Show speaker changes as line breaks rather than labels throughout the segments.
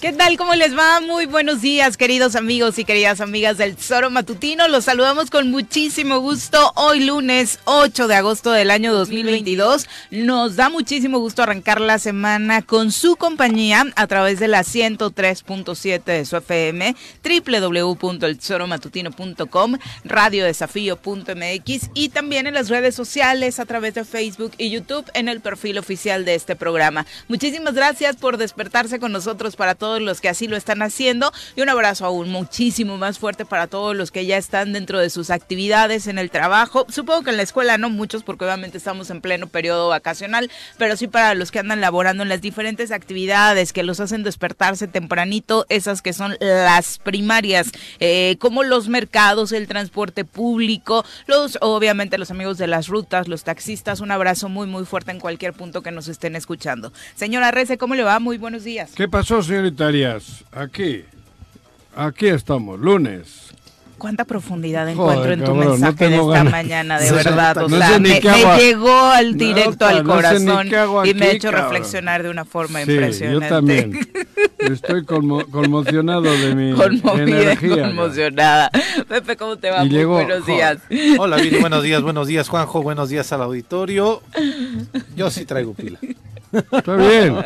¿Qué tal? ¿Cómo les va? Muy buenos días, queridos amigos y queridas amigas del Tesoro Matutino. Los saludamos con muchísimo gusto hoy lunes 8 de agosto del año 2022. Nos da muchísimo gusto arrancar la semana con su compañía a través de la 103.7 de su FM, www.eltesoromatutino.com, radiodesafío.mx y también en las redes sociales a través de Facebook y YouTube en el perfil oficial de este programa. Muchísimas gracias por despertarse con nosotros para todos todos los que así lo están haciendo y un abrazo aún muchísimo más fuerte para todos los que ya están dentro de sus actividades en el trabajo. Supongo que en la escuela no muchos porque obviamente estamos en pleno periodo vacacional, pero sí para los que andan laborando en las diferentes actividades que los hacen despertarse tempranito, esas que son las primarias, eh, como los mercados, el transporte público, los obviamente los amigos de las rutas, los taxistas, un abrazo muy muy fuerte en cualquier punto que nos estén escuchando. Señora Rece, ¿cómo le va? Muy buenos días.
¿Qué pasó, señorita Arias? Aquí, aquí estamos, lunes.
cuánta profundidad
Joder,
encuentro en tu
cabrón, no
mensaje de
tengo
esta
ganas.
mañana, de
No sé-
verdad. o
no
sea,
sé ni
me,
qué
me
hago a-
llegó al
No,
directo
pa,
al
no sé ni
corazón
qué hago
y me ha
aquí,
hecho
cabrón.
reflexionar de una forma
Sí, yo
impresionante.
también. Estoy conmo- conmocionado de mi
Conmovida,
energía.
conmocionada. Pepe, ¿cómo te
Ah,
va?
Y
Muy
llegó-
buenos días.
Hola, Viri, buenos días, buenos días, Juanjo, buenos días al auditorio. Yo sí traigo pila.
Está bien.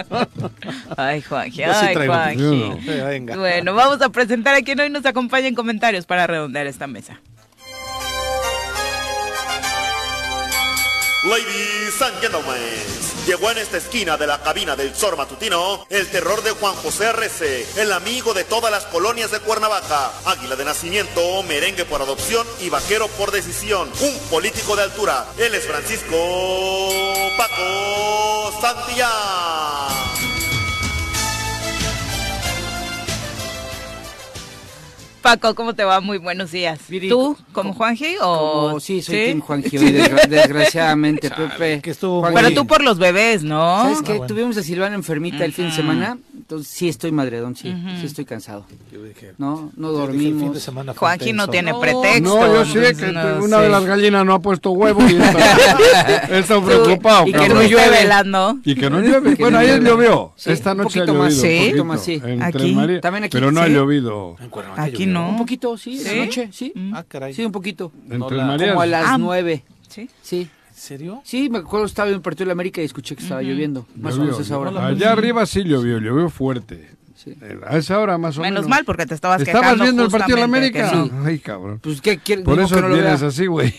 Ay, Juanji,
Yo sí
ay,
traigo
Juanji.
desayuno.
Eh, Venga.
Bueno, vamos a presentar a quien hoy nos acompaña en comentarios para redondear esta mesa.
Ladies and gentlemen, llegó en esta esquina de la cabina del Zor Matutino el terror de Juan José RC, el amigo de todas las colonias de Cuernavaca, águila de nacimiento, merengue por adopción y vaquero por decisión, un político de altura. Él es Francisco Paco Santillán.
Paco, ¿cómo te va? Muy buenos días.
Viri,
¿Tú, como Juanji? O...
Como- Oh, sí, soy Tim Juan Gil, desgra- desgraciadamente, Pepe.
que estuvo
Juan
muy-
Pero
Gil,
tú por los bebés, ¿no? Ah,
¿Sabes qué?
Ah, bueno.
Tuvimos a Silvana enfermita el fin de semana, entonces sí estoy madredón, sí, sí estoy cansado.
Yo dije,
No, no
yo dije, el fin de
dormimos.
semana fue
Juanji no
intenso.
tiene
No,
pretexto.
No, yo sé que
no
una de
sé.
las gallinas no ha puesto huevo y
Ah,
está, está
Tú-
preocupado.
Y que
cabrón.
no llueve velando.
Y que no llueve.
Y que
bueno,
no
ayer
llueve.
llovió.
Sí,
Esta
un
noche ha
poquito
llovido.
más,
un
sí, un poquito
poquito,
más, sí.
entre
Aquí.
María-
También aquí,
pero no ha
sí.
llovido.
En Cuernavaca
Aquí
llovió.
Un
no.
poquito, sí,
¿Sí?
anoche, sí.
Ah, caray.
Sí, un poquito.
Entre
No la-
María-
Como a
Ah.
las nueve,
Sí.
sí.
¿En serio?
Sí, me acuerdo, estaba en el partido de la América y escuché que estaba lloviendo. Más o
Llovió,
menos a esa
llovió.
hora.
Allá arriba sí llovió, llovió fuerte.
Sí.
Eh, A esa hora más o menos.
Menos mal porque te estabas quejando.
¿Estabas viendo el partido de la
justamente
América?
que no.
Ay, cabrón.
Pues, ¿qué quieres?
Por
Digo
eso
que no lo
vienes
vea.
así, güey.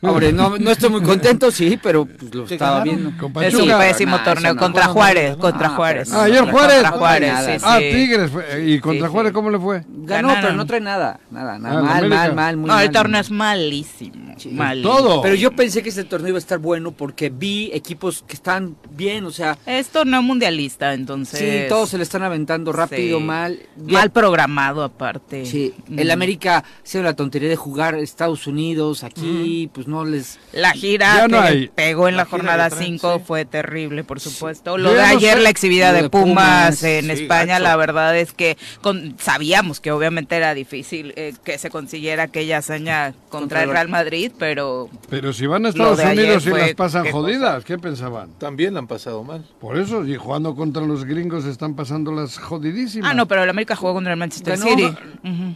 Hombre, no, no estoy muy contento, sí, pero pues, lo
Que
estaba
ganaron.
viendo.
Con
Es un
Pachuca.
pésimo
Nah,
torneo
eso no.
contra
No, no,
Juárez,
no, no.
contra
Ah,
Juárez.
pero no. Ah, ¿ayer Juárez?
Contra Juárez,
No,
sí,
nada.
sí.
Ah, Tigres. fue- ¿Y contra
sí.
Juárez cómo le fue?
Ganó,
Ganaron.
pero no trae nada. Nada, nada.
Ah, la
mal,
América.
mal, mal, muy
No, Pues, el
mal.
torneo es malísimo.
Sí.
malísimo.
Todo.
Pero yo pensé que este torneo iba a estar bueno porque vi equipos que están bien, o sea,
Es torneo mundialista, entonces.
sí, todos se le están aventando rápido,
Sí.
mal.
Mal programado, aparte.
Sí,
Mm.
el América se la tontería de jugar Estados Unidos aquí, pues no les...
La gira
Ya no
que
hay.
pegó en la,
La gira
jornada
de tren,
5
sí.
fue terrible, por supuesto.
Sí.
Lo
Yo
de
ya no
ayer,
sé.
la exhibida
Lo
de
de
Pumas,
Pumas,
en
sí,
España,
gacho.
la verdad es que con- sabíamos que obviamente era difícil eh, que se consiguiera aquella hazaña contra
Contra
el
el-
Real Madrid, pero
Pero si van a Estados
Lo de ayer
Unidos y
fue-
las pasan
qué
jodidas, ¿qué pensaban?
También la han pasado mal.
Por eso, y jugando contra los gringos están pasando las jodidísimas.
Ah, no, pero el América jugó contra el Manchester
Ganó-
City.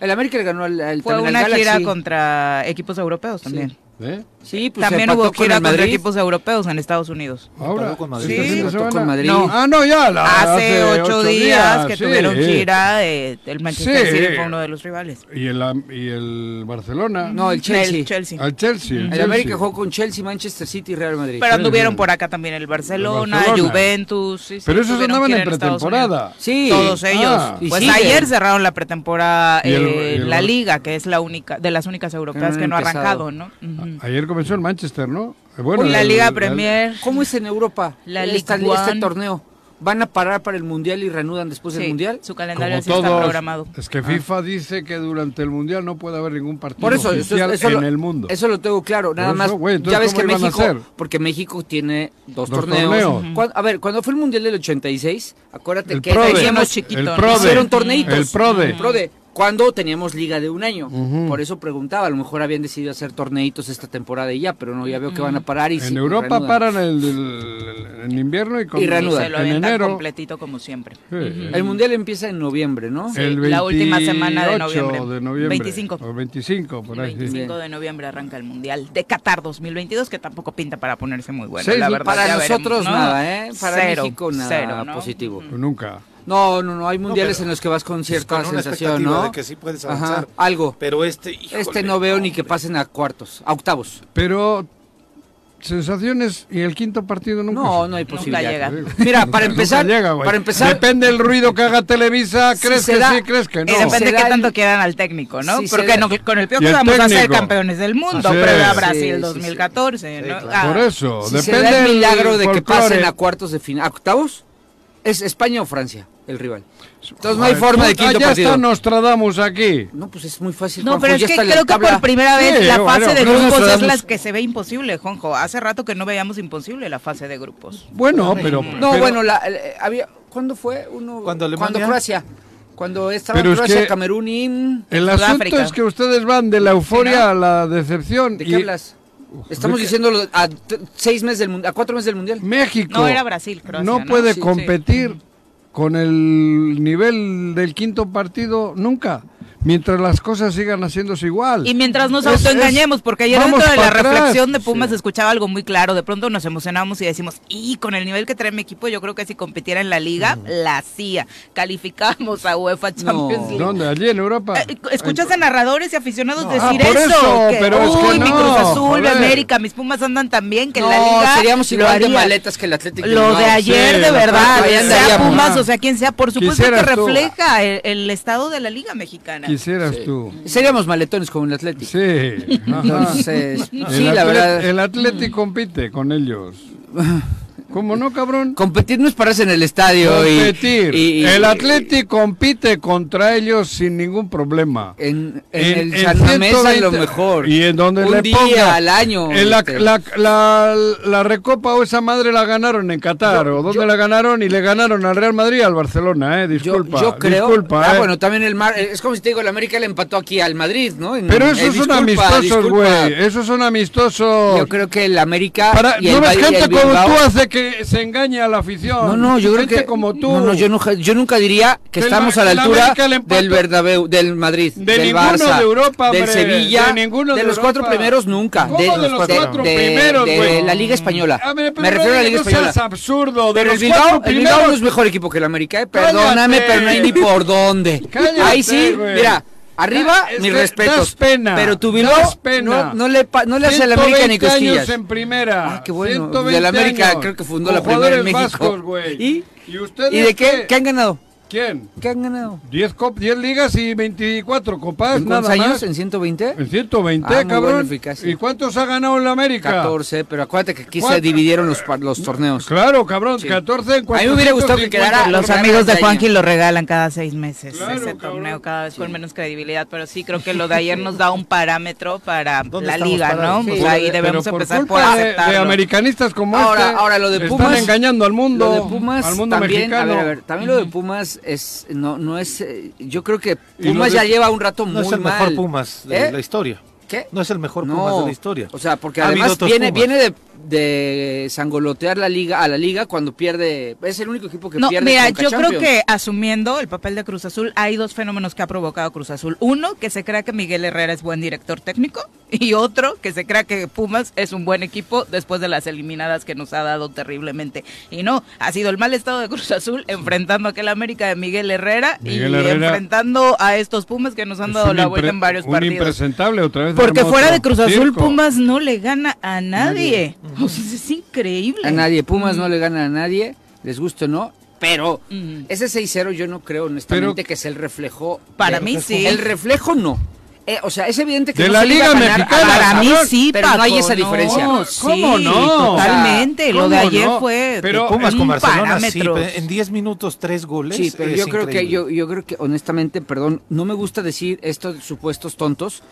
El América le ganó al, al,
Fue
también
una
al Galaxy.
gira contra equipos europeos también.
¿Eh?
Sí, pues
También
empató
hubo
con
gira
el
contra
Madrid.
equipos europeos en Estados Unidos.
Ahora,
Empató con Madrid.
este
Sí,
fin de
empató con
semana.
Madrid.
No.
Ah, no, ya. la-
Hace ocho días que
sí.
tuvieron gira, eh, el Manchester
Sí.
City fue uno de los rivales.
Y el, am- y el Barcelona.
No, el Chelsea.
El Chelsea.
Al Chelsea.
El
Chelsea.
América jugó con Chelsea, Manchester City y Real Madrid.
Pero anduvieron
sí.
por acá también el Barcelona,
El Barcelona.
Juventus. sí, sí,
Pero esos
tuvieron
andaban
gira
en
Estados
pretemporada.
Unidos.
sí.
Todos ellos.
Ah.
Y
pues
siguen.
ayer cerraron la pretemporada
Y el-
eh,
y el-
la liga, que es la única de las únicas europeas
no
que
han
no ha arrancado,
Ah, empezado.
¿no? Ujú.
Ayer comenzó el Manchester, ¿no? Eh, Bueno,
la
el-
Liga
el-
Premier.
¿Cómo es en Europa
La
Esta-
League One.
este torneo? ¿Van a parar para el Mundial y reanudan después
Sí,
del Mundial?
Su
Como
calendario sí está
todos,
programado.
Es que FIFA dice que durante el mundial no puede haber ningún partido
Ah. Por eso, eso,
oficial
eso
en
lo,
el mundo.
eso lo tengo claro. Nada
eso,
más,
güey, entonces,
ya ves
¿cómo
que
iban a
México,
hacer?
porque México tiene dos,
Dos
torneos.
torneos.
Cuan- a ver, cuando fue el Mundial del 86, acuérdate
el
que ahí
Prode,
hicieron
hicimos-
chiquito,
el
¿no?
Prode,
hicieron torneitos.
El Prode.
Prode. cuando teníamos liga de un año.
Ujú.
Por eso preguntaba, a lo mejor habían decidido hacer torneitos esta temporada y ya, pero no, ya veo que van a parar y
en
sí,
Europa
reanudan.
paran el, el- en invierno y, con-
Y
Y
reanudan.
se lo
en
avientan
enero.
completito como siempre.
Sí.
El mundial empieza en noviembre, ¿no?
Sí, la última semana de
28
noviembre.
de noviembre,
25.
O 25, por
El
ahí. sí.
25 de noviembre arranca el Mundial de Qatar 2022, que tampoco pinta para ponerse muy bueno,
Sí,
la
sí,
verdad.
Para
ya veremos,
nosotros
¿no?
nada, ¿eh? Para
Cero,
México nada
cero, ¿no?
positivo.
Pues Nunca.
No, no, no, hay
pero
mundiales
pues,
en los que vas con cierta
con una
sensación,
expectativa
¿no?
de que sí puedes
Ajá,
avanzar.
algo.
Pero este, híjole,
este no veo ni que pasen a cuartos, a octavos.
Pero sensaciones y el quinto partido nunca.
No,
se-
no hay
Nunca
posibilidad.
llega.
Mira,
Nunca
para empezar,
llega, güey.
para empezar,
Depende el ruido que haga Televisa,
Si
Ah, crees
se
que
da- eh,
sí, crees que
Y
no.
Eh, depende
Se
qué
da
tanto
el-
quieran al técnico, ¿no?
Sí, se
Porque
da-
no- con el
Y
Piojo
el
vamos a ser
técnico.
campeones del mundo,
Así
pero a
es.
Sí, sí,
Brasil
sí.
2014, ¿no?
Sí,
Ah,
Por eso,
si se
depende
da el
del
milagro de que
folclore.
pasen a cuartos de final, a octavos, es España o Francia el rival. Entonces no hay
Joder,
forma de
puta,
quinto
ya
partido.
está Nostradamus aquí.
No, pues es muy fácil.
No,
Juanjo,
pero es
ya
que
está la
creo que
tabla.
por primera vez
Sí,
la
bueno,
fase de
pero
grupos
nosotros
es la
damos-
que se ve imposible, Jonjo. Hace rato que no veíamos imposible la fase de grupos.
Bueno, pero.
No,
pero-
bueno, la, el- eh, había, ¿cuándo fue? Uno,
Cuando Alemania-
Croacia. Cuando estaba
Pero es
Croacia,
que-
Camerún y...
El asunto
Sudáfrica.
es que ustedes van de la euforia a la decepción.
¿De
y
qué hablas? Estamos
¿de qué?
diciendo a t- seis meses del mun- a cuatro meses del mundial.
México
No, era Brasil, Croacia,
no
¿no?
puede
Sí,
competir con el nivel del quinto partido nunca, mientras las cosas sigan haciéndose igual.
Y mientras nos
Es-
autoengañemos,
es-
porque ayer
vamos
dentro de la
para atrás.
reflexión de Pumas
Sí.
escuchaba algo muy claro. De pronto nos emocionamos y decimos, y con el nivel que trae mi equipo, yo creo que si competiera en la liga, la hacía. Calificamos a UEFA Champions League.
¿Dónde? Allí en Europa.
Eh, Escuchas a narradores y aficionados decir
Ah, por
eso,
eso,
que,
pero es que
uy, mi
no,
Cruz Azul, mi
joder.
América, mis Pumas andan tan bien que en la
No,
liga
seríamos
lo
igual de
haría.
maletas que el Atlético.
Lo
No,
de ayer,
sí,
de
la
verdad,
parte de
sea
ayer,
Pumas
ajá.
o sea quien sea, por supuesto que
Quisieras tú.
refleja el, el estado de la liga mexicana.
Quisieras tú.
Seríamos maletones como el Atlético.
Sí. ajá.
Entonces,
El
sí, la
Atlet-
verdad.
El Atleti compite con ellos. ¿Cómo no, cabrón?
Competir no es pararse en el estadio y-
Competir.
y, y-
el Atleti compite contra ellos sin ningún problema.
En, en el
en
San Mamés a
120
lo mejor.
Y en donde
Un
le
día
ponga.
al año,
En la,
este.
la- la- la recopa o esa madre la ganaron en Qatar. o donde la ganaron y le ganaron al Real Madrid y al Barcelona, eh.
Yo,
Disculpa.
yo creo.
disculpa,
ah,
eh.
bueno, también el Mar. Es como si te digo, el América le empató aquí al Madrid, ¿no? En-
Pero esos
eh,
son
disculpa,
amistosos,
disculpa.
güey. Esos son amistosos.
Yo creo que el América.
Para-
y
no
el
ves
Bay- y
gente
el
como
Bilbao-
tú hace que se engañe a la afición.
No, no, yo creo
Gente
que
como tú.
No, no, yo nunca, yo nunca diría que
Del
estamos
Ma-
a la
del
altura
América le empató.
del Bernabéu, del Madrid,
De
del
ninguno
Barça,
de Europa,
del
hombre,
Sevilla,
de ninguno de
los cuatro
Europa.
primeros nunca,
¿Cómo de los cuatro
de-
primeros,
de
güey?
la Liga española.
A ver, pero
Me refiero
no
a la Liga
digas- no
española.
seas absurdo. De
Pero el
los
Bilbao,
cuatro
el Bilbao no
primeros.
es mejor equipo que el América, ¿eh? Perdóname,
Cállate.
pero no hay ni por dónde.
Cállate,
Ahí sí,
güey. Ah,
mira, arriba,
Es
mis
que
respetos.
das pena,
pero tu
das
Bilbao
pena.
No, no le, pa- no le hace al América ni
120
cosquillas.
años en primera.
Ah, qué bueno.
120
De la América
años.
creo que fundó
Con
la primera en
jugadores
México.
vascos, güey.
¿Y?
¿Y ustedes
¿Y de qué,
qué?
qué han ganado?
¿Quién?
¿Qué han ganado?
10 cop- 10 ligas y 24 copas,
¿En cuántos
nada
años?
más.
¿En 120?
En 120,
Ah, muy
cabrón.
buena eficacia.
¿Y cuántos ha ganado en la América?
14, pero acuérdate que aquí se
¿Cuánto?
dividieron los, pa- los torneos.
Claro, cabrón,
Sí.
14 en
A mí me hubiera gustado que
450
quedara
Los
Por
amigos de
Carlos
Juanqui
Daña.
lo regalan cada seis meses
Claro,
ese torneo,
cabrón.
cada vez con menos credibilidad, pero sí creo que lo de ayer nos da un parámetro para
¿Dónde
la
estamos
liga, ¿no?
parados?
Pues
Sí.
ahí
Pero
debemos
por
empezar por
culpa de- De,
aceptarlo.
americanistas como
Ahora-
este,
ahora lo de Pumas-
Están engañando al mundo.
Lo de Pumas
al mundo
también, a
mexicano.
ver, a ver, también lo de Pumas es no no es eh, yo creo que
Y lo
Pumas
de-
ya lleva un rato
No
muy
es el
mal.
mejor Pumas de
¿Eh?
la historia.
¿Qué?
No es el mejor Pumas de la historia.
O sea, porque
Ha habido
además
otros
viene
Pumas.
viene de, de sangolotear la liga a la liga cuando pierde, es el único equipo que
No,
pierde
mira,
Conca
yo creo
Champions.
que asumiendo el papel de Cruz Azul, hay dos fenómenos que ha provocado Cruz Azul. Uno, que se crea que Miguel Herrera es buen director técnico. Y otro, que se crea que Pumas es un buen equipo después de las eliminadas que nos ha dado terriblemente. Y no, ha sido el mal estado de Cruz Azul enfrentando a aquel América de Miguel Herrera
Miguel
y
Herrera
enfrentando a estos Pumas que nos han
Es
dado
un
la vuelta
impre-
en varios
un
partidos.
impresentable otra vez.
Porque
armó
fuera de
otro
Cruz Azul,
circo.
Pumas no le gana a nadie. O sea, es increíble.
a nadie Pumas no le gana a nadie, les gusta o no, pero
Mm.
ese 6-0 yo no creo honestamente que es el reflejo
Para
de-
mí sí.
El reflejo no. Eh, o sea, es evidente que
De
no
la
se le iba
Liga
a ganar a
Mexicana,
Barça,
Para mí
cabrón.
sí,
pero no hay
Paco,
esa diferencia.
no,
¿Cómo
sí,
no?
Totalmente.
O sea,
lo de
¿cómo
ayer
no?
fue
Pero
Pumas con
un
Barcelona, sí,
parámetro.
pero en 10 minutos, 3 goles.
Sí, pero
es
yo creo que
increíble.
yo, yo creo que honestamente, perdón, no me gusta decir estos supuestos tontos,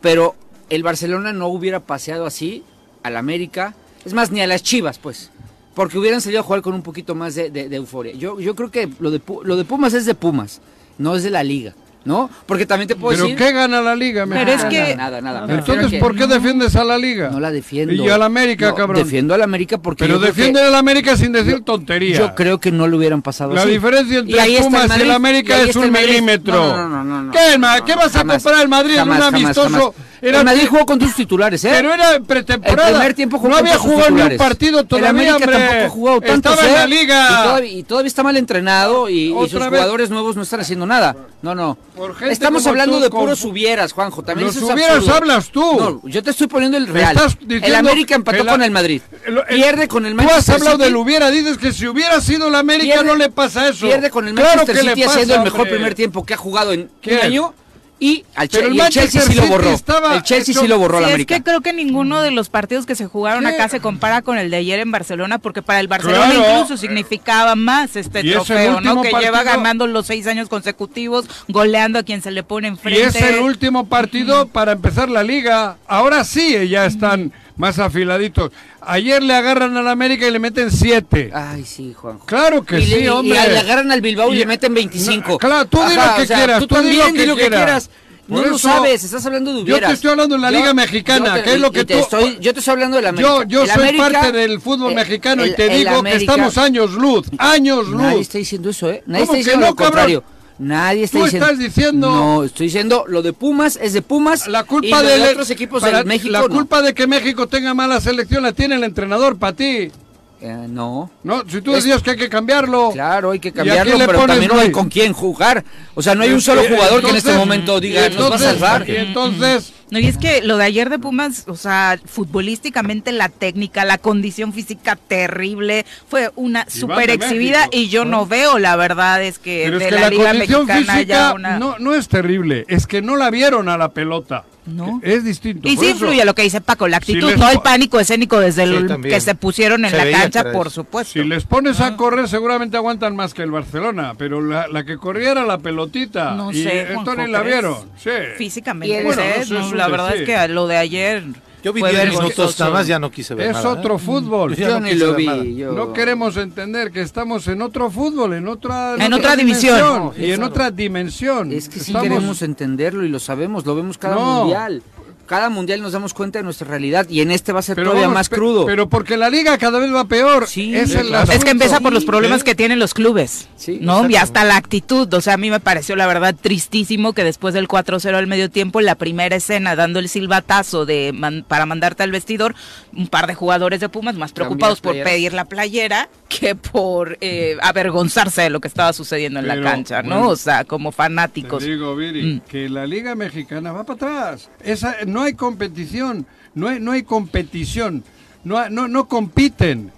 pero el Barcelona no hubiera paseado así al América, es más ni a las Chivas, pues, porque hubieran salido a jugar con un poquito más de, de- de euforia. Yo yo creo que lo de Pu- lo de Pumas es de Pumas, no es de la liga. ¿no? Porque también te puedo
¿Pero
decir...
qué gana la liga? me
Pero es
explico?
que-
Nada, nada, nada.
Entonces,
Prefiero
¿por
que-
qué defiendes a la liga?
No la defiendo.
Y a la América,
No,
cabrón.
Defiendo a la América porque...
Pero
yo creo que-
defiende a la América sin decir tontería.
Yo creo que no le hubieran pasado
La
así.
diferencia
Y
entre
ahí
el
está
Pumas y
Madrid,
el América
y ahí
es
está
un
el Madrid.
milímetro.
No, no, no, no, no.
¿Qué, ma- qué vas a
Jamás,
comprar el Madrid
jamás,
en un
jamás,
amistoso?
jamás.
Era-
El Madrid jugó con tus titulares, ¿eh?
Pero era en pretemporada.
El primer tiempo jugó
no había
con sus
jugado ni un
titulares.
partido todavía,
El América
hombre.
tampoco ha jugado tantos,
Estaba en la
¿eh?
liga.
Y todavía, y todavía está mal entrenado y, y
Otra
sus
vez.
jugadores nuevos no están haciendo nada. No, no.
Por gente
Estamos
como
hablando
tú,
de
con-
puros hubieras, Juanjo. También
Los
eso es
hubieras
absurdo.
hablas tú.
No, yo te estoy poniendo el real.
Estás
el
diciendo
América empató
que la-
con el Madrid.
El- el-
pierde con el
Tú
Manchester
has hablado
City.
del hubiera, dices que si hubiera sido la América
Pierde-
no le pasa eso.
Pierde con el
Claro
Manchester
que le
City
pasa,
haciendo el mejor
hombre.
primer tiempo que ha jugado en
¿Quién?
un año y, al
Pero
Che-
el
y el Chelsea
Manchester
sí lo
City
borró.
estaba
El Chelsea
hecho-
sí lo borró
Sí,
la
es
América.
que creo que ninguno de los partidos que se jugaron
¿Qué?
acá se compara con el de ayer en Barcelona, porque para el Barcelona
Claro.
incluso significaba más este
Y es el
trofeo, ¿no?
último
Que
partido.
lleva ganando los seis años consecutivos, goleando a quien se le pone enfrente.
Y es el último partido para empezar la liga. Ahora sí eh, ya están más afiladitos. Ayer le agarran al América y le meten siete.
Ay, sí, Juanjo.
Claro que
y
sí,
le, y
hombre.
le agarran al Bilbao y,
Y-
le meten 25.
No, claro, tú di lo que quieras,
Tú,
tú di
también
lo que
di lo que
quieras.
quieras. No
Por
lo
eso,
sabes, estás hablando de
yo te
hubieras.
estoy hablando de la Liga Mexicana, que es lo
y-
que
y te
tú-
estoy- yo te estoy hablando de la América.
Yo, yo
El
soy
América-
parte del fútbol
eh,
mexicano y
el-
te
el
digo que
América-
estamos años luz, años
Nadie
luz.
está diciendo eso, ¿eh? Nadie
¿Cómo
está
que
diciendo
no,
lo
cabrón?
contrario. Nadie está
Tú
diciendo.
estás diciendo-
No, estoy diciendo lo de Pumas es de Pumas.
La
y
culpa
lo
de,
de, otros equipos
para-
de México.
la
no.
culpa de que México tenga mala selección la tiene el entrenador para ti.
Eh, no.
No, si tú decías que hay que cambiarlo.
Claro, hay que
¿Y a
cambiarlo,
quién le
pero
pones,
también no hay
güey?
con quién jugar. O sea, no hay un solo
Eh,
jugador que en este
entonces-
momento diga,
y
nos va a
entonces-
salvar.
Y entonces,
Mm, No, y es que lo de ayer de Pumas, o sea, futbolísticamente la técnica, la condición física terrible, fue una
de
super exhibida
México,
y yo
¿no?
no veo, la verdad, es que
Pero
de
es que
la,
la,
Liga
condición
Mexicana haya
física
una...
no, no es terrible, es que no la vieron a la pelota.
No.
Es distinto.
Y
por
sí
eso.
influye lo que dice Paco, la
Si
actitud,
les
no el
po-
pánico escénico desde
Sí,
el
también.
que se pusieron en
Se
la
veía
cancha,
atrás.
por supuesto.
Si les pones a correr, seguramente aguantan más que el Barcelona, pero la, la que corría era la pelotita.
No
y
sé,
esto
Juanjo,
ni la
¿crees?
vieron. Sí.
Físicamente,
Y el-
Bueno,
¿eh?
eso es
No,
un
la verdad
decir.
es que lo de ayer
Yo vi
fue
10
vergonzoso.
minutos nada más, ya no quise ver.
Es
nada, ¿eh?
otro fútbol.
Yo
Yo
no
ni
quise
lo
ver nada.
vi. yo-
No queremos entender que estamos en otro fútbol, en otra
En otra división.
dimensión,
No,
y en
claro.
otra dimensión.
Es que sí
Estamos-
queremos entenderlo y lo sabemos, lo vemos cada
No.
mundial. Cada mundial nos damos cuenta de nuestra realidad y en este va a ser
pero
todavía
vamos,
más
pe-
crudo.
Pero porque la liga cada vez va peor.
Sí.
es, el
Es que
Es que
asunto.
empieza por los problemas
¿eh?
que tienen los clubes,
Sí,
¿no? Y
exacto.
hasta la actitud, o sea, a mí me pareció la verdad tristísimo que después del 4-0 al medio tiempo, la primera escena dando el silbatazo de man- para mandarte al vestidor, un par de jugadores de Pumas más
Cambiar
preocupados por
playeras.
pedir la playera que por eh, avergonzarse de lo que estaba sucediendo en
Pero,
la cancha, ¿no?
bueno,
o sea, como fanáticos.
Te digo, Viri,
Mm.
que la Liga Mexicana va para atrás. Esa, no hay competición, no hay, no hay competición, no, ha- no, no compiten.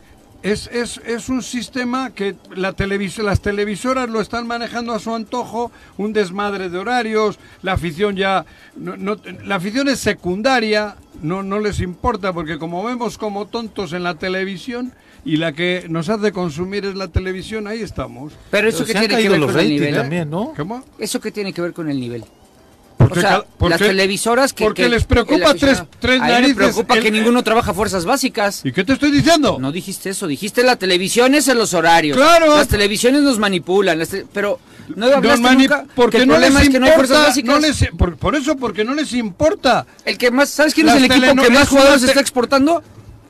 Es, es, es un sistema que la televis las televisoras lo están manejando a su antojo, un desmadre de horarios, la afición ya... No, no- la afición es secundaria, no, no les importa, porque como vemos como tontos en la televisión y la que nos hace consumir es la televisión, ahí estamos.
Pero eso
Pero
que
se han
tiene que
caído
ver
los
con el
ratings
nivel. ¿eh?
también, ¿no?
¿Cómo?
Eso que tiene que ver con el nivel.
Porque
o sea,
cada- porque-
las televisoras que...
porque
que-
les
que la
preocupa tres,
aficionada-
tres
A mí
narices.
me preocupa
el-
que ninguno trabaja fuerzas básicas.
¿Y qué te estoy diciendo?
No dijiste eso, dijiste las televisiones en los horarios.
Claro.
Las televisiones nos manipulan, las te- pero no
Don
hablaste
Mani,
nunca
porque
que el
no les importa,
problema es que no hay fuerzas básicas.
no les- por, por eso, porque no les importa.
El que más, ¿sabes quién
Las
es el equipo
teleno-
que
es
más jugadores
una te-
está exportando?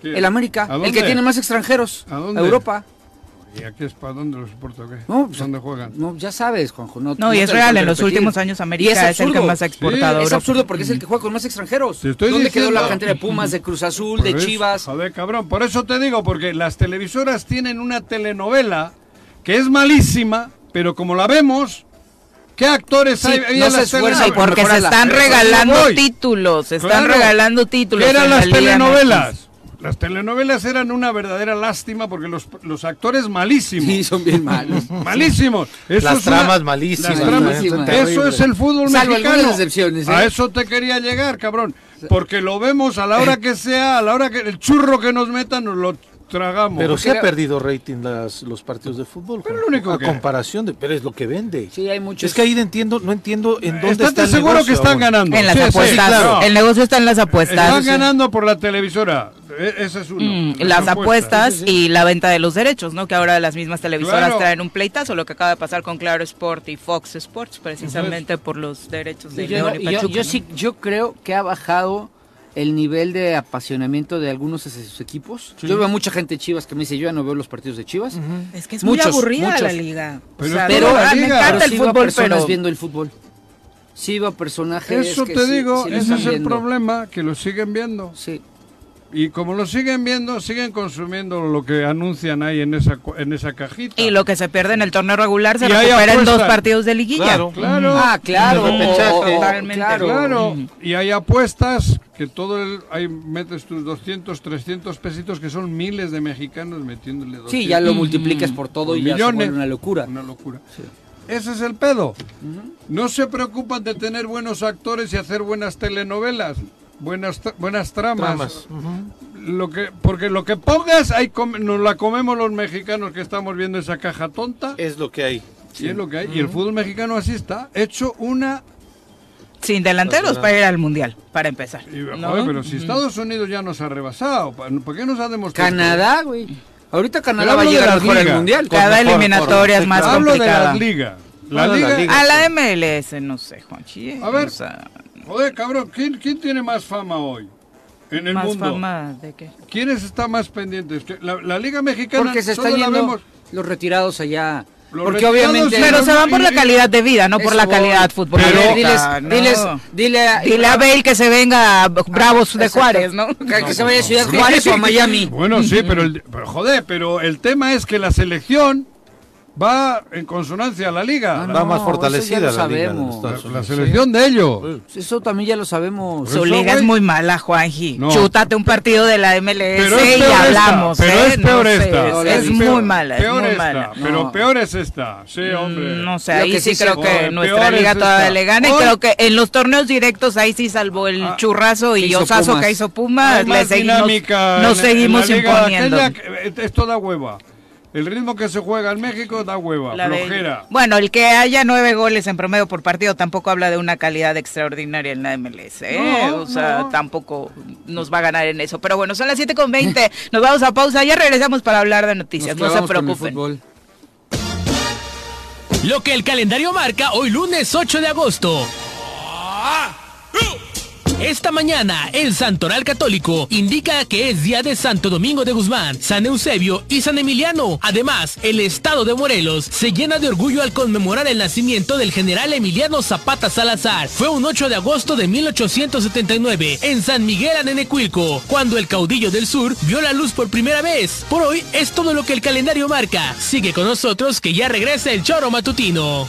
¿Quién?
El América,
¿A
el
dónde?
que tiene más extranjeros.
¿A dónde?
Europa.
¿Y aquí es para dónde los soporta qué?
No, pues,
¿Dónde juegan?
No, ya sabes, Juanjo. No,
No, y
te
es
lo
real,
puedo
en los
repetir.
últimos años
Y
América es, el que
absurdo.
más ha exportado a
Es
Europa.
absurdo porque es el que juega con más extranjeros.
Te estoy
¿Dónde quedó
diciendo-
la cantera de Pumas, de Cruz Azul,
Por
de
eso-
Chivas?
Joder, cabrón. Por eso te digo, porque las televisoras tienen una telenovela que es malísima, pero como la vemos, ¿qué actores
Sí,
hay hay
no
en
se
las
esfuerzan
Ay,
telenovelas?
por
porque se
mejorarla.
están
Eso es lo
regalando
voy.
títulos, se están
Claro.
regalando títulos.
¿Qué eran
en
las
la Liga MX.
telenovelas? Las telenovelas eran una verdadera lástima porque los, los actores malísimos.
Sí, son bien malos.
Malísimos. Eso
Las
es una-
tramas malísimas.
las tramas-
Malísimas.
Eso es el fútbol
Salvo
mexicano.
algunas excepciones, ¿eh?
A eso te quería
Eh.
llegar, cabrón. Porque lo vemos a la hora que sea, a la hora que el churro que nos metan, nos lo tragamos.
Pero sí ha
era-
perdido rating las, los partidos de fútbol.
Pero
Juanjo,
lo único
a
que-
comparación de, pero es lo que vende.
Sí, hay muchos.
Es que ahí no entiendo, no entiendo en dónde
¿Estás
está
de
el
seguro que
negocio
están
aún.
ganando?
En las
Sí, sí,
apuestas.
claro.
El negocio está en las apuestas.
Están ganando por la televisora. E- ese es uno.
Mm, las apuestas y la venta de los derechos, ¿no? Que ahora las mismas televisoras
Claro.
traen un pleitazo, lo que acaba de pasar con Claro Sport y Fox Sports, precisamente por los derechos de
Y yo,
León y
y yo-
Pachuca.
yo
¿no?
sí, yo creo que ha bajado el nivel de apasionamiento de algunos de sus equipos. Yo veo mucha gente de Chivas que me dice, yo ya no veo los partidos de Chivas.
Es que es
Muchos,
muy aburrida
muchos.
la liga.
Pero
O sea,
pero
no,
la
ah, me
liga.
encanta
Pero
el
sí veo
fútbol,
personas
pero
viendo el fútbol. Sí veo personajes
Eso
que
te
sí-
digo,
sí lo
ese
están
es el
viendo.
problema, que lo siguen viendo.
Sí.
Y como lo siguen viendo, siguen consumiendo lo que anuncian ahí en esa, cu- en esa cajita.
y lo que se pierde en el torneo regular se
Y ahí
recupera en dos
apuestan.
partidos de liguilla.
Claro,
Mm.
Claro.
Ah, claro.
Y de repechaje.
o- o-
Totalmente.
claro.
Claro,
Mm.
y hay apuestas que todo el. Ahí metes tus 200, 300 pesitos, que son miles de mexicanos metiéndole 200.
Sí, ya lo multiplicas por todo y ya se
millones.
vuelve una locura.
Una locura. Ese es el pedo. No se preocupan de tener buenos actores y hacer buenas telenovelas, buenas, tra- buenas tramas.
Tramas, ujú.
Lo que, porque lo que pongas, ahí com- nos la comemos los mexicanos que estamos viendo esa caja tonta.
Es lo que hay.
Y es lo que hay. Y el fútbol mexicano así está, hecho una
Sin delanteros para ir al mundial, para empezar.
Y,
¿no?
joder, pero si Estados Unidos ya nos ha rebasado, ¿pa- ¿por qué nos ha demostrado?
Canadá, güey. Ahorita Canadá
hablo
va a
de
llegar
las
mejor al
ligas.
mundial.
Cada
Con mejor
eliminatoria es
forma,
más
sí,
Hablo de
complicada.
las ligas. La
Hablo de las
liga,
ligas.
A la MLS, no sé, Juanchi. ¿eh?
A ver.
o sea,
Joder, cabrón, ¿quién, quién tiene más fama hoy en el
más
mundo?
fama de que...
¿Quiénes están más pendientes? Que La, la liga mexicana
Porque se
solo
están
la
yendo
vemos.
los retirados allá.
Los
Porque
retirados
obviamente...
y
Pero
no,
se van por
y-
la
y-
calidad de vida, no por
Eso
la
voy.
calidad
A ver, diles,
futbolística. ¿no?
diles, dile a,
Dile a Bale que se venga a Bravos de
Exacto.
Juárez, ¿no?
que, que se vaya a Ciudad Juárez o a Miami.
Bueno, sí, pero, el, pero joder, pero el tema es que la selección va en consonancia a la liga.
Ah,
La-
Va
No,
más
eso
fortalecida
ya lo
la liga de los
sabemos.
Estados
la,
Unidos.
selección de ellos.
Eso también ya lo sabemos.
Su
Eso,
liga es
güey.
muy mala, Juanji.
No.
Chútate un partido de la MLS
Pero es
y
peor esta,
hablamos.
pero
¿eh?
es peor
No sé,
esta.
es-
No,
Es,
es
muy
peor-
mala, es
peor
muy
esta,
mala.
Pero
No.
peor es esta, sí, hombre.
Mm, No sé,
Lo
ahí
que
sí,
sí
creo
se-
que
Joder,
nuestra
peor es
liga todavía
esta.
le gana. Y
Hoy-
creo que en los torneos directos ahí sí salvo el
Ah,
churrazo
que
y
hizo
osazo
Pumas.
que hizo Pumas.
Hay
Le
más
seguimos,
dinámica en-
nos seguimos
en la liga
imponiendo.
aquella que- eh, Esto da hueva. El ritmo que se juega en México da hueva,
La de-
flojera.
Bueno, el que haya nueve goles en promedio por partido tampoco habla de una calidad extraordinaria en la MLS. ¿eh?
No,
o sea,
no.
tampoco nos va a ganar en eso. Pero bueno, son las 7 con 20. Nos vamos a pausa. Ya regresamos para hablar de noticias. no se
clavamos con el
preocupen.
fútbol.
Lo que el calendario marca hoy lunes 8 de agosto. Esta mañana, el Santoral Católico indica que es día de Santo Domingo de Guzmán, San Eusebio y San Emiliano. Además, el estado de Morelos se llena de orgullo al conmemorar el nacimiento del general Emiliano Zapata Salazar. Fue un 8 de agosto de 1879 en San Miguel Anenecuilco, cuando el caudillo del sur vio la luz por primera vez. Por hoy es todo lo que el calendario marca. Sigue con nosotros que ya regresa el choro matutino.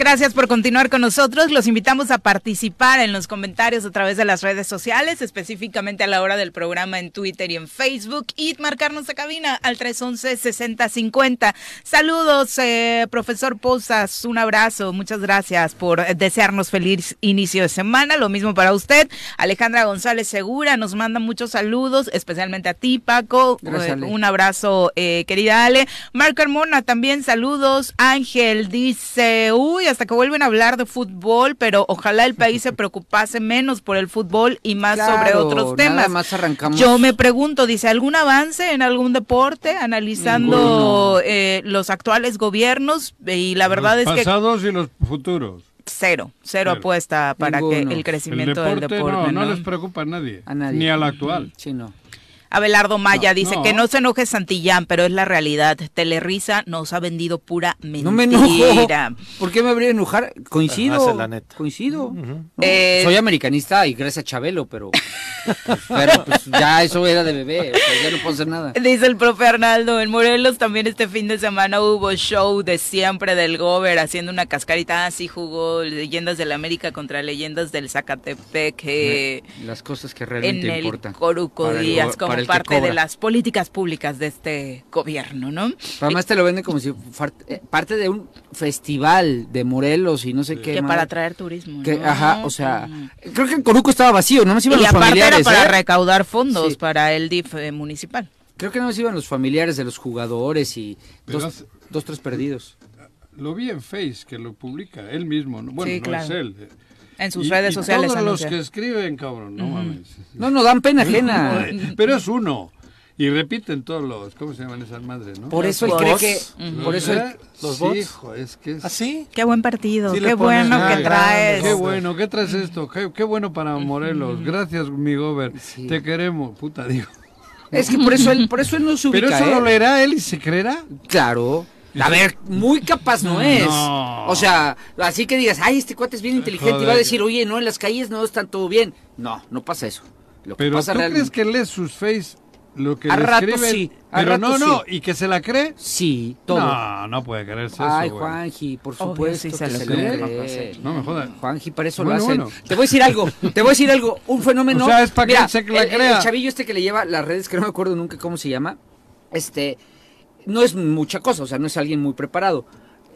Gracias por continuar con nosotros. Los invitamos a participar en los comentarios a través de las redes sociales, específicamente a la hora del programa en Twitter y en Facebook, y marcarnos a cabina al 311-6050. Saludos, eh, profesor Posas, un abrazo, muchas gracias por eh, desearnos feliz inicio de semana. Lo mismo para usted. Alejandra González Segura nos manda muchos saludos, especialmente a ti, Paco.
Gracias,
Eh,
Ale.
un abrazo, eh, querida Ale. Marco Carmona, también saludos. Ángel dice, uy, hasta que vuelven a hablar de fútbol, pero ojalá el país se preocupase menos por el fútbol y más
Claro,
sobre otros
nada
temas.
más arrancamos.
Yo me pregunto, dice, ¿algún avance en algún deporte analizando
Ninguno.
eh, los actuales gobiernos? Y la verdad
los
es que
pasados y los futuros.
cero, cero, apuesta para que
Ninguno.
el
El
crecimiento
deporte,
del deporte.
no, no
¿no?
les preocupa a nadie,
A nadie.
ni al actual.
Sí, no.
Abelardo Maya
No,
dice
no.
que no se enoje Santillán, pero es la realidad. Telerisa nos ha vendido pura mentira.
No me enojo. ¿Por qué me habría de enojar? Coincido.
Ajá, es la neta.
Coincido. No,
Eh,
Soy americanista y gracias a Chabelo, pero. pero pues, ya eso era de bebé. o sea, ya no puedo hacer nada.
Dice el profe Arnaldo, en Morelos también este fin de semana hubo show de siempre del Gober haciendo una cascarita. Así jugó Leyendas del América contra Leyendas del Zacatepec eh,
Las cosas que
en
realmente
el
importan.
Coruco
Para el
Díaz,
go-
como
para Al que
parte de
cobra.
las políticas públicas de este gobierno, ¿no?
Pero además te lo venden como si far- eh, parte de un festival de Morelos y no sé qué.
que
madre.
para atraer turismo.
Que,
¿no?
Ajá, o sea,
Mm.
creo que el Coruco estaba vacío, no nos iban
Y
los
aparte era
familiares.
para
¿eh?
recaudar fondos
Sí.
para el DIF eh, municipal.
Creo que no nos iban los familiares de los jugadores y
Pero
dos,
hace-
dos, tres perdidos.
Lo vi en Face, que lo publica él mismo. ¿no? Bueno,
Sí,
no
claro.
es él.
En sus
Y-
redes
y
sociales.
Todos los
anuncia.
que escriben, cabrón, no mames.
No, no dan pena ajena.
Pero es uno. Y repiten todos los. ¿Cómo se llaman esas madres, no?
Por
Los
eso él
bots.
cree que.
Los-
Por eso él-
¿Eh?
los
Sí,
bots.
hijo, es que es-
¿Ah, sí?
Qué buen partido,
Sí le
qué
pones
bueno
nada
que
grande,
traes.
Qué bueno, ¿qué traes esto? Qué, qué bueno para Morelos. Gracias, mi gober.
Sí.
Te queremos, puta, digo.
es que por eso él, por eso él no se ubica.
Pero eso
¿eh?
lo leerá él y se creerá.
Claro. A ver, muy capaz no es.
No.
O sea, así que digas, ay, este cuate es bien inteligente y va a
Joder.
decir, oye, no, en las calles no están todo bien. No, no pasa eso. Lo que
Pero
pasa
¿tú crees
realmente.
que lees sus face lo que
A
le
rato
escriben?
sí, a
Pero
rato
no, no,
sí.
y que se la cree.
Sí, todo.
No, no puede creerse
Ay,
eso, güey.
Juanji, por
Obvio,
supuesto
sí se
que
lo
se lo
cree.
cree.
No me jodas.
Juanji, para eso
Bueno,
lo hacen.
bueno.
Te voy a decir algo, te voy a decir algo. Un fenómeno.
O sea, es pa' que
Mira,
se la
el- el,
crea.
chavillo este que le lleva las redes, que no me acuerdo nunca cómo se llama, este, no es mucha cosa, o sea, no es alguien muy preparado.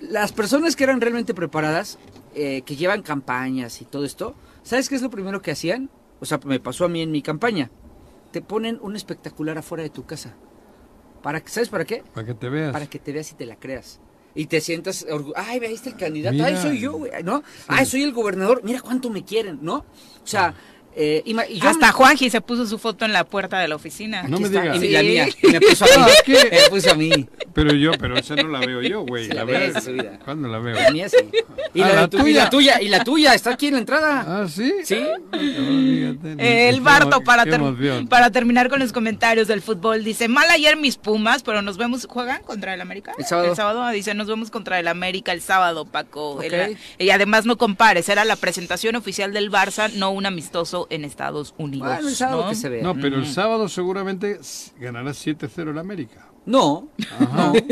Las personas que eran realmente preparadas, eh, que llevan campañas y todo esto, ¿sabes qué es lo primero que hacían? O sea, me pasó a mí en mi campaña. Te ponen un espectacular afuera de tu casa. ¿Para, qué- ¿Sabes para qué?
Para que te veas.
para que te veas y te la creas. Y te sientas orgu- Ay, ve, ahí está el candidato.
Mira.
Ay, soy yo, güey. ¿No? Ay, soy el gobernador. Mira cuánto me quieren, ¿no? O sea, eh, ima- y yo
Ah. Hasta
me-
Juanji se puso su foto en la puerta de la oficina.
No me
Está-
digas.
Y la
Sí.
mía. y me puso a mí.
Ah, ¿qué?
Me puso a mí.
Pero yo, pero esa no la veo yo, güey.
Sí,
La
la
veo.
ves, es su vida.
¿Cuándo la veo?
La mía sí. Y
Ah,
la, de
la
tu- y
tuya.
la tuya. Y la tuya. Está aquí en la entrada.
¿Ah, sí?
Sí.
Ah, fíjate, ni-
El
qué
Barto
emo-
para,
qué
ter-
emoción.
para terminar con los comentarios del fútbol dice, mal ayer mis Pumas, pero nos vemos, ¿juegan contra el América?
El sábado.
ah, dice, nos vemos contra el América el sábado, Paco.
Ok.
Era- y además no compares, era la presentación oficial del Barça, no un amistoso en Estados Unidos.
Bueno, el sábado
¿no?
que se vea.
No,
No,
pero el sábado seguramente s- ganará 7-0 el América.
no,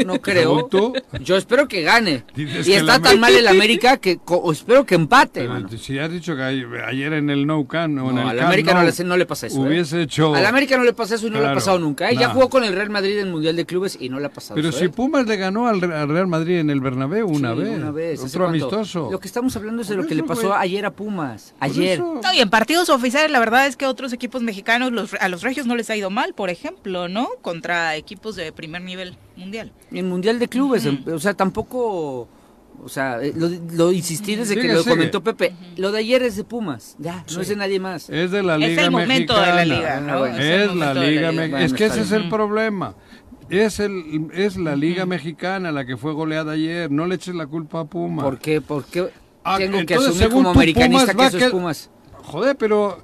no,
Según
creo.
tú.
Yo espero que gane.
Dices
y
que la
está tan
América-
mal el América que co- o espero que empate.
Pero
mano.
si has dicho que a- ayer en el No Can o en
No,
el
al
Camp
América no
Nou
le- no le pasa eso, ¿eh?
Hubiese hecho.
Al América no le pasa eso y no le ha
Claro,
pasado nunca. ¿eh? Ya
nah.
jugó con el Real Madrid en el Mundial de Clubes y no le ha pasado
Pero
eso,
si
¿eh?
Pumas le ganó al, al Real Madrid en el Bernabéu una
Sí,
vez.
¿Hace
Otro
cuánto?
amistoso.
Lo que estamos hablando es de
Por
lo que le
eso,
pasó
güey.
ayer a Pumas.
Por
Ayer.
eso-
No, y en partidos oficiales la verdad es que otros equipos mexicanos, los, a los regios no les ha ido mal, por ejemplo, ¿no? Contra equipos de primer nivel mundial.
En Mundial de Clubes. en- O sea, tampoco. O sea, eh, lo, lo insistí desde que
Sigue,
lo
sigue.
comentó Pepe. Lo de ayer es de Pumas. Ya, no es de nadie más.
Es de la
Es
Liga
el momento de
Mexicana.
la liga, ¿no?
Ah, bueno.
el
Es la
momento de
Liga
Liga.
Mexicana. Es que
Bueno,
ese es
está
el problema. Es, el, es la Liga Mexicana la que fue goleada ayer. No le eches la culpa a Pumas.
¿Por qué? ¿Por qué
Ah,
tengo que
entonces,
asumir
según
como
tú,
americanista
Pumas va a
que eso es
qued-
Pumas?
Joder, pero.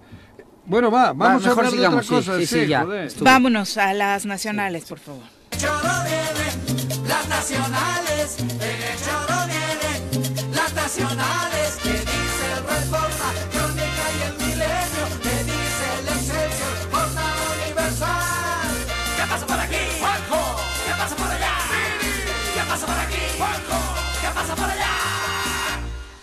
Bueno, va, vamos a
mejor
hablar
sigamos,
de
sí,
otra cosa.
sí,
Sí,
sí, ya.
joder.
Estuvo. Tú.
Vámonos a las nacionales, por favor.
choro viene, las nacionales, en el choro viene, las nacionales, que dice el Reforma, Crónica y el Milenio, que dice el Excelsior, Jornada Universal. ¿Qué pasa por aquí, Juanjo? ¿Qué pasa por allá? ¿Qué pasa por aquí, Juanjo? ¿Qué pasa por allá?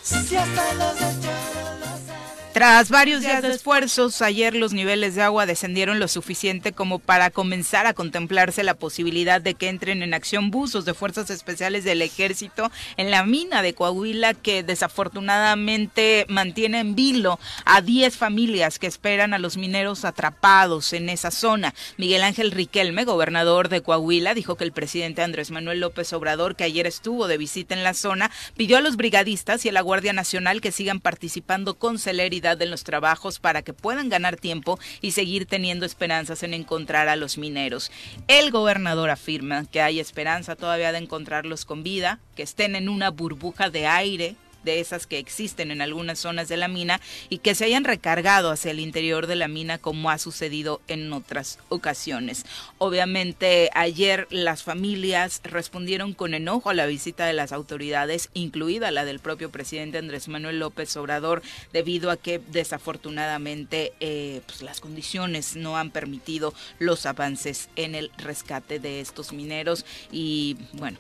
Si hasta los del choro lo saben.
Tras varios días de esfuerzos, ayer los niveles de agua descendieron lo suficiente como para comenzar a contemplarse la posibilidad de que entren en acción buzos de fuerzas especiales del ejército en la mina de Coahuila que desafortunadamente mantiene en vilo a 10 familias que esperan a los mineros atrapados en esa zona. Miguel Ángel Riquelme, gobernador de Coahuila, dijo que el presidente Andrés Manuel López Obrador, que ayer estuvo de visita en la zona, pidió a los brigadistas y a la Guardia Nacional que sigan participando con celeridad en los trabajos para que puedan ganar tiempo y seguir teniendo esperanzas en encontrar a los mineros. El gobernador afirma que hay esperanza todavía de encontrarlos con vida, que estén en una burbuja de aire de esas que existen en algunas zonas de la mina y que se hayan recargado hacia el interior de la mina como ha sucedido en otras ocasiones. Obviamente ayer las familias respondieron con enojo a la visita de las autoridades, incluida la del propio presidente Andrés Manuel López Obrador, debido a que desafortunadamente eh, pues, las condiciones no han permitido los avances en el rescate de estos mineros y bueno,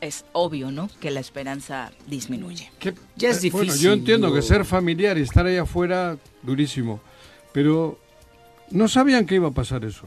es obvio, ¿no? Que la esperanza disminuye.
¿Qué-
Ya es
eh, Bueno,
difícil,
yo entiendo que
digo.
ser familiar y estar ahí afuera, durísimo. Pero no sabían que iba a pasar eso.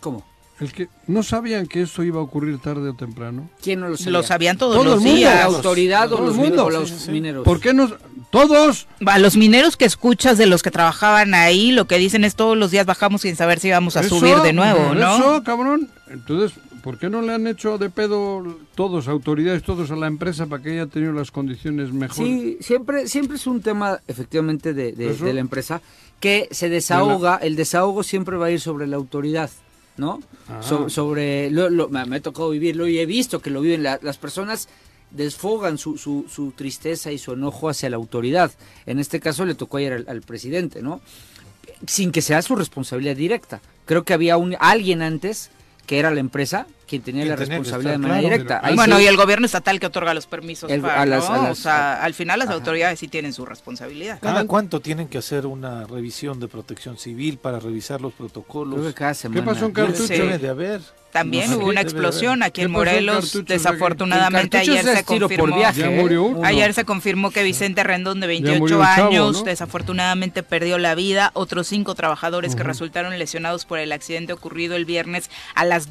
¿Cómo?
El que, ¿No sabían que esto iba a ocurrir tarde o temprano?
¿Quién no lo sabía?
Lo sabían todos
Todo
los
el mundo.
¿La
días.
autoridad o
Todo el
los,
mundo.
min- o los
Sí, sí, sí.
mineros?
¿Por qué no? ¡Todos!
A los mineros que escuchas de los que trabajaban ahí, lo que dicen es todos los días bajamos sin saber si vamos a
Eso,
subir de nuevo, ¿no?
Eso, cabrón. Entonces, ¿por qué no le han hecho de pedo todos, autoridades, todos a la empresa para que haya tenido las condiciones mejor?
Sí, siempre, siempre es un tema efectivamente de, de-
Eso.
de la em- empresa que se desahoga, el desahogo siempre va a ir sobre la autoridad, ¿no?
Ah.
So- sobre, lo, lo- me, me ha tocado vivirlo y he visto que lo viven la- las personas desfogan su, su- su tristeza y su enojo hacia la autoridad. En este caso le tocó ayer al, al presidente, ¿no? Sin que sea su responsabilidad directa. Creo que había un, alguien antes que era la empresa quien tenía
Quien
la
tenía que
responsabilidad
estar,
de manera
claro,
directa.
pero-
Ahí
bueno,
sí-
y el gobierno estatal que otorga los permisos.
El-
para,
a las-
¿no?
a
o
las-
sea, al final las autoridades sí tienen su responsabilidad.
¿Cada cuánto tienen que hacer una revisión de protección civil para revisar los protocolos?
creo que cada semana.
pasó en
Yo
Cartucho?
Sí.
Debe de haber.
También
No sé,
hubo una
debe de
explosión
haber.
aquí en
¿Qué pasó en
Morelos.
Cartuchos,
Desafortunadamente
El cartucho
ayer
es
se
tiro por
confirmó.
viaje,
Ya
¿eh?
murió
Uno.
Ayer se confirmó que Vicente Rendón, de
Ya murió
28
el chavo,
años,
¿no?
desafortunadamente perdió la vida. Otros cinco trabajadores que resultaron lesionados por el accidente ocurrido el viernes a las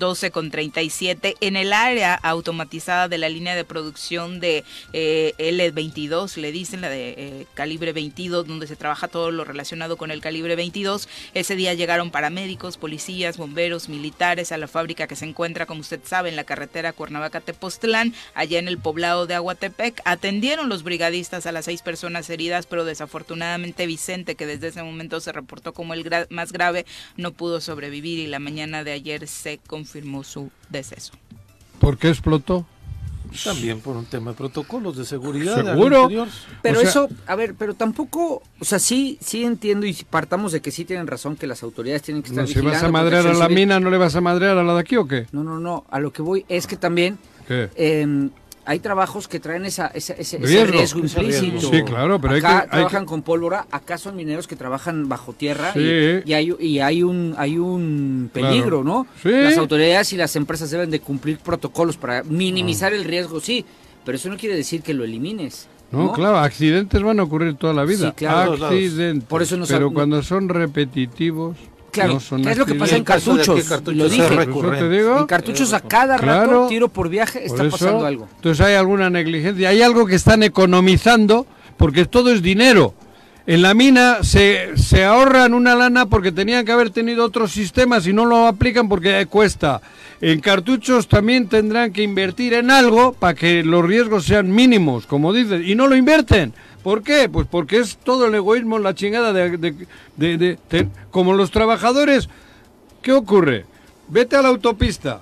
12.37 en el área automatizada de la línea de producción de eh, L22, le dicen, la de eh, calibre 22, donde se trabaja todo lo relacionado con el calibre 22. Ese día llegaron paramédicos, policías, bomberos, militares a la fábrica que se encuentra, como usted sabe, en la carretera Cuernavaca-Tepoztlán, allá en el poblado de Aguatepec. Atendieron los brigadistas a las seis personas heridas, pero desafortunadamente Vicente, que desde ese momento se reportó como el gra- más grave, no pudo sobrevivir y la mañana de ayer se confirmó su deceso.
¿Por qué explotó?
También por un tema de protocolos de seguridad. al
Seguro.
interior.
Pero
O sea-
eso, a ver, pero tampoco, o sea, sí, sí entiendo y partamos de que sí tienen razón que las autoridades tienen que estar
No, si vas
vigilando,
a madrear a
protección
la
civil.
mina, ¿no le vas a madrear a la de aquí o qué?
No, no, no, a lo que voy es que también
¿Qué?
eh, hay trabajos que traen esa, esa- ese, ese
Riesgo.
riesgo
Ese riesgo.
implícito.
Sí, claro, pero hay
acá
que- hay
trabajan
que-
con pólvora, acá son mineros que trabajan bajo tierra
Sí.
y, y hay, y hay un hay un peligro,
Claro.
¿no?
Sí.
Las autoridades y las empresas deben de cumplir protocolos para minimizar el riesgo, sí, pero eso no quiere decir que lo elimines.
No, claro, accidentes van a ocurrir toda la vida.
Sí, claro.
Accidentes.
Por eso no
pero
sab-
cuando son repetitivos,
Claro,
no son
¿qué es lo que pasa en
accidentes.
caso de que
cartuchos?
Cartuchos
Lo
sea
dije,
Por eso
recurrente.
te digo,
en cartuchos a cada rato,
Claro.
tiro por viaje,
por
está
eso,
pasando algo.
Entonces hay alguna negligencia, hay algo que están economizando porque todo es dinero. En la mina se, se ahorran una lana porque tenían que haber tenido otros sistemas y no lo aplican porque eh, cuesta. En cartuchos también tendrán que invertir en algo para que los riesgos sean mínimos, como dices, y no lo invierten. ¿Por qué? Pues porque es todo el egoísmo, la chingada de- de- de- de- de como los trabajadores ¿Qué ocurre? Vete a la autopista.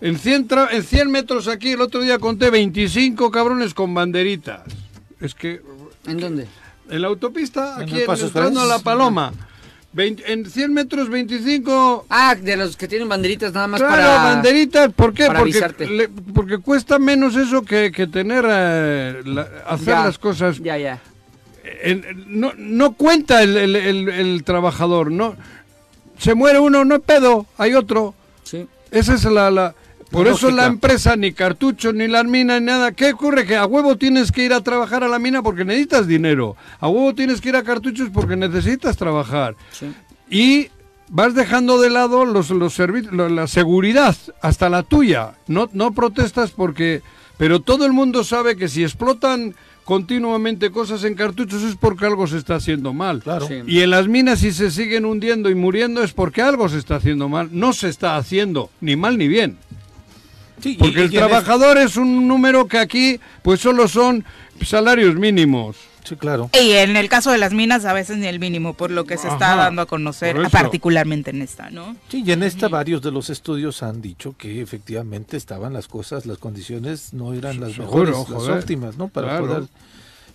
En 100, tra- en 100 metros aquí, el otro día conté 25 cabrones con banderitas. Es que
¿En dónde?
en la autopista,
En
aquí
el
en-
Paso
entrando a la
Express.
Paloma, 20 en 100 metros 25
Ah, de los que tienen banderitas nada más
Claro,
para...
banderitas, ¿por qué?
para
Porque,
avisarte.
le- porque cuesta menos eso que, que tener eh, la- hacer
Ya,
las cosas
Ya, ya.
en- en- no, no cuenta el, el- el- el trabajador, no se muere uno, no hay pedo, hay otro.
Sí.
Esa es la... la- por eso
Lógica.
la empresa, ni cartucho, ni las minas, ni nada. ¿Qué ocurre? Que a huevo tienes que ir a trabajar a la mina porque necesitas dinero. A huevo tienes que ir a cartuchos porque necesitas trabajar.
Sí.
Y vas dejando de lado los, los servi- lo- la seguridad, hasta la tuya. No, no protestas porque... Pero todo el mundo sabe que si explotan continuamente cosas en cartuchos es porque algo se está haciendo mal.
Claro.
Sí.
Y en las minas si se siguen hundiendo y muriendo es porque algo se está haciendo mal. No se está haciendo ni mal ni bien.
Sí, y-
Porque
y
el
en este-
trabajador es un número que aquí pues solo son salarios mínimos.
Sí, claro.
Y en el caso de las minas, a veces ni el mínimo, por lo que se está
Ajá,
dando a conocer,
por eso.
particularmente en esta, ¿no?
Sí, y en esta varios de los estudios han dicho que efectivamente estaban las cosas, las condiciones no eran las
Seguro,
mejores,
joder.
las óptimas, ¿no? Para
Claro.
poder...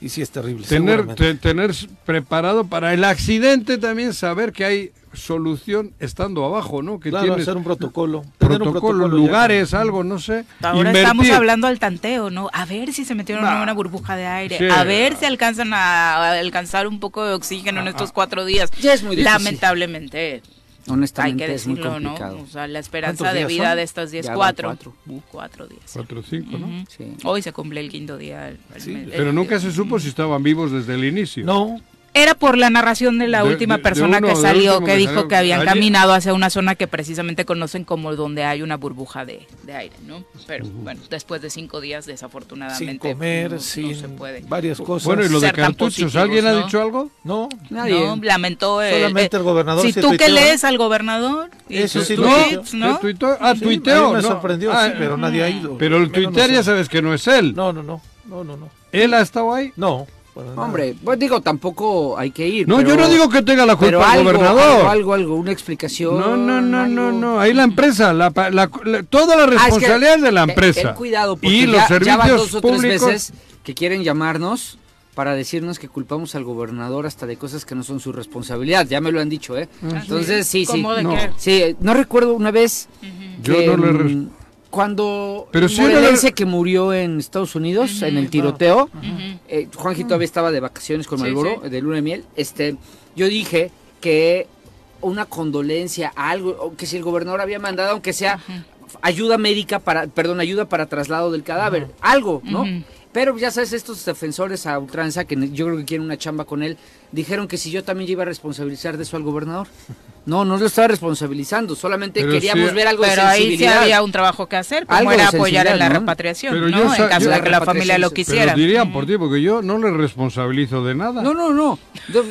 Y sí es terrible.
Tener,
seguramente.
te- tener preparado para el accidente también saber que hay solución estando abajo, ¿no? Que
Claro,
tienes
hacer un protocolo. Tener un
protocolo,
ya.
lugares, algo, no sé.
Ahora
Invertir.
estamos hablando al tanteo, ¿no? A ver si se metieron en una burbuja de aire,
sí.
a ver si alcanzan a, a alcanzar un poco de oxígeno en estos cuatro días.
Ya es muy difícil.
Lamentablemente, hay
Honestamente
que
es muy
decirlo, ¿no?
complicado.
O sea, la esperanza
¿Cuántos
de
días
vida
son?
de estos días,
Ya van
cuatro.
cuatro.
Uh, cuatro días.
Cuatro o cinco, Pues ¿no?
Sí.
Hoy se cumple el quinto día. el- el- el-
eh,
Pero nunca se supo si estaban vivos desde el inicio.
No,
Era por la narración de la
De-
última
de- de
persona
uno,
que
del
salió,
último
que
que
dijo
salió.
que habían
Ayer-
caminado hacia una zona que precisamente conocen como donde hay una burbuja de, de aire, ¿no? Pero bueno, después de cinco días, desafortunadamente,
sin comer,
no- no
sin
se puede.
varias cosas.
Bueno, y lo de
Ser tan
cartuchos,
positivos,
¿alguien ha
¿no?
dicho algo?
No,
Nadie.
No, lamentó eh,
Solamente
eh,
el gobernador
Si
se
tú que
tuiteó.
lees al gobernador y
Eso
sus
sí lo
tweets,
tuiteó.
¿no?
¿Se tuiteó? Ah,
Sí, a
tuiteó.
mí me
no.
sorprendió,
Ah,
sí, pero nadie ha ido.
pero el
Al menos
tuitear
no
ya
sé.
sabes que no es él.
No, no, no, no, no, no,
Él ha estado ahí.
no. para nada.
Hombre, pues digo, tampoco hay que ir.
No,
pero-
yo no digo que tenga la culpa
pero
el
algo,
gobernador.
Algo, algo, algo, una explicación.
no, no, no, no,
algo.
no. Ahí la empresa, la, pa- la- la- toda la
Ah, es que-
responsabilidad es de la empresa.
Ten ten cuidado, porque
y
ya,
los
ya
servicios
van dos o
públicos.
tres veces que quieren llamarnos para decirnos que culpamos al gobernador hasta de cosas que no son su responsabilidad. Ya me lo han dicho, ¿eh? Entonces, sí,
Ah,
sí.
¿Cómo de
no.
qué?
Sí, eh, no recuerdo una vez.
Yo
que,
no le re-
mm, Cuando
Pero
Pero
sí le-
que murió en Estados Unidos en el tiroteo, eh, Juanji todavía estaba de vacaciones con
Sí,
Malboro,
sí.
de luna de miel. Este, yo dije que una condolencia, algo, o que si el gobernador había mandado, aunque sea ayuda médica para, perdón, ayuda para traslado del cadáver, algo, ¿no?
Ujú.
Pero ya sabes, estos defensores a ultranza, que yo creo que quieren una chamba con él, dijeron que si yo también iba a responsabilizar de eso al gobernador. No, no lo estaba responsabilizando, solamente
Pero
queríamos
sí-
ver algo
Pero
de
ahí sí
sensibilidad.
había un trabajo que hacer, como
Algo
era
de
apoyar en la
sensibilidad, ¿no?
repatriación,
Pero yo
¿no?
sa-
En caso
yo-
de que la familia lo
Pero
quisiera.
Pero dirían por ti, porque yo no le responsabilizo de nada.
No, no, no. Yo-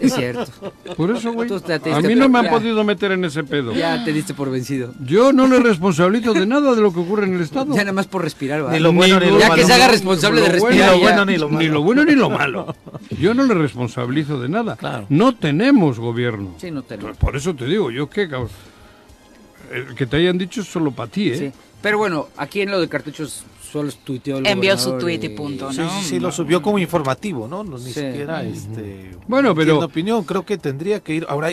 es cierto.
Por eso, güey.
Tú te- te
A
diste-
mí no me han
ya.
podido meter en ese pedo.
Ya te diste por vencido.
Yo no le responsabilizo de nada de lo que ocurre en el Estado.
Ya nada más por respirar, ¿va?
Ni lo bueno ni lo
Ya
malo.
que se haga responsable de
Lo bueno,
respirar.
lo
ya.
bueno, ni lo malo.
Ni lo bueno ni lo malo. Yo no le responsabilizo de nada.
Claro.
No tenemos gobierno.
Sí, no
Pues
tenemos.
Por eso te digo, yo qué, cabrón. El que te hayan dicho es solo para ti, ¿eh?
Sí. Pero bueno, aquí en lo de cartuchos solo tuiteó el
Envió su
gobernador
tuit y punto,
Sí,
¿no?
sí, sí, lo subió como informativo, ¿no? No, Ni
Sí.
siquiera, este...
Bueno, pero-
emitiendo opinión, creo que tendría que ir... Ahora,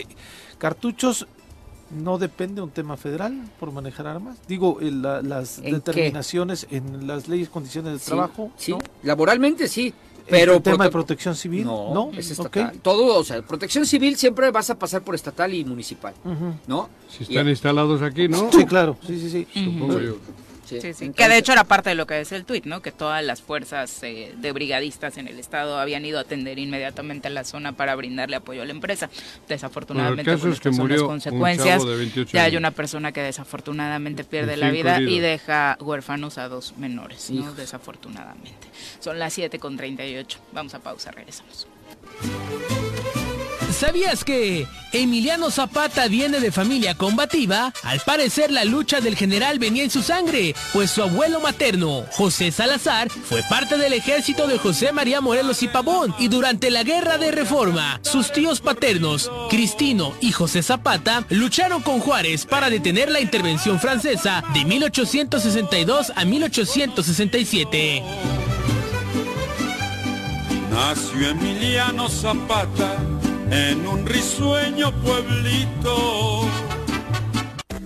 cartuchos no depende un tema federal por manejar armas. Digo, el- la- las
¿En qué?
determinaciones en las leyes, condiciones de
Sí,
trabajo,
Sí,
¿no?
laboralmente sí. Pero
¿Es un tema de
prote-
protección civil, ¿no?
No, es estatal.
Ok.
Todo, o sea, protección civil siempre vas a pasar por estatal y municipal,
Ujú.
¿no?
Si están instalados aquí, ¿no?
Sí, claro, sí, sí, sí.
Supongo yo.
Sí, sí,
Sí,
Que
entonces-
de hecho era parte de lo que decía el tuit, ¿no? Que todas las fuerzas eh, de brigadistas en el estado habían ido a atender inmediatamente a la zona para brindarle apoyo a la empresa. Desafortunadamente,
caso
bueno,
es que
estas son las
murió un
consecuencias.
chavo de 28
ya hay
años.
una persona que desafortunadamente pierde
Y
la
cinco
vida y
heridos.
deja huérfanos a dos menores, ¿no?
Hijos.
Desafortunadamente. Son las 7 con 38. Vamos a pausa, regresamos.
¿Sabías que Emiliano Zapata viene de familia combativa? Al parecer la lucha del general venía en su sangre, pues su abuelo materno, José Salazar, fue parte del ejército de José María Morelos y Pavón y durante la Guerra de Reforma, sus tíos paternos, Cristino y José Zapata, lucharon con Juárez para detener la intervención francesa de 1862 a 1867.
Nació Emiliano Zapata en un risueño pueblito.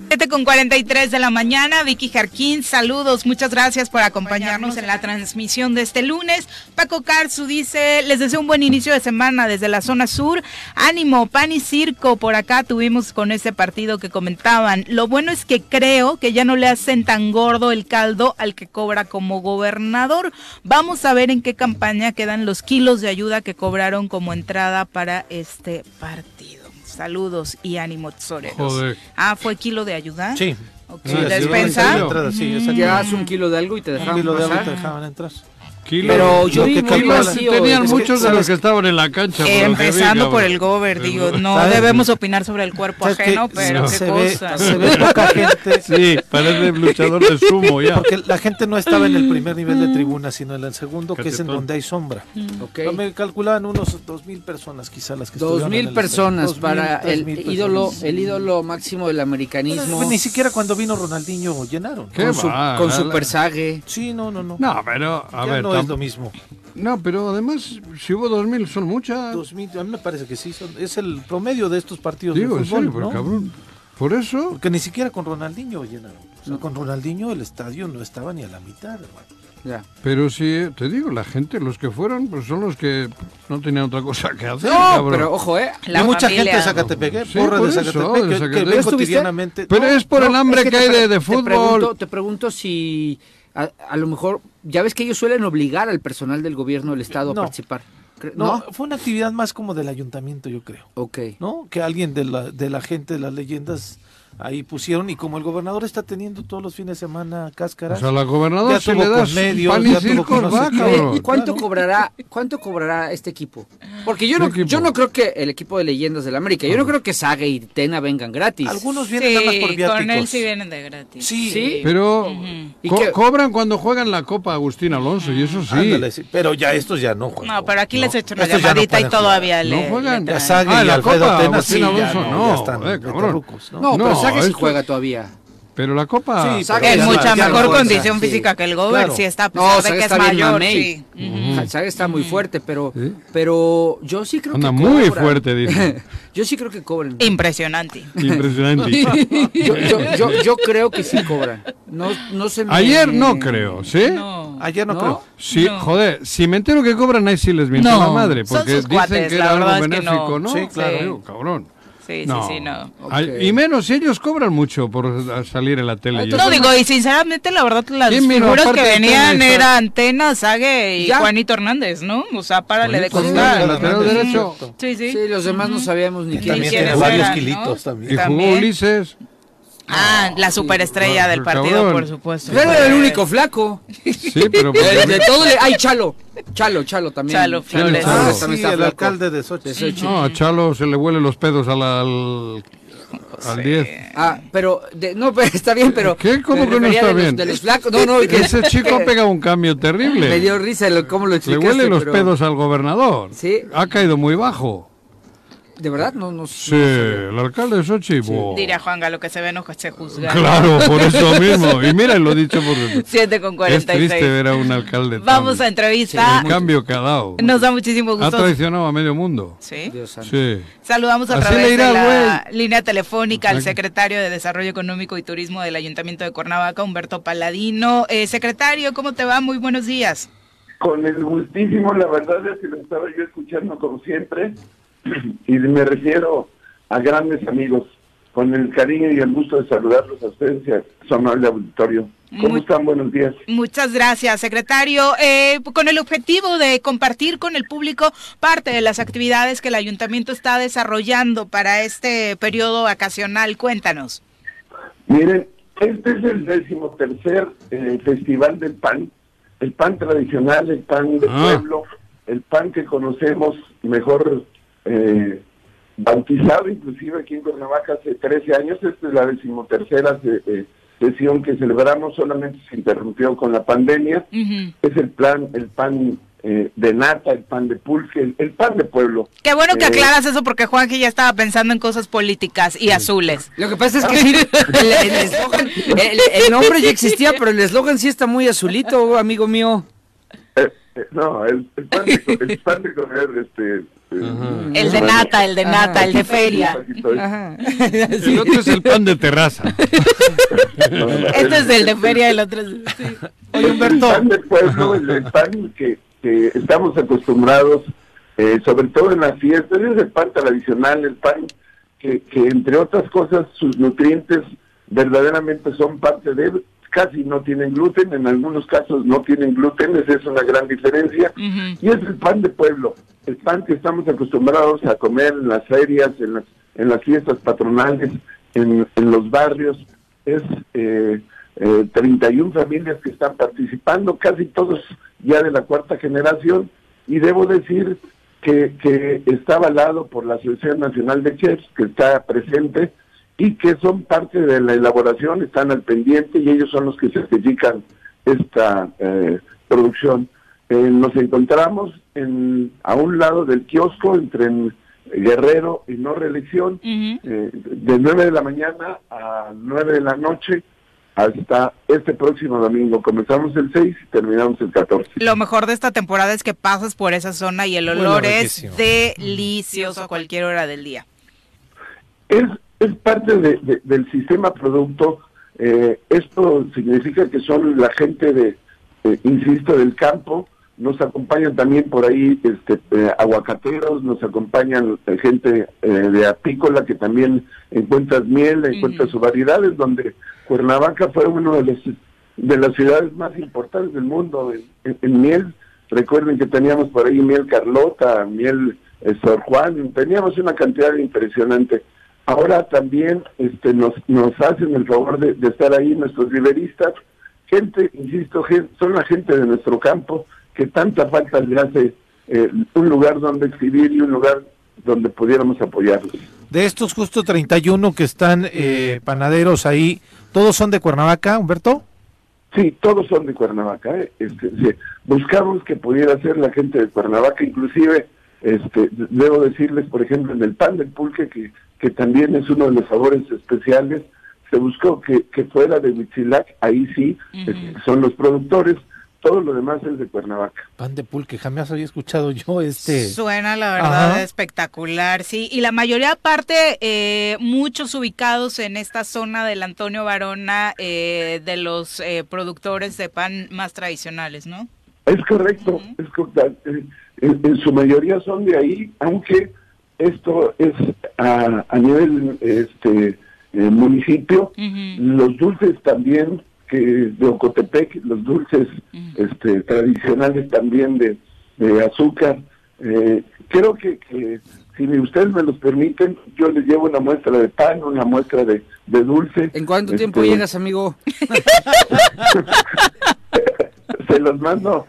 7 con 43 de la mañana, Vicky Jarquín, saludos, muchas gracias por acompañarnos en la transmisión de este lunes. Paco Carzu dice, les deseo un buen inicio de semana desde la zona sur, ánimo, pan y circo, por acá tuvimos con ese partido que comentaban. Lo bueno es que creo que ya no le hacen tan gordo el caldo al que cobra como gobernador. Vamos a ver en qué campaña quedan los kilos de ayuda que cobraron como entrada para este partido. Saludos y ánimo, tesoreros.
Joder.
Ah, fue kilo de ayuda.
Sí.
Ok,
Sí, así era,
despensa. Mm.
la entrada, sí, exacto.
Llevabas un kilo de algo y te
Un
dejaban
kilo de agua y
pasar.
te dejaban entrar.
Eh,
Kilo-
Pero
Lo
yo vi
que
muy
calcula-
vacío.
Tenían
Es que-
muchos de los que estaban en la cancha.
Eh,
por lo que vi,
empezando
cabrón.
por el gober, digo, no
¿Sabes?
debemos opinar sobre el cuerpo
¿Sabes qué?
ajeno, pero qué
se
cosa.
Ve, se ve poca gente.
Sí, parece luchador de sumo ya.
Porque la gente no estaba en el primer nivel
Mm.
de tribuna, sino en el segundo, que es en
Catetón.
donde hay sombra.
Ok.
No, Me calculaban unos 2.000 personas, quizás las que
Mm. Dos
estuvieron en
mil
el
personas
estadio. 2,000,
para el
3,000
ídolo,
personas.
el ídolo máximo del
Pues,
americanismo.
ni siquiera cuando vino Ronaldinho llenaron.
¿Qué
con su,
va?
con
La-
su
la-
persague.
Sí, no, no, no.
No, pero a
ya
ver,
no
tam-
es lo mismo.
no, pero además si hubo 2000 son muchas.
2.000, a mí me parece que sí. son- es el promedio de estos partidos
Digo,
de
en
fútbol,
serio, pero
¿no?
cabrón. Por eso
Porque ni siquiera con Ronaldinho llenaron. O sea, Con Ronaldinho el estadio no estaba ni a la mitad, hermano.
Ya.
Pero sí, te digo, la gente, los que fueron, pues son los que no tenían otra cosa que hacer.
No,
cabrón.
pero ojo, ¿eh?
La
Hay mucha gente de
familia.
Zacatepec, ¿eh?
Ah, Sí,
porra
por
de
eso,
Zacatepec,
de
que- que,
Zacatepec.
ven
¿Estuviste?
cotidianamente.
Pero es por el hambre que,
te
hay
pre-
de, de
te
fútbol.
pregunto- te pregunto si a, a lo mejor, ya ves que ellos suelen obligar al personal del gobierno del Estado
No.
a participar. Cre-
No,
¿No?
fue una actividad más como del ayuntamiento, yo creo.
Ok.
¿no? Que alguien de la, de la gente de las leyendas ahí pusieron y como el gobernador está teniendo todos los fines de semana
O
cáscaras,
sea, Pues la gobernadora
Ya
si
tuvo
le das
con medios,
pan y
ya tuvo
circo,
con no sé
va,
qué.
cabrón.
¿Y cuánto
Claro.
cobrará, cuánto cobrará este equipo? Porque yo no,
¿Qué equipo?
yo no creo que el equipo de leyendas del América, yo no creo que Saga y Tena vengan gratis.
algunos vienen nada más por
Sí,
viáticos.
con él sí vienen de gratis.
Sí,
Sí.
Pero
¿Y
co-
qué?
cobran cuando juegan la Copa Agustín Alonso, y eso sí.
ándale, sí, pero ya estos ya no juegan.
No, pero aquí les he hecho una
estos ya no
llamadita y
pueden
todavía
No
le.
juegan.
le
Ya
traen.
Sague
Ah,
y
la
Alfredo
Copa
Tena,
Agustín
sí, ya
Alonso,
no,
no,
ya están
eh, cabrón.
betarrucos, ¿no?
No,
No,
pero Saga sí
esto-
juega todavía.
Pero la Copa...
Sí,
Saga
pero
En
ya
es
mucha
está- ya
mejor
no fuerza,
condición
sí.
física que el Gober,
Claro.
sí está, a pesar
No,
de
Saga
que es
está bien
mayor.
mamey.
Sí. Ujú.
Ajá, Saga está muy fuerte, pero,
Sí.
pero yo sí creo
Anda
que
muy
cobran.
fuerte, dice.
yo sí creo que cobran.
Impresionante.
Impresionante.
Yo, yo- yo- yo creo que sí cobran. No, no se me-
Ayer no creo, ¿sí?
No.
Ayer Ah, no,
¿No?
creo.
Sí,
No.
joder, si me entero que cobran ahí sí les miento
No.
la madre,
Son
porque
sus
dicen
cuates,
que
la
era algo
verdad es que no.
benéfico, ¿no?
Sí, claro.
Digo, cabrón.
Sí,
No.
sí, sí, no.
Ay,
Ok.
Y menos ellos cobran mucho por salir en la tele. y
No
eso.
digo, y sinceramente, la verdad, las
¿Quién vino?
figuras
Aparte
que
de
venían
Tena,
era Antena, Sague y
Ya.
Juanito Hernández, ¿no? O sea, párale de
Juanito
contar.
Hernández, lateral
Ujú.
derecho.
Sí, sí.
Sí, los demás no sabíamos ni
¿Y
quién
También
quiénes
tiene
era.
varios
eran,
kilitos
no?
también.
Y jugó
También.
Ulises.
Ah, la superestrella
no,
del
el
partido,
cabrón.
por supuesto.
Pero era el único flaco.
Sí, pero...
De, de todo le- Ay, Chalo. Chalo, Chalo también.
Chalo Fernández.
Chalo.
Ah,
Claro.
sí,
también está
el
flaco.
alcalde de Sochi.
De Sochi.
No, a Chalo se le huelen los pedos al- al al 10.
Ah, pero, de- no, pero está bien, pero...
¿Qué? ¿Cómo
me
que no
refería
está
de los-
bien?
de los flacos, no, no, que-
Ese chico ha pegado un cambio terrible.
me dio risa lo- cómo lo
Le
explicaste.
huelen los
pero-
pedos al gobernador.
Sí.
Ha caído muy bajo.
¿De verdad? No, no,
Sí, el alcalde de Sochi. bo.
Diría Juan Galo que se ve no se juzga.
Claro, por eso mismo. Y mira, lo dicho por...
7 con
Es
46.
triste ver a un alcalde tan-
Vamos a entrevista.
El cambio que ha dado.
Nos da muchísimo
Ha
gusto.
traicionado a medio mundo.
Sí.
Dios santo.
Sí.
Saludamos a
Así
través
le irá
de
al
la línea telefónica al
Exacto.
secretario de Desarrollo Económico y Turismo del Ayuntamiento de Cuernavaca, Humberto Paladino. Eh, secretario, ¿cómo te va? Muy buenos días.
Con el gustísimo, la verdad es que lo estaba yo escuchando como siempre, y me refiero a grandes amigos, con el cariño y el gusto de saludarlos a ustedes y a su amable auditorio. ¿Cómo
Muy-
están? Buenos días.
Muchas gracias, secretario. Eh, con el objetivo de compartir con el público parte de las actividades que el ayuntamiento está desarrollando para este periodo vacacional, cuéntanos.
Miren, este es el decimotercer eh, festival del pan, el pan tradicional, el pan de
Ah.
pueblo, el pan que conocemos mejor eh, bautizado, inclusive aquí en Cuernavaca hace 13 años. Esta es la decimotercera se- eh, sesión que celebramos, solamente se interrumpió con la pandemia.
Ujú.
Es el plan, el pan eh, de nata, el pan de pulque, el, el pan de pueblo.
Qué bueno que
Eh,
aclaras eso porque Juanji ya estaba pensando en cosas políticas y azules.
Lo que pasa es que sí, el, el eslogan- el- el nombre ya existía, pero el eslogan sí está muy azulito, amigo mío.
eh, eh, no, el, el pan de, co- el pan de comer, este... eh,
El de nata, el de nata, el de feria.
Ajá.
El otro es el pan de terraza.
Este es el de feria, el otro es... sí.
Oye,
El
Humberto,
pan del pueblo, el, el pan que, que estamos acostumbrados, eh, sobre todo en las fiestas, es el pan tradicional, el pan que, que, entre otras cosas, sus nutrientes verdaderamente son parte de él. Casi no tienen gluten, en algunos casos no tienen gluten, esa es una gran diferencia.
Ujú.
Y es el pan de pueblo, el pan que estamos acostumbrados a comer en las ferias, en las, en las fiestas patronales, en, en los barrios. Es eh, eh, 31 familias que están participando, casi todos ya de la cuarta generación. Y debo decir que, que está avalado por la Asociación Nacional de Chefs, que está presente y que son parte de la elaboración, están al pendiente y ellos son los que certifican esta eh, producción. Eh, nos encontramos en, a un lado del kiosco entre en Guerrero y no reelección,
Ujú.
eh, de 9 de la mañana a 9 de la noche hasta este próximo domingo. Comenzamos el 6 y terminamos el 14.
Lo mejor de esta temporada es que pasas por esa zona y el
Huele
olor
riquísimo.
es delicioso a cualquier hora del día.
es, es parte de- de- del sistema producto. eh, esto significa que son la gente de, eh, insisto, del campo. Nos acompañan también por ahí este, eh, aguacateros, nos acompañan eh, gente eh, de apícola que también encuentra miel, encuentra sus variedades, donde Cuernavaca fue uno de los de las ciudades más importantes del mundo en, en- en miel Recuerden que teníamos por ahí miel Carlota, miel eh, Sor Juan, teníamos una cantidad impresionante. Ahora también este, nos, nos hacen el favor de, de estar ahí nuestros liberistas, gente, insisto, gen- son la gente de nuestro campo que tanta falta le hace eh, un lugar donde escribir y un lugar donde pudiéramos apoyarlos.
De estos justo 31 que están eh, panaderos ahí, ¿todos son de Cuernavaca, Humberto?
Sí, todos son de Cuernavaca. ¿eh? Este, sí, buscamos que pudiera ser la gente de Cuernavaca, inclusive, este, debo decirles, por ejemplo, en el pan del pulque, que, que también es uno de los sabores especiales, se buscó que, que fuera de Huitzilac, ahí sí, este, son los productores, todo lo demás es de Cuernavaca.
Pan de pulque, jamás había escuchado yo este.
Suena la verdad
Ajá.
espectacular, sí. Y la mayoría aparte, eh, muchos ubicados en esta zona del Antonio Varona, eh, de los eh, productores de pan más tradicionales, ¿no?
Es correcto, es correcta- eh, En, en su mayoría son de ahí, aunque esto es a, a nivel este eh, municipio. Los dulces también que de Ocotepec, los dulces este, tradicionales también de, de azúcar. Eh, creo que, que si me- ustedes me los permiten, yo les llevo una muestra de pan, una muestra de, de dulce.
¿En cuánto tiempo
Este,
llegas, amigo?
Se los mando,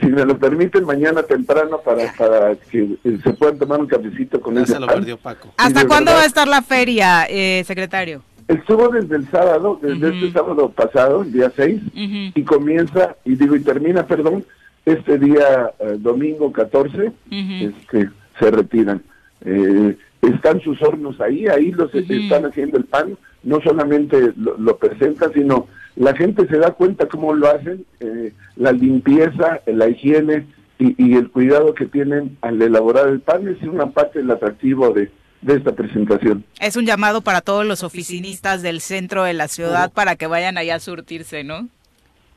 si me lo permiten, mañana temprano para, para que eh, se puedan tomar un cafecito con
Ya
ese
se lo
pan.
perdió Paco.
¿Hasta
de
cuándo
verdad.
va a estar la feria, eh, secretario?
Estuvo desde el sábado, desde este sábado pasado, el día 6,
Ujú.
y comienza, y digo, y termina, perdón, este día eh, domingo 14, este, se retiran. Eh, están sus hornos ahí, ahí los están haciendo el pan, no solamente lo, lo presentan, sino la gente se da cuenta cómo lo hacen, eh, la limpieza, la higiene y, y el cuidado que tienen al elaborar el pan es una parte del atractivo de, de esta presentación.
Es un llamado para todos los oficinistas del centro de la ciudad para que vayan allá a surtirse, ¿no?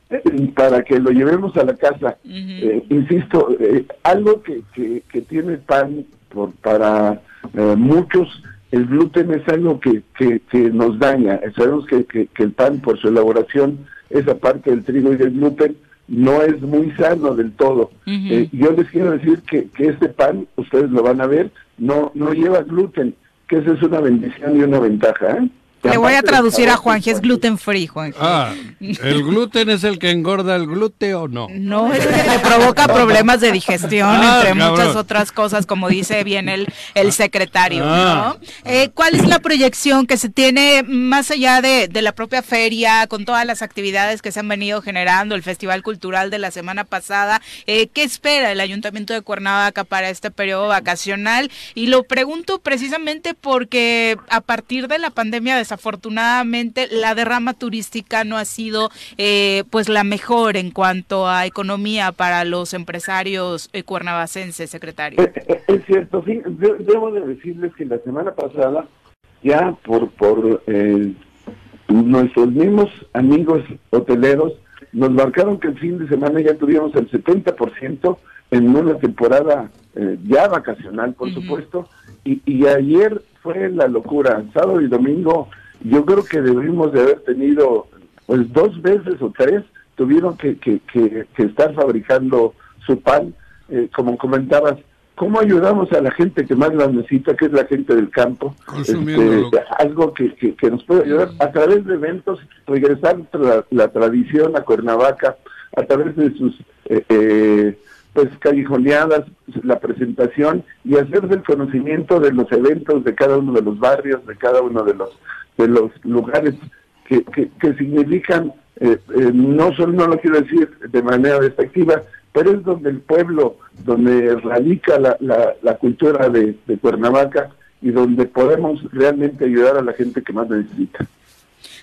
eh, para que lo llevemos a la casa. Eh, insisto, eh, algo que, que, que tiene el pan por, para eh, muchos, el gluten es algo que, que, que nos daña. Eh, Sabemos que, que, que el pan, por su elaboración, esa parte del trigo y del gluten, no es muy sano del todo. Eh, yo les quiero decir que, que este pan, ustedes lo van a ver, no, no lleva gluten, que esa es una bendición y una ventaja. ¿eh?
Le voy a
Aparte del
traducir a
sabor,
Juan, es gluten free, Juan.
Ah, ¿el gluten es el que engorda el glúteo o no?
No, es que te provoca problemas de digestión,
Ah,
entre muchas
cabrón.
otras cosas, como dice bien el, el secretario,
Ah.
¿no? Eh, ¿Cuál es la proyección que se tiene más allá de, de la propia feria, con todas las actividades que se han venido generando, el Festival Cultural de la semana pasada? Eh, ¿Qué espera el Ayuntamiento de Cuernavaca para este periodo vacacional? Y lo pregunto precisamente porque a partir de la pandemia, desafortunadamente, la derrama turística no ha sido eh, pues la mejor en cuanto a economía para los empresarios eh, cuernavacenses, secretario.
Eh, eh, Es cierto, sí. de- debo de decirles que la semana pasada, ya por, por eh, nuestros mismos amigos hoteleros, nos marcaron que el fin de semana ya tuvimos el 70% en una temporada eh, ya vacacional, por supuesto, y, y ayer fue la locura, sábado y domingo, yo creo que debimos de haber tenido, pues dos veces o tres, tuvieron que, que, que, que estar fabricando su pan, eh, como comentabas, ¿cómo ayudamos a la gente que más la necesita, que es la gente del campo?
Consumiéndolo.
Este, algo que, que, que nos puede ayudar a través de eventos, regresar la, la tradición a Cuernavaca, a través de sus eh, eh, pues callejoneadas, la presentación y hacer del conocimiento de los eventos de cada uno de los barrios, de cada uno de los, de los lugares que, que, que significan, eh, eh, no, solo, no lo quiero decir de manera despectiva, pero es donde el pueblo, donde radica la, la, la cultura de, de Cuernavaca y donde podemos realmente ayudar a la gente que más necesita.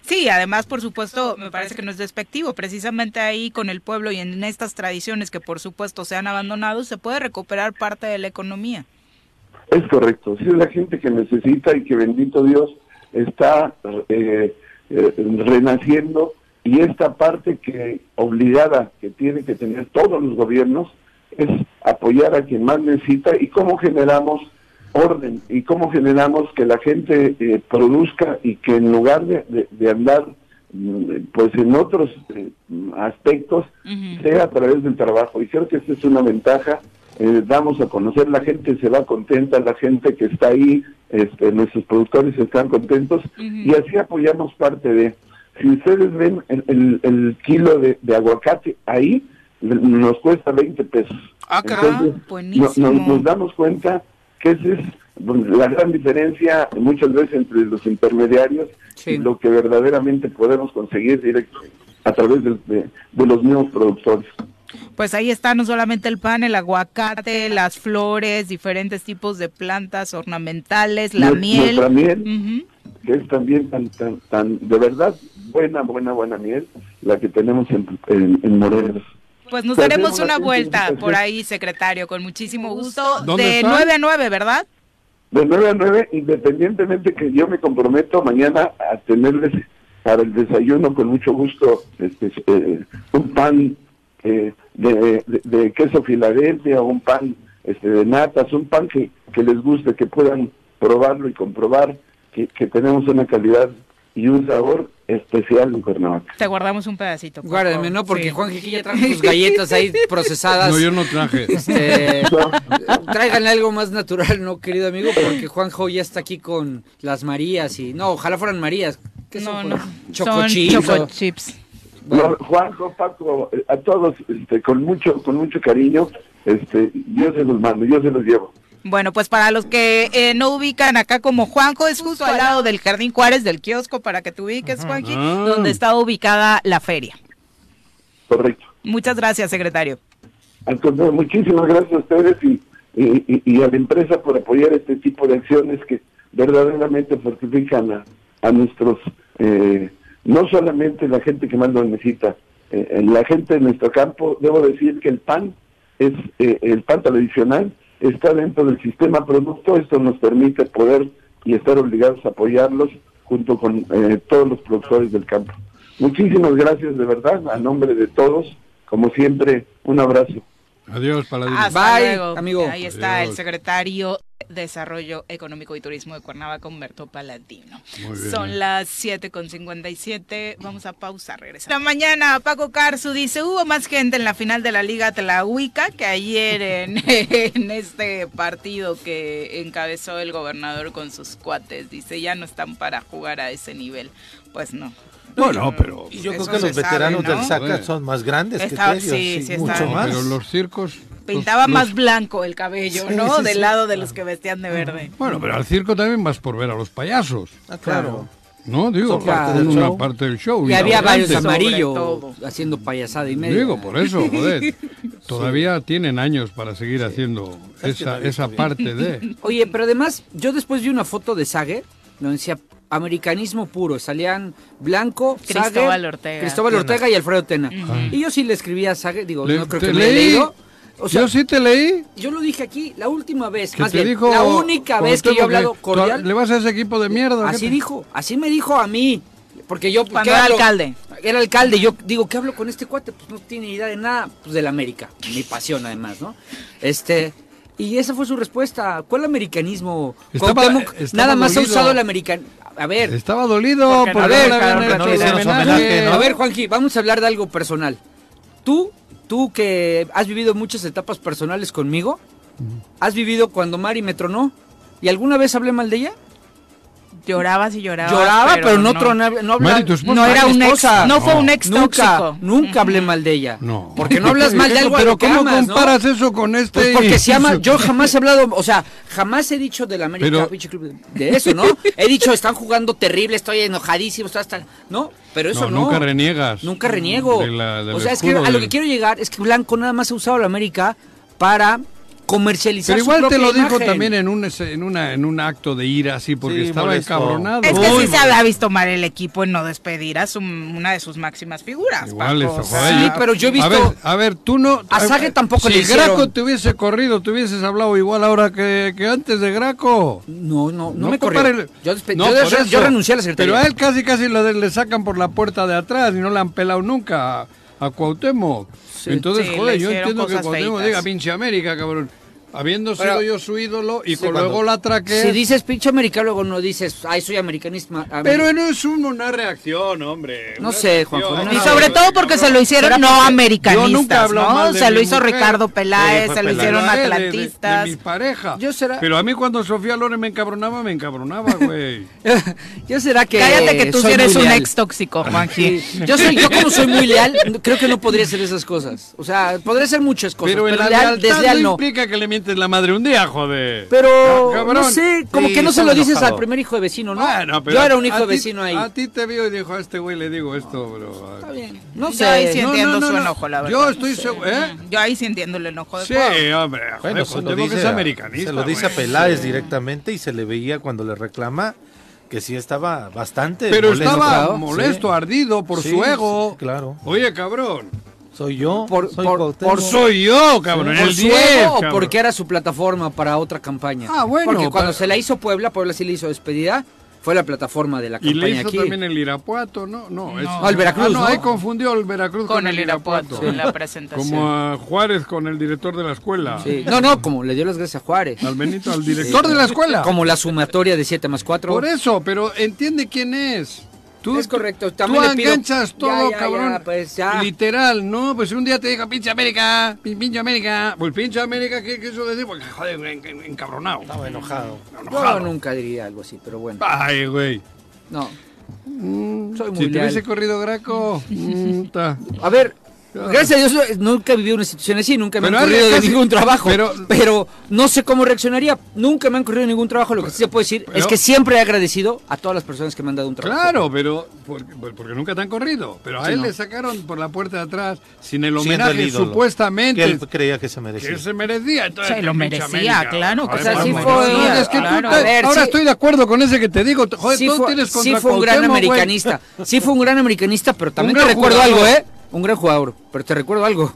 Sí, además, por supuesto, me parece que no es despectivo. Precisamente ahí con el pueblo y en estas tradiciones que, por supuesto, se han abandonado, se puede recuperar parte de la economía.
Es correcto, sí es la gente que necesita y que bendito Dios está eh, eh, renaciendo y esta parte que obligada que tiene que tener todos los gobiernos es apoyar a quien más necesita y cómo generamos orden y cómo generamos que la gente eh, produzca y que en lugar de, de- de andar mm, pues en otros eh, aspectos, sea a través del trabajo. Y creo que esa es una ventaja. eh, damos a conocer, la gente se va contenta, la gente que está ahí, este, nuestros productores están contentos y así apoyamos parte de... Si ustedes ven el, el- el kilo de, de aguacate ahí, le- nos cuesta 20 pesos.
Ah, caray,
no- no-
buenísimo.
nos damos cuenta que esa es la gran diferencia muchas veces entre los intermediarios
Sí.
y lo que verdaderamente podemos conseguir directo a través de- de- de los mismos productores.
Pues ahí está no solamente el pan, el aguacate, las flores, diferentes tipos de plantas ornamentales, la
Nues-
miel.
Nuestra miel,
Ujú.
que es también tan, tan, tan, de verdad, buena, buena, buena miel, la que tenemos en, en, en Morelos.
Pues nos
Pues
daremos
hacemos
una
así,
vuelta
entonces,
por
así.
ahí, secretario, con muchísimo gusto.
¿Dónde
De
está?
9 a 9, ¿verdad?
De 9 a 9, independientemente que yo me comprometo mañana a tenerles para el desayuno con mucho gusto este, eh, un pan eh, de, de- de queso Filadelfia o un pan este, de natas, un pan que, que les guste, que puedan probarlo y comprobar que, que tenemos una calidad y un sabor especial en Cuernavaca.
Te guardamos un pedacito. por
Guárdame,
favor.
¿no? Porque
Sí.
Juan Jiquilla trajo sus galletas ahí procesadas.
No, yo no traje.
Este,
No.
tráiganle algo más natural, ¿no, querido amigo? Porque Juanjo ya está aquí con las Marías y... No, ojalá fueran Marías. ¿Qué
No,
son? pues?
no.
Choco
Son
chips,
choco
o-
chips.
No, Juanjo, Paco, eh, a todos, este, con mucho, con mucho cariño, este, yo se los mando, yo se los llevo.
Bueno, pues para los que eh, no ubican acá como Juanjo, es justo al lado del Jardín Juárez, del kiosco, para que te ubiques, Juanji,
Ah.
donde está ubicada la feria.
Correcto.
Muchas gracias, secretario.
Al contrario, muchísimas gracias a ustedes y, y, y- y a la empresa por apoyar este tipo de acciones que verdaderamente fortifican a, a nuestros, eh, no solamente la gente que más lo necesita, eh, eh, la gente de nuestro campo, debo decir que el pan es eh, el pan tradicional está dentro del sistema producto, esto nos permite poder y estar obligados a apoyarlos junto con eh, todos los productores del campo. Muchísimas gracias de verdad, a nombre de todos, como siempre, un abrazo.
Adiós, paladino.
Hasta
Bye,
luego.
amigo.
Ahí está
Adiós.
el secretario de Desarrollo Económico y Turismo de Cuernavaca, Humberto Paladino.
Muy bien. eh.
Son las 7.57. Vamos a pausa, regresamos. Esta mañana Paco Carzu dice, hubo más gente en la final de la Liga Tlahuica que ayer en, en este partido que encabezó el gobernador con sus cuates. Dice, ya no están para jugar a ese nivel. Pues no. Mm,
Bueno, pero...
Y yo
Eso
creo que los
se sabe,
veteranos
¿no?
del SACA
Joder.
son más grandes
Está-
que ellos.
sí,
Sí,
sí
mucho
está.
No,
más.
pero los circos...
Pintaba
los-
más blanco el cabello,
Sí,
¿no?
sí,
Del
sí.
lado de los que vestían de verde.
Bueno, pero al circo también vas por ver a los payasos,
Ah, claro.
¿no? Digo,
Son parte
son
del
una
show.
parte del show.
Y había varios
importante.
Sobre
amarillos
todo.
haciendo payasada y medio.
Digo, por eso, joder. Todavía tienen años para seguir haciendo esa, esa parte de...
Oye, pero además, yo después vi una foto de Sague, donde decía americanismo puro. Salían Blanco, Sague,
Cristóbal Ortega.
Cristóbal Ortega y Alfredo Tena. Y yo sí le escribí a Sague, digo,
Le-
no creo
te
que me haya
leí.
leído. O sea, yo,
Yo sí te leí.
lo dije aquí la última vez,
Que
más
te
bien,
dijo
la única vez que yo he
Cuauhtémoc
hablado
que,
cordial.
"Tú ¿Le vas a ese equipo de mierda?
Así
¿Qué te-?"
dijo, así me dijo a mí. Porque yo.
Cuando
¿qué
era
hablo?
alcalde.
Era alcalde. Yo digo, ¿qué hablo con este cuate? Pues no tiene idea de nada. Pues del América. Mi pasión, además, ¿no? Este. Y esa fue su respuesta. ¿Cuál americanismo?
Estaba-
Cuauhtémoc
estaba
nada más ha
dolido.
usado el americano. A ver,
Estaba dolido
Porque
por
no
haber
le
ganado
dejaron que no le
el
hicieran su
homenaje.
homenaje,
a ver, Juanji, vamos a hablar de algo personal. Tú, tú que has vivido muchas etapas personales conmigo, has vivido cuando Mari me tronó. ¿Y alguna vez hablé mal de ella?
Llorabas y llorabas.
Lloraba, pero, no, tronaba, no hablaba.
Mari, tu esposa.
No era
Mari,
un
tu
ex,
esposa.
no fue un ex
Nunca,
tóxico. Nunca hablé mal de ella.
No.
Porque no hablas mal de algo
Pero
a lo que
¿cómo
amas, ¿no?
comparas eso con este?
Pues porque se ama, yo jamás he hablado, o sea, jamás he dicho del América
Pero-
pinche club, de eso, ¿no? He dicho están jugando terrible, estoy enojadísimo, estoy hasta no, pero eso
No,
no.
nunca reniegas.
Nunca reniego.
De la- del
o sea, es que
escudo
a lo
del-
que quiero llegar es que Blanco nada más ha usado la América para comercializar
Pero
su
igual te
propia
lo dijo
imagen.
también en un, en una, en un acto de ira, así, porque
Sí,
estaba
molesto.
encabronado.
Es que
Muy
sí se
mal.
había visto mal el equipo en no despedir a su- una de sus máximas figuras.
Igual
Paco,
eso,
o sea,
joder,
Sí,
ya-
pero yo he
A
visto-
ver, a ver, tú no...
A Sague tampoco
si
le hicieron.
Graco te hubiese corrido, te hubieses hablado igual ahora que, que antes de Graco.
No, no, no, me corrió.
compare-
Yo, despe-
No,
yo
por
desre-
eso.
yo renuncié a la secretaría.
Pero a él casi casi lo de- le sacan por la puerta de atrás y no le han pelado nunca a, a Cuauhtémoc. Entonces,
Sí, le
joder, yo
hicieron
entiendo que
cosas
Cuauhtémoc
feitas.
diga pinche América, cabrón. Habiendo sido
Pero-
yo su ídolo y
Sí,
con
cuando-
luego la traqué.
Si dices pinche americano, luego no dices, ay, soy americanista.
Pero no es un- una reacción, hombre.
No
Una
sé, Juanjo,
reacción.
no
Y
Ah,
sobre
bueno,
todo porque se lo hicieron
Pero
no
porque
americanistas,
yo nunca he hablado
¿no?
mal de
Se lo
mi
hizo
mujer.
Ricardo Peláez,
Sí, fue
se lo
Peláez.
hicieron
Hablaré de- de-
atlantistas.
De, mi pareja.
Yo será-
Pero a mí cuando Sofía Loren me encabronaba, me encabronaba, güey.
Yo será que.
Cállate que tú sí
soy
eres
muy
un
leal.
ex tóxico, Juanji.
Sí. Yo, soy, yo como soy muy leal, no- creo que no podría hacer esas cosas. O sea, podría hacer muchas cosas,
pero
pero,
el
leal, desleal
no
no.
implica que le mientes la madre un día, joder.
Pero,
Ah, cabrón.
no sé, como
Sí,
que no se
estaba
lo dices
enojado.
al primer hijo de vecino, ¿no?
Bueno, pero
Yo era
a-
un hijo
a
de
ti-
vecino ahí.
A ti te vio y dijo, a este güey le digo esto, bro.
Está bien. No
Yo ahí sí
sé.
entiendo
no, no,
su
no.
enojo, la verdad. Mm,
Yo estoy seguro, ¿eh?
Yo ahí sí entiendo el enojo de
Sí,
Juan.
hombre. joder,
Bueno, se
pues,
lo,
tengo
dice
que es
a,
americanista.
se lo dice a
güey.
Peláez directamente y se le veía cuando le reclama que sí estaba bastante.
Pero
molesto.
estaba
Sí.
molesto, ardido por
Sí,
su ego.
sí, claro.
Oye, cabrón.
Soy yo.
Por-
soy
por-
Cuauhtémoc.
por su-
Soy yo, cabrón.
¿Por
el
su
10,
ego o
cabrón.
porque era su plataforma para otra campaña?
Ah, bueno,
Porque cuando
para-
se la hizo Puebla, Puebla sí le hizo despedida, fue la plataforma de la
Y le
campaña
hizo
aquí.
también el Irapuato, ¿no? No, es-
Ah, el Veracruz,
Ah, no,
¿no?
ahí confundió el Veracruz
Con el Irapuato en la presentación.
Como a Juárez con el director de la escuela.
Sí. No, no, como le dio las gracias a Juárez.
Al Benito, al director de la escuela.
Como la sumatoria de 7 más 4.
Por eso, pero entiende quién es. Tú,
Es correcto,
Tú
también le pido-
enganchas
Ya,
todo,
ya,
cabrón.
ya, pues, ya.
Literal, ¿no? Pues un día te dijo, pinche América, pin- pinche América. Pues pinche América, ¿qué quiso decir? Porque, joder, en- en- encabronado.
Estaba enojado.
Yo
Enojado.
nunca diría algo así, pero bueno.
Ay, güey.
No. Soy muy
Mm, Si te
leal.
hubiese corrido Graco. mm, ta.
A ver, gracias a Dios eh, nunca he vivido una situación así, nunca me
Pero
han corrido de
casi-
ningún trabajo.
pero-
Pero, no sé cómo reaccionaría. Nunca me han corrido de ningún trabajo. Lo que sí se puede decir
pero-
es que siempre he agradecido a todas las personas que me han dado un trabajo.
Claro, pero porque, porque nunca te han corrido. Pero a
Sí,
él
no.
le sacaron por la puerta de atrás sin el
Siendo el
homenaje
ídolo Que
supuestamente
él creía que se merecía.
que él se merecía. Entonces,
Se lo
pinche
merecía,
América.
claro, que
O sea,
Además,
sí
no,
fue-
no, es que tú
claro.
te-
A ver,
ahora
sí.
estoy de acuerdo con ese que te digo. t- Joder,
sí
tú
fue,
tienes
sí
contra
fue un gran
Cuauhtémoc, güey.
americanista. Sí fue un gran americanista, pero también te
gran
recuerdo
jugador. Ah.
algo, ¿eh? Un gran jugador. Pero te recuerdo algo.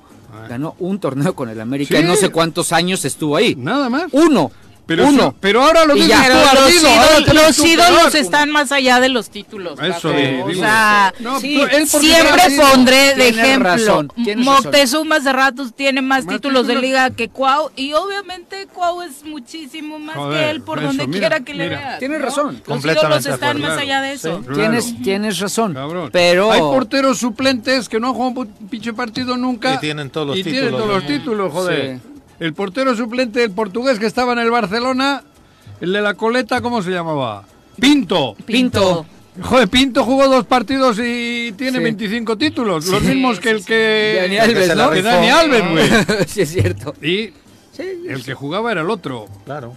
Ganó un torneo con el América.
Sí.
No sé cuántos años estuvo ahí.
Nada más.
Uno.
Pero,
uno.
sí, pero ahora lo
Y
dices
ya.
tú
Pero los,
ardido, ahora
ídolos,
te lo
los
dices tú
ídolos
peor.
están más allá de los títulos.
Eso
Paco.
digo,
O
digo.
sea,
No,
sí,
pero él porque
siempre
era ardido.
pondré de
Tienes
ejemplo.
razón, tienes razón.
Moctezuma Cerratos tiene más,
Más
títulos de
títulos.
liga que Cuau. Y obviamente Cuau es muchísimo más que
Joder,
él por
eso,
donde
mira,
quiera que le
mira.
veas.
Tienes
¿no?
razón.
Los
Completamente
ídolos
de
están
acuerdo.
más allá de eso.
Claro,
Tienes, tienes razón.
cabrón.
Pero.
Hay porteros suplentes que no juegan pu- pinche partido nunca.
Y tienen todos los
Y tienen
títulos,
todos los
¿no?
títulos, joder. El portero suplente del portugués que estaba en el Barcelona, el de la coleta, ¿cómo se llamaba? Pinto.
Pinto.
Joder, Pinto jugó dos partidos y tiene
Sí.
25 títulos. Los mismos que el que.
Dani
Porque
Alves,
se la
¿no?
que
rifó.
Dani Alves, güey.
sí, es cierto.
Y
Sí,
el que jugaba era el otro,
Claro.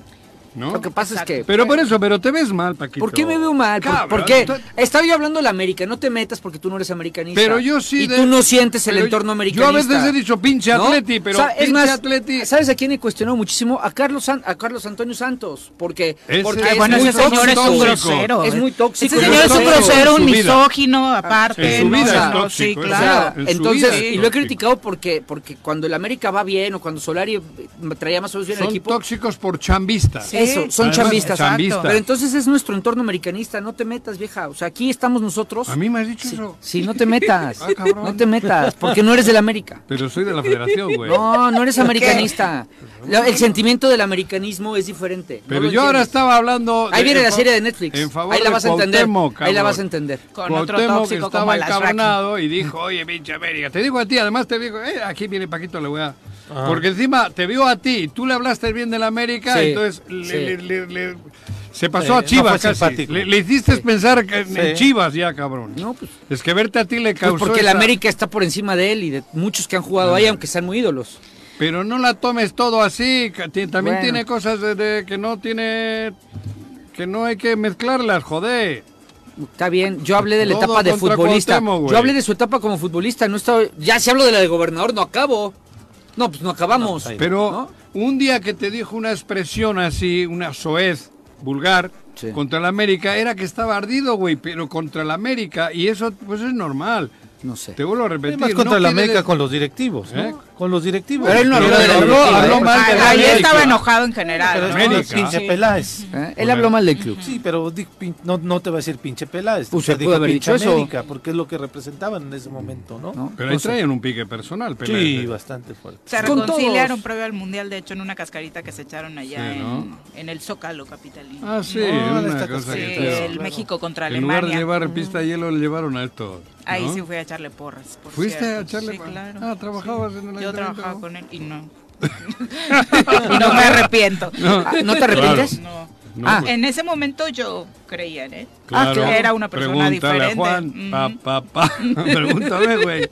¿no?
Lo que pasa es que.
Pero por eso, pero te ves mal, Paquito.
¿Por qué me veo mal? ¿Por,
Cabrón,
por qué?
tú-
Estaba yo hablando de la América. No te metas porque tú no eres americanista.
Pero yo sí
Y
de-
tú no sientes el
pero
entorno
yo-
americanista.
yo a veces he dicho pinche atleti, pero
Sa- es
pinche
más,
atleti-
¿Sabes a quién he cuestionado muchísimo? A Carlos, San- a Carlos Antonio Santos. Porque.
Ese-
porque
Ay,
es
Bueno,
muy
ese señor es un
tóxico.
grosero. ¿eh?
Es muy tóxico.
Ese
Pero
señor es un
tóxico Ah, en
grosero,
su
un
vida.
misógino, aparte.
En su
¿no?
vida
O sea,
es
Sí,
tóxico,
O
claro.
sea,
En su
entonces,
vida.
y lo he criticado porque, porque cuando el América va bien o cuando Solari eh, traía más solución al
Son
equipo,
tóxicos por chambistas.
Sí.
Eso, son
Además,
chambistas.
chambistas.
Pero entonces es nuestro entorno americanista, no te metas, vieja. O sea, aquí estamos nosotros.
A mí me has dicho eso.
Sí, no te metas.
Ah, cabrón.
no te metas, porque no eres del América.
Pero soy de la federación, güey.
No, no eres americanista. Lo- El sentimiento del americanismo es diferente. no
pero
lo
yo ahora
entiendes.
estaba hablando.
Ahí viene
en
la
fa-
serie de Netflix.
en favor
Ahí la
de
vas a entender.
Cuauhtémoc,
Ahí la
cabrón.
vas a entender.
Con otro
Cuauhtémoc
tóxico
que
como
estaba
Lasraki.
encabronado y dijo, oye, pinche América, te digo a ti, además te digo, eh, aquí viene Paquito, le voy a... Porque encima te vio a ti, tú le hablaste bien de la América,
Sí,
entonces le-
sí.
le- le- le- se pasó a
Sí, no
Chivas
fue
casi.
simpático.
Le, le hiciste pensar que en,
Sí.
en Chivas ya, cabrón.
No, pues-
es que verte "Este a ti le
Pues
causó...
porque el
esa-
América está por encima de él y de muchos que han jugado ahí, aunque sean muy ídolos.
Pero no la tomes todo así, ca- ti- también
Bueno.
tiene cosas de, de que no tiene... Que no hay que mezclarlas, joder.
Está bien, yo hablé de la
Todo
etapa de
contra
futbolista.
Cuauhtémoc, güey.
Yo hablé de su etapa como futbolista, no estaba ya si hablo de la de gobernador no acabo. No, pues no acabamos.
No, ahí
Pero un día que te dijo una expresión así, una soez vulgar
Sí.
contra el América, era que estaba ardido, güey, pero contra el América, y eso pues es normal.
No sé.
Te vuelvo a repetir.
Además, contra
no
la
quiere
América
de-
con los directivos, ¿no?
¿eh?
con los directivos.
Pero él no habló de la
Habló-
directiva,
habló
¿eh?
mal de la
Ahí
América.
estaba enojado en general.
Pero
¿no?
es como los
América.
pinche
Sí.
Peláez.
¿Eh? Él habló mal del club.
Sí, pero di- pin- no, no te va a decir pinche Peláez.
Pues
te
se
dijo
pudo haber
pinche
dicho eso.
América, porque es lo que representaban en ese momento, ¿no?
¿no?
Pero
No
ahí
sé.
traen un pique personal, Pelé.
Sí, bastante fuerte.
Se
Con
reconciliaron
todos.
previo al Mundial, de hecho, en una cascarita que se echaron allá
Sí, ¿no?
en, en el Zócalo capitalino.
Ah, sí,
No,
una
esta
cosa
Sí,
sí,
que
claro.
el
te-
México contra
En lugar de
Alemania.
llevar pista de hielo, le llevaron a esto.
Ahí
¿no?
sí fui a echarle porras. por
¿Fuiste
cierto.
a echarle
Sí,
porras?
claro.
Ah, ¿trabajabas
Sí.
en el
Yo
ayuntamiento?
trabajaba con él y no. y no me arrepiento.
Ah, ¿No te arrepientes?
No.
No,
Ah,
pues,
En ese momento yo creía en él.
Ah, claro.
Ah, que era una persona
Pregúntale
diferente. Ujú.
a Juan, pa, pa, pa. Pregúntame, güey.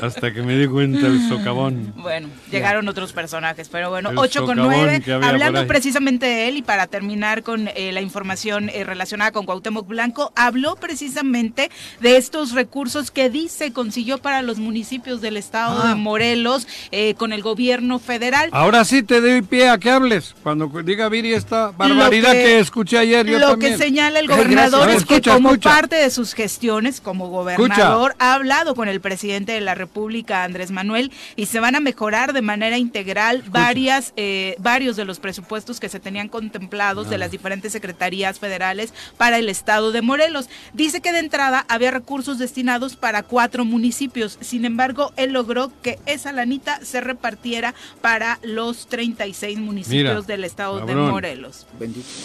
Hasta que me di cuenta el socavón.
Bueno, llegaron otros personajes, pero bueno,
El
8 con
socavón
9.
que había por
Hablando
ahí.
precisamente de él y para terminar con eh, la información eh, relacionada con Cuauhtémoc Blanco, habló precisamente de estos recursos que dice consiguió para los municipios del estado de Morelos eh, con el gobierno federal.
Ah. Ahora sí te doy pie a que hables. Cuando diga Viri esta barbaridad
Lo que-
que, escuché ayer, yo
lo
también. Eh,
que señala el
Ay,
gobernador
gracias.
es que
Escucha,
como
escucha.
parte de sus gestiones como gobernador ha hablado con el presidente de la República Andrés Manuel y se van a mejorar de manera integral varias eh, varios de los presupuestos que se tenían contemplados de las diferentes secretarías federales para el estado de Morelos. Dice que de entrada había recursos destinados para cuatro municipios. Sin embargo, él logró que esa lanita se repartiera para los 36 municipios del estado
cabrón.
de Morelos.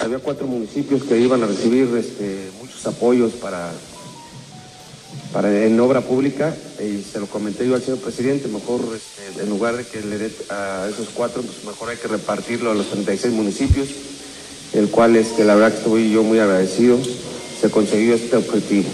Había cuatro municipios que iban a recibir este, muchos apoyos para, para en obra pública y se lo comenté yo al señor presidente, mejor este, en lugar de que le dé a esos cuatro, pues mejor hay que repartirlo a los 36 municipios, el cual este, la verdad que estoy yo muy agradecido, se consiguió este objetivo.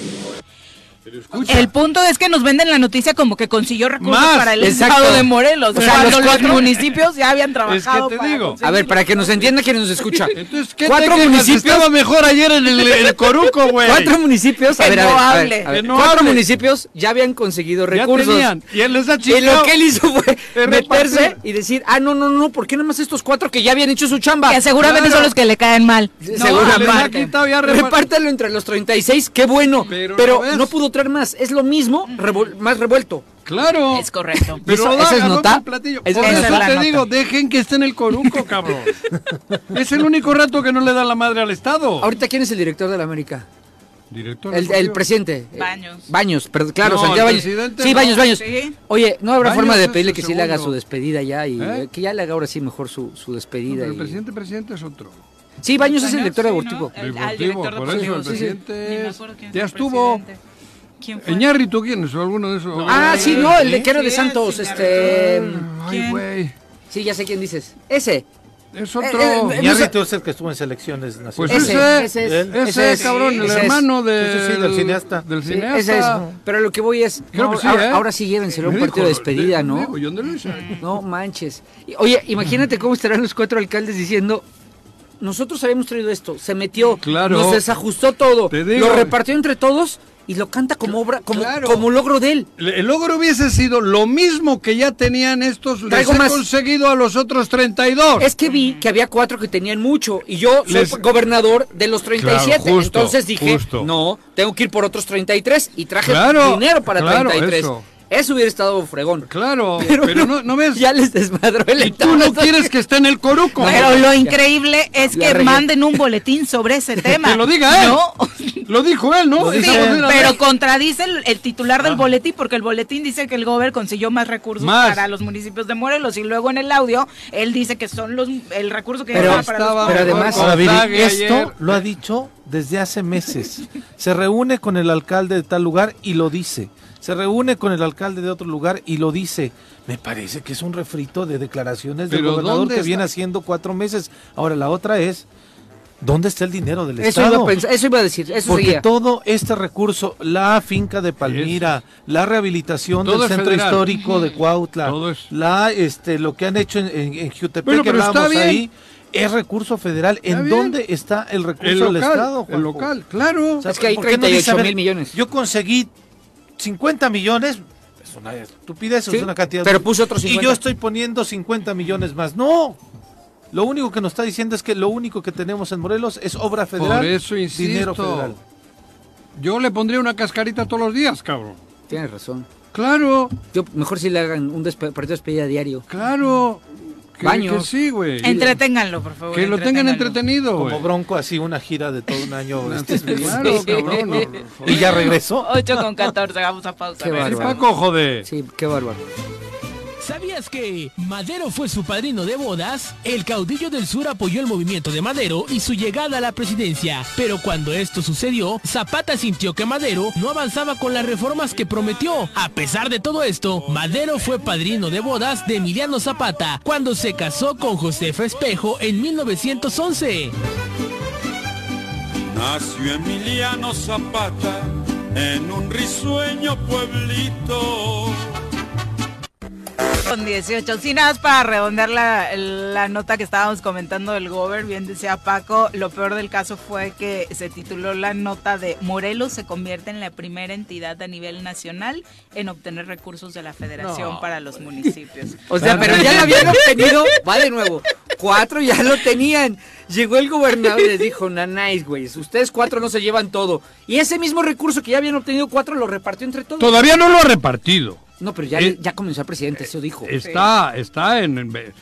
El punto es que nos venden la noticia como que consiguió recursos
Más,
para el
exacto.
estado de Morelos.
O sea,
cuando
los
los,
cuatro-
municipios ya habían trabajado.
te
para
digo.
conseguirlo.
A ver, para que nos entienda quien nos escucha.
Entonces, ¿qué
cuatro
te quejas?
municipios,
Estaba mejor ayer en el, el Coruco, güey.
cuatro municipios, a
Que
ver, a
no
ver, a ver,
hable.
a ver,
Que no
cuatro
hable.
municipios ya habían conseguido
Ya
recursos.
tenían. Y él les ha
Y lo
chingado.
que él hizo fue
Es
meterse
repartir.
y decir, ah, no, no, no, ¿por qué nada más estos cuatro que ya habían hecho su chamba?
Que seguramente
Claro.
son los que le caen mal.
No, les ha quitado ya repar-
Repártalo entre los 36, qué bueno. Pero,
Pero no ves.
no pudo traer más. Es lo mismo, revol- más revuelto.
Claro.
Es correcto.
Eso-
Pero
esa es
hagan
nota.
otro platillo.
Es-
Por
esa es
eso
la
te
nota.
digo, dejen que esté en el Coruco, cabrón. es el único rato que no le da la madre al Estado.
Ahorita, ¿quién es el director de la América?
Director.
El, el
deportivo.
presidente. eh,
Baños.
Baños, pero claro,
No,
Santiago
el
Baños.
presidente
Sí,
no.
Baños, Baños.
Sí.
Oye, no habrá
Baños
forma de
es
pedirle
el
que sí le haga su
segundo.
despedida ya y
¿Eh?
eh, que ya le haga ahora sí mejor su, su despedida.
Pero
y-
el presidente, presidente es otro.
Sí, Baños es el director
Sí, Ah, ¿no?
deportivo.
El- al
Deportivo,
director
por
deportivo,
eso el
sí, sí. Ni
presidente
me
es-
acuerdo quién es
ya
el
estuvo.
presidente. ¿Quién fue?
Eñarri, ¿tú quién es? ¿O alguno de esos?
Ah, sí, no, el de que era de
Sí,
Santos,
sí,
este...
Ay,
¿quién?
güey.
Sí, ya sé quién dices. Ese.
Es
Eh,
otro.
eh,
Iñárritu
no
es el que estuvo en selecciones
Pues
nacionales.
ese,
ese, ese es,
ese,
ese es,
cabrón, el
ese es.
hermano del,
Sí, sí, sí, del cineasta.
Del
Sí,
cineasta.
ese es. Pero lo que voy es...
Creo
no,
que sí,
ahora,
¿eh?
ahora sí llévenselo a un
Me
partido
dijo,
de despedida,
de-
¿no?
me dijo, yo no lo hice.
No manches. Y, Oye, imagínate cómo estarán los cuatro alcaldes diciendo, nosotros habíamos traído esto, se metió,
Claro.
nos desajustó todo,
Te digo.
lo repartió entre todos y lo canta como obra, como,
Claro.
como logro de él.
Le- El logro hubiese sido lo mismo que ya tenían estos, les
Traigo
he
más.
conseguido a los otros 32.
Es que vi que había cuatro que tenían mucho y yo soy
Les-
gobernador de los 37,
Claro, justo,
entonces dije,
justo.
no, tengo que ir por otros 33 y traje
Claro,
dinero para
claro,
33. Eso.
eso.
hubiera estado fregón.
Claro, pero, no, ¿no ves?
Ya les desmadró el
Y tú no
entonces.
quieres que esté en el coruco.
Pero lo increíble es
la
que
regué.
manden un boletín sobre ese tema.
Que lo diga él.
No.
Lo dijo él, ¿no?
Lo dijo
Sí,
Esa manera de-
pero contradice el, el titular del boletín porque el boletín dice que el gober consiguió más recursos
Ah. Más.
para los municipios de Morelos y luego en el audio él dice que son los el recurso que
Pero
llevaba para los
estaba-
pobres.
Pero además-
Ahora, Viri,
Contague
esto
ayer.
lo ha dicho desde hace meses. Se reúne con el alcalde de tal lugar y lo dice. Se reúne con el alcalde de otro lugar y lo dice. Me parece que es un refrito de declaraciones del
Pero
gobernador
¿dónde
que viene
está?
haciendo cuatro meses. Ahora, la otra es, ¿dónde está el dinero del
Eso
Estado?
iba, a pensar- eso iba a decir, eso
Porque
seguía.
todo este recurso, la finca de Palmira, la rehabilitación
Todo
del
es
centro
federal.
histórico de Cuautla,
Todo es-
la este lo que han hecho en, en, en Jutepec,
Bueno,
que
pero está
hablábamos
bien.
ahí, es recurso federal.
Está
¿En
bien.
dónde está el recurso
el
del
local,
Estado?
el
Juanjo?
local, claro.
O sea,
Es que hay
¿por qué no dice,
38
a ver,
mil millones.
Yo conseguí 50 millones, es una estupidez,
Sí,
es una cantidad.
pero puso otros
Y
50.
yo estoy poniendo 50 millones más. ¡No! Lo único que nos está diciendo es que lo único que tenemos en Morelos es obra federal,
Por eso insisto.
dinero federal.
Yo le pondría una cascarita todos los días, cabrón.
Tienes razón.
Claro,
Yo mejor si le hagan un despe- partido de despedida diario.
claro. Que,
Baños.
que sí, güey.
Entreténganlo, por favor.
Que lo tengan
entreténganlo.
entretenido,
Como
güey.
bronco, así una gira de todo un año. este,
Claro, cabrón. no, por favor.
y ya regresó.
8 con 14, vamos a pausa.
Qué
regresamos.
bárbaro.
Paco, joder.
Sí, qué bárbaro.
¿Sabías que Madero fue su padrino de bodas? El caudillo del sur apoyó el movimiento de Madero y su llegada a la presidencia, pero cuando esto sucedió, Zapata sintió que Madero no avanzaba con las reformas que prometió. A pesar de todo esto, Madero fue padrino de bodas de Emiliano Zapata cuando se casó con Josefa Espejo en 1911.
Nació Emiliano Zapata en un risueño pueblito.
Con 18, sin nada más para redondear la, la nota que estábamos comentando del Gober, bien decía Paco, lo peor del caso fue que se tituló la nota de Morelos se convierte en la primera entidad a nivel nacional en obtener recursos de la federación para los municipios.
O sea, pero ya lo habían obtenido. Va de nuevo. Cuatro ya lo tenían. Llegó el gobernador y les dijo, nanáis, güeyes, ustedes cuatro no se llevan todo. Y ese mismo recurso que ya habían obtenido cuatro lo repartió entre todos.
Todavía no lo ha repartido.
No, pero ya,
Eh,
ya comenzó el presidente, eso dijo.
Está, está en. en-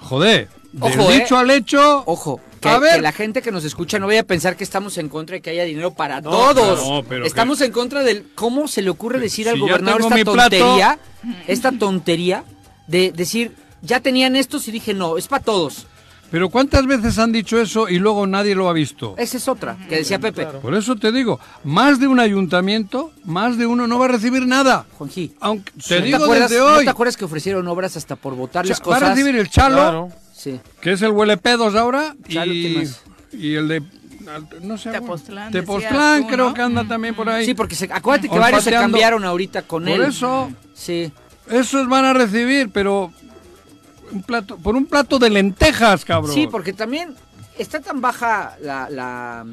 joder. Del
Ojo, eh.
dicho al hecho.
Ojo, que,
A ver.
que la gente que nos escucha no vaya a pensar que estamos en contra de que haya dinero para
No,
todos.
claro, no, pero
estamos en contra del cómo se le ocurre decir al
ya
gobernador
tengo
esta
mi plato.
tontería, esta tontería de decir, ya tenían estos y dije, no, es para todos.
Pero ¿cuántas veces han dicho eso y luego nadie lo ha visto?
Esa es otra, que decía Pepe.
Por eso te digo, más de un ayuntamiento, más de uno no va a recibir nada.
Juanji,
Aunque te
¿no
digo
acuerdas,
desde
¿no
hoy.
te acuerdas que ofrecieron obras hasta por
cha-
votarles
va a
cosas?
recibir el chalo,
Claro.
Sí.
que es el huele pedos ahora,
Chalo, ¿qué
y,
más?
y el de no sé, bueno,
Tepoztlán,
Tepoztlán
decías tú,
creo
¿no?
que anda también por ahí.
Sí, porque se, acuérdate que
Olfateando.
varios se cambiaron ahorita con
Por
él.
eso.
Sí.
Esos van a recibir, pero un plato, por un plato de lentejas, cabrón.
Sí, porque también está tan baja la, la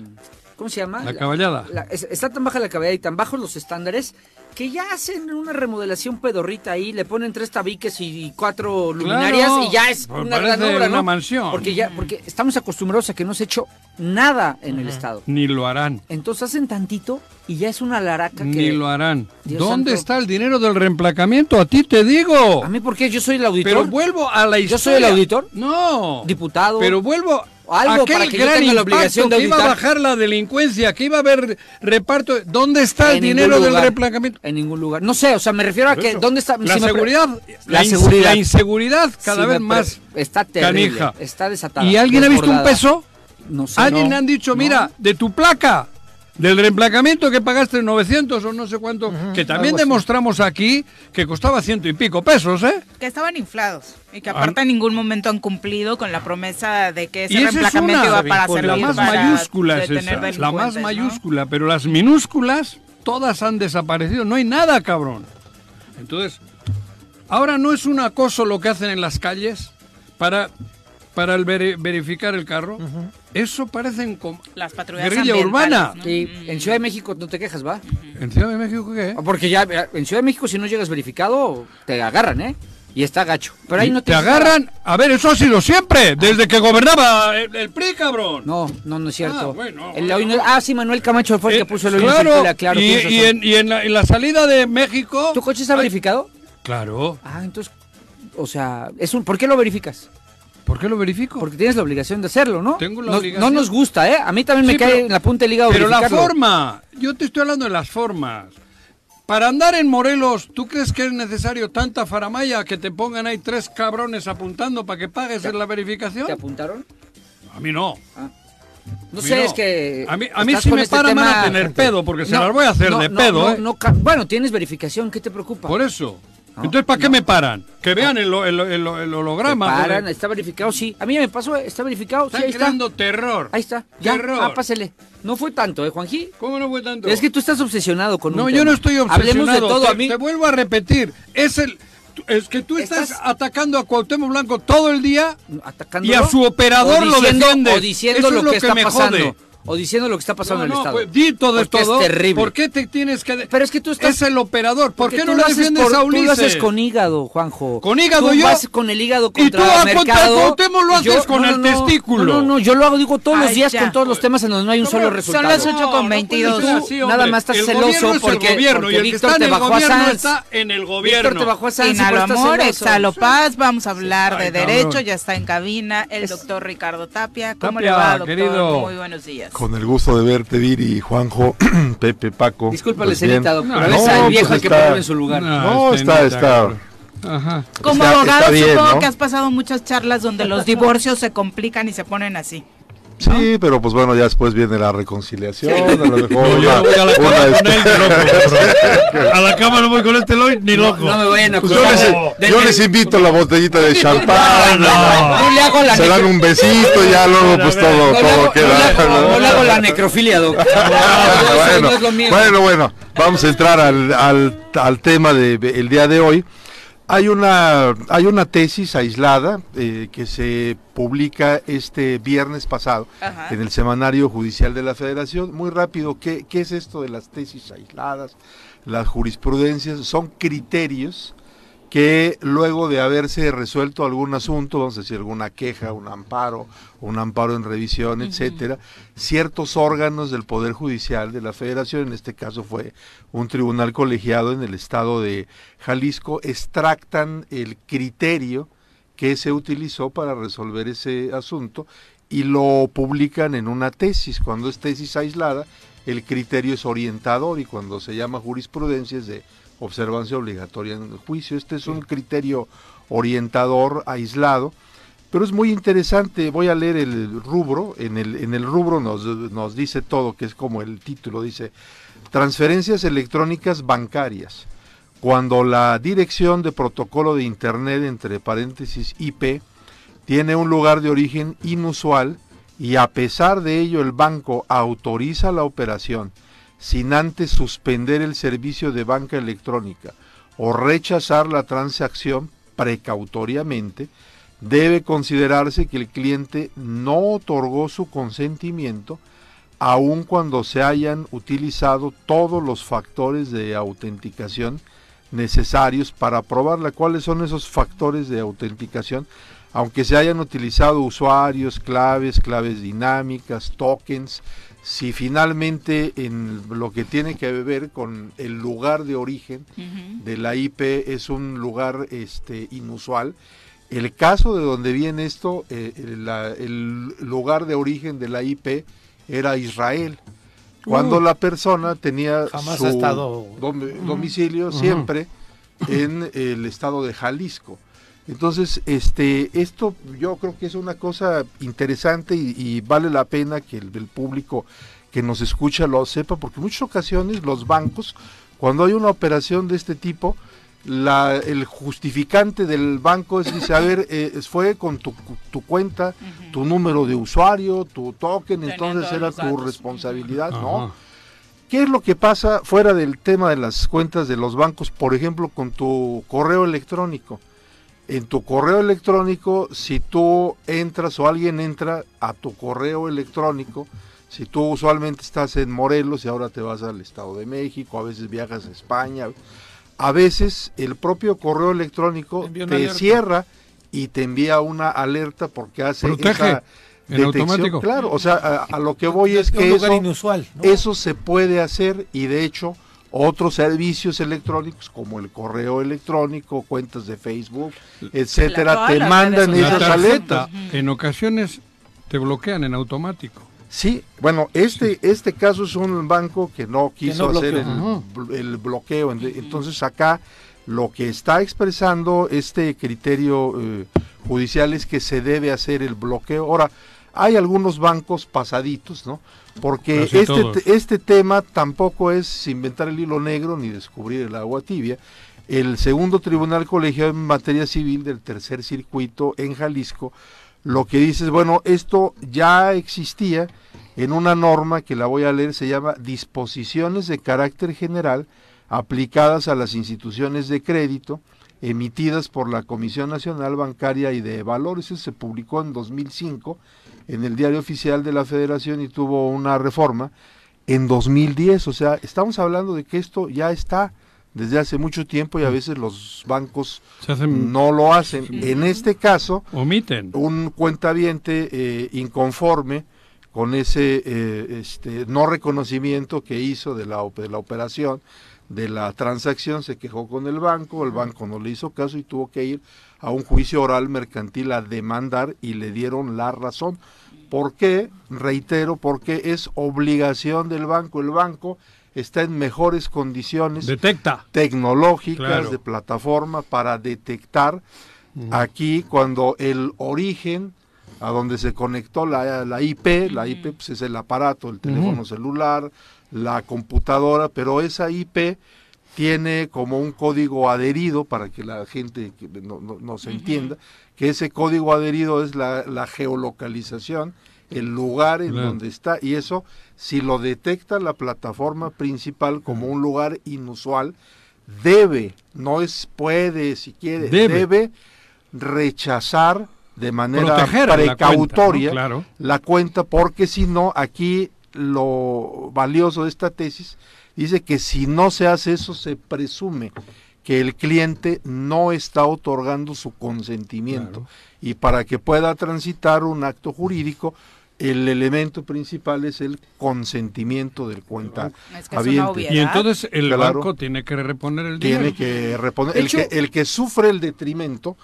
¿cómo se llama?
La caballada.
la- es- está tan baja la caballada y tan bajos los estándares que ya hacen una remodelación pedorrita ahí, le ponen tres tabiques y cuatro luminarias y ya es
pues
una gran
parece
obra,
una
¿no?
mansión.
Porque ya porque estamos acostumbrados a que no se ha hecho nada en el estado.
Ni lo harán.
Entonces hacen tantito y ya es una laraca
Ni
que
lo harán.
Dios
¿Dónde
santo.
está el dinero del reemplacamiento? A ti te digo.
A mí porque yo soy el auditor.
Pero vuelvo a la historia.
¿Yo soy el auditor?
No.
Diputado.
Pero vuelvo
O algo
a aquel
para que yo
gran
tenga la
impacto
obligación de
que iba a
auditar.
bajar la delincuencia, que iba a haber reparto. ¿Dónde está el
En ningún
dinero del
lugar.
reemplacamiento?
En ningún lugar. No sé, o sea, me refiero a que
Eso.
dónde está
la
si me pre-
seguridad?
La
ins-
seguridad.
La inseguridad cada
Si me
vez
pre-
más.
está terrible,
canija.
está desatada.
¿Y alguien ha visto un
desbordada.
peso?
No sé.
Alguien
no.
han dicho, mira,
No.
de tu placa, del reemplacamiento que pagaste 900 o no sé cuánto, que también
algo así.
demostramos aquí que costaba ciento y pico pesos, ¿eh?
Que estaban inflados y
Ah.
que aparte en ningún momento han cumplido con la promesa de que
Y
ese
esa es
reemplacamiento
una,
iba para servir
la más
para
mayúscula es
detener
esa, la más
delincuentes, ¿no?
mayúscula, pero las minúsculas todas han desaparecido, no hay nada, cabrón. Entonces, ahora no es un acoso lo que hacen en las calles para, para el veri- verificar el carro, eso parecen com-
Las patrullas
Guerrilla
ambientales,
urbana.
¿no?
Sí, en Ciudad de México no te quejas, ¿va? Ah,
en Ciudad de México qué. eh?
Porque ya mira, en Ciudad de México si no llegas verificado te agarran, ¿eh? Y está gacho. Pero ahí no te
te agarran. A ver, eso ha sido siempre, desde que gobernaba el, el PRI, cabrón.
No, no, no es cierto.
Ah, bueno,
El
bueno.
hoy no- ah, sí, Manuel Camacho fue el
Eh,
que puso el hoy no
claro,
circula, claro.
y,
tienes razón.
y en, y en la, en la salida de México.
¿Tu coche está
Ay,
verificado?
Claro.
Ah, entonces, o sea, es un, ¿por qué lo verificas?
¿Por qué lo verifico?
Porque tienes la obligación de hacerlo, ¿no?
Tengo la
no,
obligación.
no nos gusta, ¿eh? A mí también me
Sí,
cae
pero-
en la punta del hígado
Pero la
verificarlo.
forma, yo te estoy hablando de las formas. Para andar en Morelos, ¿tú crees que es necesario tanta faramaya que te pongan ahí tres cabrones apuntando para que pagues en la verificación?
¿Te apuntaron? Ah.
A mí no.
No
A mí
sé, es que...
A mí, a mí
estás
si
con
me
este
paran van a
tema-
tener pedo, porque se
No,
las voy a hacer
no,
de
no,
pedo,
no,
¿eh?
no ca- bueno, tienes verificación, ¿qué te preocupa?
Por eso. Entonces, ¿para qué me paran? Que vean el, el- el- el
Te
holograma.
paran,
joder.
está verificado, sí. A mí ya me pasó, eh, está verificado, sí,
Están
ahí está.
creando terror.
Ahí está, ya,
Terror.
ah, pásele. No fue tanto, ¿eh, Juanji?
¿Cómo no fue tanto?
Es que tú estás obsesionado con un
No,
tema.
yo no estoy obsesionado.
Hablemos de todo,
te,
a mí...
te vuelvo a repetir. Es el... tú- Es que tú estás,
Estás-
atacando a Cuauhtémoc Blanco todo el día
atacándolo
y a su operador
o
lo
diciendo-
defiendes.
O diciendo
Eso
lo,
es lo
que,
que
está
me
pasando.
jode.
o diciendo lo que está pasando
No,
en el
no,
Estado.
pues, di todo
Porque
todo.
Es terrible.
¿Por qué te tienes que.? de-
Pero es que tú estás.
Es el operador. ¿Por
porque
qué
tú
no
lo
le
haces
defiendes
por-
a
Tú lo
Ulises?
haces con hígado, Juanjo.
¿Con hígado
tú
yo?
vas con el hígado
Y tú
contra
a
el mercado.
Cuauhtémoc lo
y yo-
haces con el testículo.
No, no, no, yo lo hago, digo, todos los
Ay,
días
ya.
con todos los temas en donde no hay un
¿Cómo?
solo
Son
Son
resultado.
las 8 con
No, no puede ser
22.
así, hombre.
Nada más estás
El
celoso
gobierno es el
porque-
gobierno,
porque
y el que
Víctor
está en
te
el
bajó a
gobierno
Sanz.
está en el gobierno.
Víctor te bajó a Sanz, por estar
Sinaloa,
celoso.
Exalo Paz, vamos a hablar de
Ay,
derecho,
cabrón.
ya está en cabina el doctor Ricardo Tapia. ¿Cómo
Tapia,
le va, doctor?
querido.
Muy buenos días.
Con el gusto de verte, Viri, Juanjo, Pepe, Paco.
Discúlpale,
Pues bien.
señorita, doctor.
No,
pero es al
pues
viejo hay que
está-
ponerlo en su lugar.
No,
este
está,
no te
está.
acuerdo. Ajá.
Como
está-
abogado
está bien,
supongo
¿no?
que has pasado muchas charlas donde los divorcios se complican y se ponen así.
Sí, pero pues bueno, ya después viene la reconciliación, a lo mejor
No, yo
una-
no voy a la
una,
cama con
este-
él, ni loco. A la cama no voy con este Lloyd ni loco.
No me vayan a
Pues yo,
acusar
les,
de-
yo
de-
les invito la botellita de champán,
No le hago la
se dan un besito y ya luego pues todo,
No le hago-
todo queda.
no le hago- no le hago la necrofilia, doctor. Eso
bueno,
no es lo mío.
bueno, bueno, vamos a entrar al, al- al tema del día de hoy. Hay una, hay una tesis aislada eh, que se publica este viernes pasado
Ajá.
en el Semanario Judicial de la Federación. Muy rápido, ¿qué, qué es esto de las tesis aisladas? Las jurisprudencias son criterios que luego de haberse resuelto algún asunto, vamos a decir alguna queja, un amparo, un amparo en revisión, etcétera, ciertos órganos del Poder Judicial de la Federación, en este caso fue un tribunal colegiado en el estado de Jalisco, extractan el criterio que se utilizó para resolver ese asunto y lo publican en una tesis. Cuando es tesis aislada, el criterio es orientador y cuando se llama jurisprudencia es de observancia obligatoria en el juicio. Este es un criterio orientador aislado, pero es muy interesante. Voy a leer el rubro. En el, en el rubro nos, nos dice todo, que es como el título, dice transferencias electrónicas bancarias. Cuando la dirección de protocolo de Internet, entre paréntesis IP, tiene un lugar de origen inusual y a pesar de ello el banco autoriza la operación sin antes suspender el servicio de banca electrónica o rechazar la transacción precautoriamente, debe considerarse que el cliente no otorgó su consentimiento aun cuando se hayan utilizado todos los factores de autenticación necesarios para probarla. ¿Cuáles son esos factores de autenticación? Aunque se hayan utilizado usuarios, claves, claves dinámicas, tokens, si finalmente en lo que tiene que ver con el lugar de origen de la IP es un lugar este, inusual, el caso de donde viene esto, eh, el, la- el lugar de origen de la IP era Israel.
Oh.
Cuando la persona tenía
Jamás
su
ha estado-
dom- domicilio siempre en el estado de Jalisco. Entonces, este, esto yo creo que es una cosa interesante y, y vale la pena que el, el público que nos escucha lo sepa, porque en muchas ocasiones los bancos, cuando hay una operación de este tipo, la- el justificante del banco es, dice, a ver, eh, es- fue con tu, tu cuenta, tu número de usuario, tu token,
Tenía
entonces
todos
era
los
tu
datos.
responsabilidad,
Ajá.
¿no? ¿Qué es lo que pasa fuera del tema de las cuentas de los bancos, por ejemplo, con tu correo electrónico? En tu correo electrónico, si tú entras o alguien entra a tu correo electrónico, si tú usualmente estás en Morelos y ahora te vas al Estado de México, a veces viajas a España, a veces el propio correo electrónico
Envía una
te
alerta.
cierra y te envía una alerta porque hace
Protege
esa
en
detección.
automático.
Claro, o sea, a, a lo que voy es
un
que
lugar
eso
inusual. ¿no?
eso se puede hacer y de hecho otros servicios electrónicos como el correo electrónico, cuentas de Facebook,
La-
etcétera,
todas
te
las
mandan
redes
esas
La
sociales.
alertas.
tarjeta en ocasiones te bloquean en automático.
Sí, bueno, este este caso es un banco que no quiso
bloqueó.
hacer el,
Ajá.
bl- el bloqueo. Ent- Entonces acá lo que está expresando este criterio eh, judicial es que se debe hacer el bloqueo. Ahora, hay algunos bancos pasaditos, ¿no? Porque
Casi
este,
todos.
te- este tema tampoco es inventar el hilo negro ni descubrir el agua tibia. El segundo tribunal colegiado en materia civil del tercer circuito en Jalisco lo que dice es, bueno, esto ya existía en una norma que la voy a leer, se llama disposiciones de carácter general aplicadas a las instituciones de crédito emitidas por la Comisión Nacional Bancaria y de Valores. Eso se publicó en 2005 en el Diario Oficial de la Federación y tuvo una reforma en 2010. O sea, estamos hablando de que esto ya está desde hace mucho tiempo y a veces los bancos
Mm. Se hacen-
no lo hacen. En este caso,
omiten.
un cuentaviente eh, inconforme con ese eh, este, no reconocimiento que hizo de la, op- de la operación, de la transacción, se quejó con el banco, el banco no le hizo caso y tuvo que ir a un juicio oral mercantil a demandar y le dieron la razón. ¿Por qué? Reitero, porque es obligación del banco. El banco está en mejores condiciones
Detecta.
tecnológicas,
Claro.
de plataforma para detectar aquí cuando el origen a donde se conectó la, la IP, la IP pues, es el aparato, el teléfono
Ujú.
celular, la computadora, pero esa IP tiene como un código adherido para que la gente que no, no- no se entienda, que ese código adherido es la, la geolocalización, el lugar en
Claro.
donde está, y eso si lo detecta la plataforma principal como un lugar inusual, debe, no es puede, si quiere,
Debe.
debe rechazar de manera
Proteger la cuenta,
precautoria
¿no? Claro.
la cuenta, porque si no, aquí lo valioso de esta tesis dice que si no se hace eso, se presume que el cliente no está otorgando su consentimiento. Y para que pueda transitar un acto jurídico, el elemento principal es el consentimiento del cuenta.
Es que es una obviedad.
Y entonces el
Claro.
banco tiene que reponer el dinero.
Tiene que reponer.
De
El,
hecho-
que, el que sufre el detrimento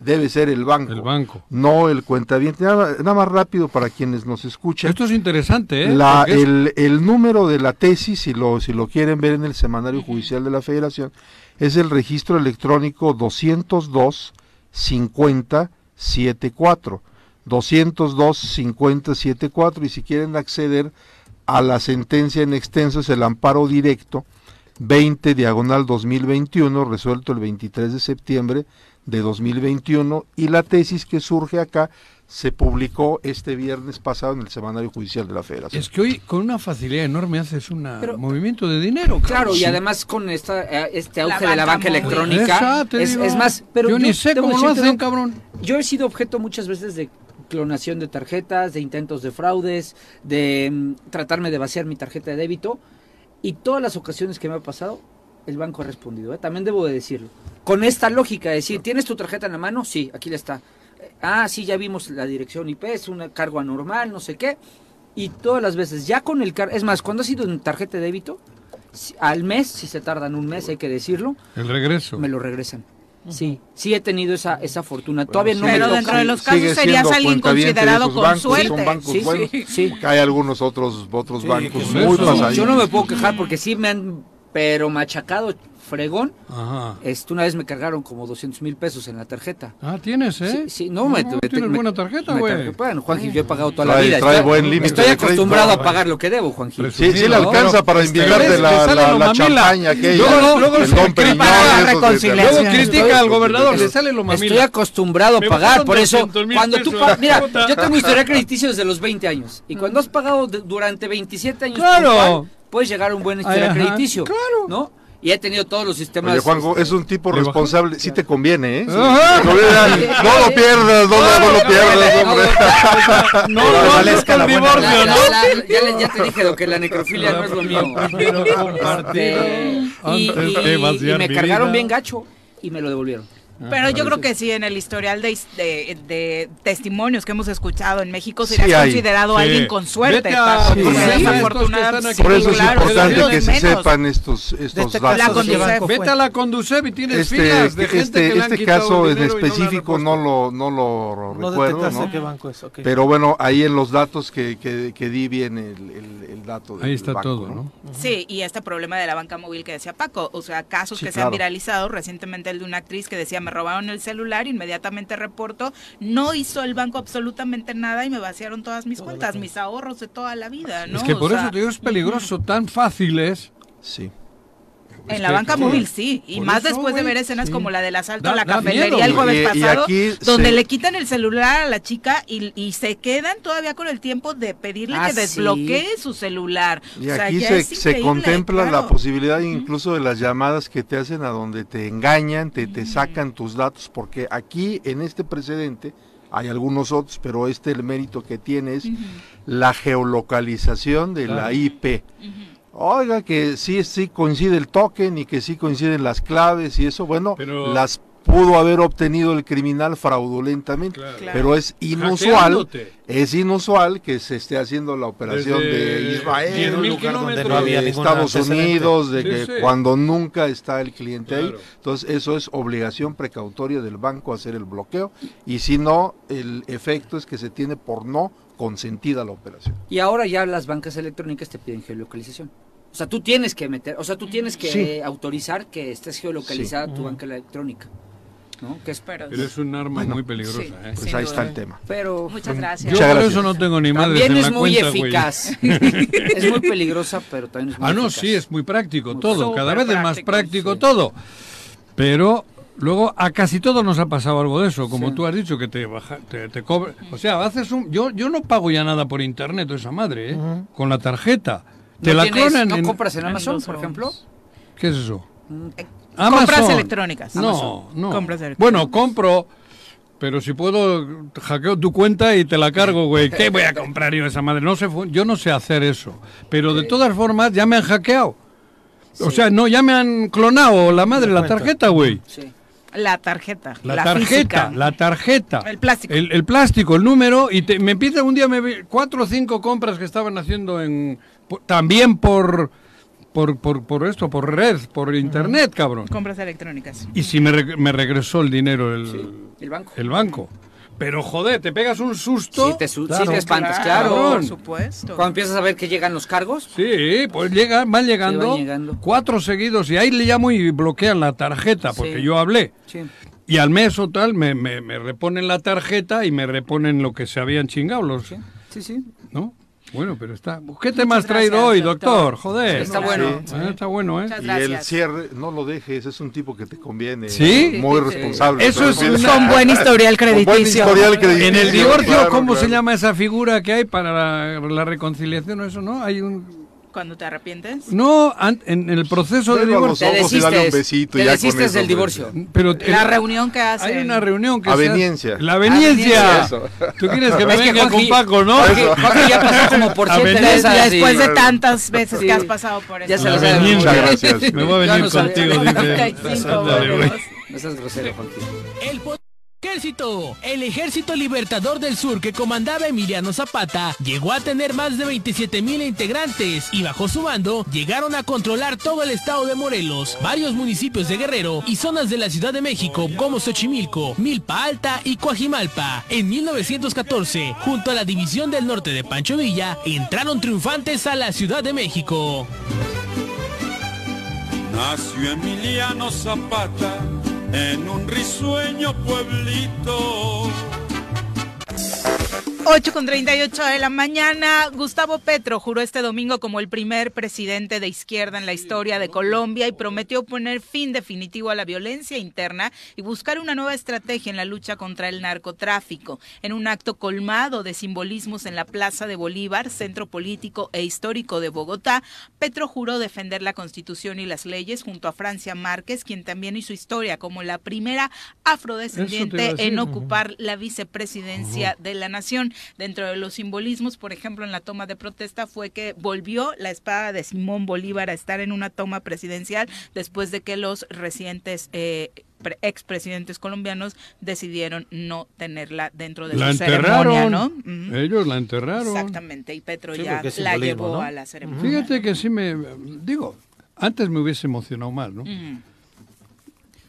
debe ser el banco.
El banco.
No el cuentaviente. Nada, nada más rápido para quienes nos escuchan.
Esto es interesante, ¿eh?
La-
Porque es-
el, el número de la tesis, si lo, si lo quieren ver en el Semanario Judicial de la Federación, es el registro electrónico 202 50 74. 202 50 74. Y si quieren acceder a la sentencia en extenso, es el amparo directo 20 diagonal 2021, resuelto el 23 de septiembre de 2021. Y la tesis que surge acá se publicó este viernes pasado en el Semanario Judicial de la Federación.
Es que hoy con una facilidad enorme haces un movimiento de dinero.
Claro, y
Sí.
además con esta, eh, este
La
auge de la
banca
banca
móvil.
electrónica.
Esa, te
es,
digo.
es más, pero
Yo ni sé
debo
cómo lo
decirte,
hacen,
Doc,
cabrón.
Yo he sido objeto muchas veces de clonación de tarjetas, de intentos de fraudes, de mm, tratarme de vaciar mi tarjeta de débito. Y todas las ocasiones que me ha pasado, el banco ha respondido. ¿eh? También debo de decirlo. Con esta lógica de decir, ¿tienes tu tarjeta en la mano? Sí, aquí la está. Eh, Ah, sí, ya vimos la dirección IP, es un cargo anormal, no sé qué. Y todas las veces, ya con el cargo... Es más, cuando ha sido en tarjeta de débito, si- al mes, si se tardan un mes, hay que decirlo,
El regreso.
me lo regresan. Sí, sí he tenido esa, esa fortuna. Todavía
Pero
no me
dentro
toca.
de los
Sí,
casos
sigue
serías
siendo
alguien
cuentaviente de
considerado
esos
con
bancos,
suerte.
Son bancos
Sí, sí,
buenos,
sí.
que hay algunos otros otros
Sí,
bancos
que son
muy
esos.
pasaditos.
Yo no me puedo quejar porque sí me han, pero machacado, fregón.
Ajá.
Este, una vez me cargaron como 200 mil pesos en la tarjeta.
Ah, tienes, ¿eh?
Sí, sí, no, Oh, me, me-
tienes
me-
buena tarjeta,
me
güey.
tarje- Bueno, Juanji, yo he pagado toda la
Trae-
vida.
trae
Estoy-
buen límite
Estoy
de crédito.
acostumbrado a
Ah,
pagar lo que debo, Juanji.
Sí, sí le
No,
alcanza para invitarte
ves,
la,
este le salen
la,
los
la
mamila.
champaña aquella.
Luego- luego
el
se
Don
critica
Periñón,
la
esos de-
reconciliación.
Luego critica al gobernador, le sale lo
Estoy
mamila.
acostumbrado a
Me
pagar,
bajaron
por eso
200,000
cuando tú
pesos.
pagas, mira, yo tengo historia crediticio desde los 20 años y cuando has pagado de- durante 27 años
Claro.
puntual, puedes llegar a un buen historia
Ajá,
crediticio,
claro.
¿no? Y he tenido todos los sistemas.
Oye, Juanjo, es un tipo
Le bajó.
responsable. Sí te conviene, ¿eh?
Ajá.
No, le- no lo pierdas, no, no, no lo pierdas,
Ah. no,
hombre.
No,
Que
no, no,
prevalezca
con
la buena-
La- la-
divorcio, ¿no?
la- ya, le- ya te dije lo que la necrofilia no es lo mío.
Prefiero compartirlo
Este, y,
antes
y-
de Ah,
y
vaciar
me
mi
cargaron
vida.
bien gacho y me lo devolvieron.
Ah,
Pero yo creo que sí, en el historial de, his- de- de testimonios que hemos escuchado en México,
Sí
serás
hay.
considerado
Sí.
alguien con suerte.
Vete a-
Paco,
Sí.
porque
Sí.
eres
Sí.
afortunado.
Estos que están aquí.
Por eso es
Sí, claro,
importante
pero
que se
menos.
sepan estos, estos
este caso,
La
datos.
¿qué
conducta
banco fue?
Vete a la Conducef y tienes
Este,
filas de gente
este,
que le han
este
quitado
caso en
dinero y no le han
específico
repuesto.
no lo, no lo
No
recuerdo,
detectaste
¿no?
qué banco es. ok.
Pero bueno, ahí en los datos que, que, que di bien el, el- el dato. del
Ahí está
banco,
todo, ¿no?
Sí, y este problema de la banca móvil que decía Paco, o sea, casos
Sí,
que se han
claro.
viralizado, recientemente el de una actriz que decía, me robaron el celular, inmediatamente reporto, no hizo el banco absolutamente nada y me vaciaron todas mis cuentas, mis ahorros de toda la vida, ¿no?
Es que
O
por
sea,
eso te digo, es peligroso, tan fácil es.
Sí.
En la banca móvil sí, y
Por
más
eso,
después de
güey,
ver escenas
sí.
como la del asalto
Da-
a la
da
cafetería
miedo,
el
güey.
jueves
Y- y
pasado,
aquí
donde
se-
le quitan el celular a la chica y, y se quedan todavía con el tiempo de pedirle
Ah,
que
sí.
desbloquee su celular.
Y
O sea,
aquí
ya
se,
es
se
increíble,
contempla la
claro.
posibilidad incluso de las llamadas que te hacen a donde te engañan, te, te sacan tus datos, porque aquí en este precedente hay algunos otros, pero este el mérito que tiene es la geolocalización de la
Claro.
IP. Oiga, que sí, sí coincide el token y que sí coinciden las claves y eso, bueno, las pudo haber obtenido el criminal fraudulentamente,
Claro.
pero es inusual,
Hackeándote.
es inusual que se esté haciendo la operación de
Desde
Israel,
10.000
lugar donde
kilómetros.
no había
de
ningún Estados
antecedente.
Unidos, de
Sí,
que
sí.
cuando nunca está el cliente ahí.
Claro.
Entonces, eso es obligación precautoria del banco hacer el bloqueo y si no, el efecto es que se tiene por no consentida la operación.
Y ahora ya las bancas electrónicas te piden geolocalización. O sea, tú tienes que meter, o sea, tú tienes que
Sí.
eh, autorizar que estés geolocalizada
Sí.
tu
Mm.
banca electrónica. ¿No? Que espero.
Pero es un arma muy peligrosa, Sí, ¿eh? pues
ahí está el tema.
Pero
Muchas
gracias. Yo por eso no tengo ni madres
También
en
es
la
muy
cuenta, güey.
eficaz. es muy peligrosa, pero también es muy
Ah, no,
eficaz.
sí, es muy práctico
Muy
todo,
súper
cada vez es más
práctico,
práctico todo. Pero luego a casi todos nos ha pasado algo de eso, como
Sí.
tú has dicho, que te, baja, te, te cobra- O sea, haces un... Yo, yo no pago ya nada por internet o esa madre, ¿eh?
Ujú.
Con la tarjeta.
¿No
Te la
tienes-
clonan
¿No
en-
compras en Amazon, por ejemplo?
¿Qué es eso?
Mm, eh, compras electrónicas.
No,
Amazon.
no.
Compras electrónicas.
Bueno, compro, pero si puedo, hackeo tu cuenta y te la cargo, güey. ¿Qué voy a comprar yo esa madre? No sé, fu- yo no sé hacer eso. Pero de todas formas, ya me han hackeado. O sea, no, ya me han clonado la madre, la tarjeta, güey.
La tarjeta.
La, tarjeta,
física.
la tarjeta.
El plástico.
El, el plástico, el número. Y te- me empieza un día, me vi cuatro o cinco compras que estaban haciendo en por- también por, por, por, por esto, por red, por internet, cabrón.
Compras electrónicas.
Y si me, reg- me regresó el dinero el,
el banco.
El banco. Pero joder, te pegas un susto.
Sí, te, su- sí te espantas, claro.
cabrón.
supuesto.
Cuando empiezas a ver que llegan los cargos,
Sí, pues llegan, van llegando,
Sí, van llegando.
cuatro seguidos y ahí le llamo y bloquean la tarjeta porque
Sí.
yo hablé.
sí.
Y al mes o tal me, me- me reponen la tarjeta y me reponen lo que se habían chingado los,
Sí, sí.
¿no? Bueno, pero está... Pues, ¿Qué
Muchas
tema has traído
gracias,
hoy,
doctor.
doctor? Joder.
Está bueno.
Sí. Ah, está bueno, ¿eh?
Y el cierre, no lo dejes, es un tipo que te conviene.
¿Sí?
Muy
Sí, sí, sí.
responsable.
Eso es
Entonces,
un- Con buen historial
Con buen
crediticio.
historial crediticio,
En el divorcio,
claro,
¿cómo
claro.
se llama esa figura que hay para la, la reconciliación o eso, no? Hay un...
Cuando te arrepientes.
No, an- en el proceso de
Velo a los
divorcio.
ojos y dale un besito. y ya con eso, pues, eh. güey.
Pero eh,
La reunión que hacen.
Hay una reunión que se-
Aveniencia.
La aveniencia.
Eso.
Tú quieres que me
Es que
venga con
Joaquín-
Paco, ¿no?
Joaquín- Joaquín ya pasó como por siete
Aveniencia.
veces
Ya después de
Sí.
tantas veces
Sí.
que has pasado por eso.
Ya se
La
lo sabe.
aveniencia.
Muchas
gracias. Me voy a venir contigo, dice. Ándale, güey.
No seas grosero, Joaquín.
El po- ejército, el ejército libertador del sur que comandaba Emiliano Zapata, llegó a tener más de 27 mil integrantes y bajo su mando llegaron a controlar todo el estado de Morelos, varios municipios de Guerrero y zonas de la Ciudad de México como Xochimilco, Milpa Alta y Coajimalpa. En 1914, junto a la División del Norte de Pancho Villa, entraron triunfantes a la Ciudad de México.
Nació Emiliano Zapata en un risueño pueblito.
8 con 38 de la mañana, Gustavo Petro juró este domingo como el primer presidente de izquierda en la historia de Colombia y prometió poner fin definitivo a la violencia interna y buscar una nueva estrategia en la lucha contra el narcotráfico. En un acto colmado de simbolismos en la Plaza de Bolívar, centro político e histórico de Bogotá, Petro juró defender la Constitución y las leyes junto a Francia Márquez, quien también hizo historia como la primera afrodescendiente
decir,
en
ujú.
ocupar ocupar la vicepresidencia de la nación. Dentro de los simbolismos, por ejemplo, en la toma de protesta fue que volvió la espada de Simón Bolívar a estar en una toma presidencial después de que los recientes eh, pre- expresidentes colombianos decidieron no tenerla dentro de
La
su ceremonia,
enterraron.
¿no? Ujú.
Ellos la enterraron.
Exactamente, y Petro
Sí,
ya
porque es
la
simbolismo,
llevó
¿no?
a la ceremonia.
Fíjate que sí me... Digo, antes me hubiese emocionado más, ¿no?
Ujú.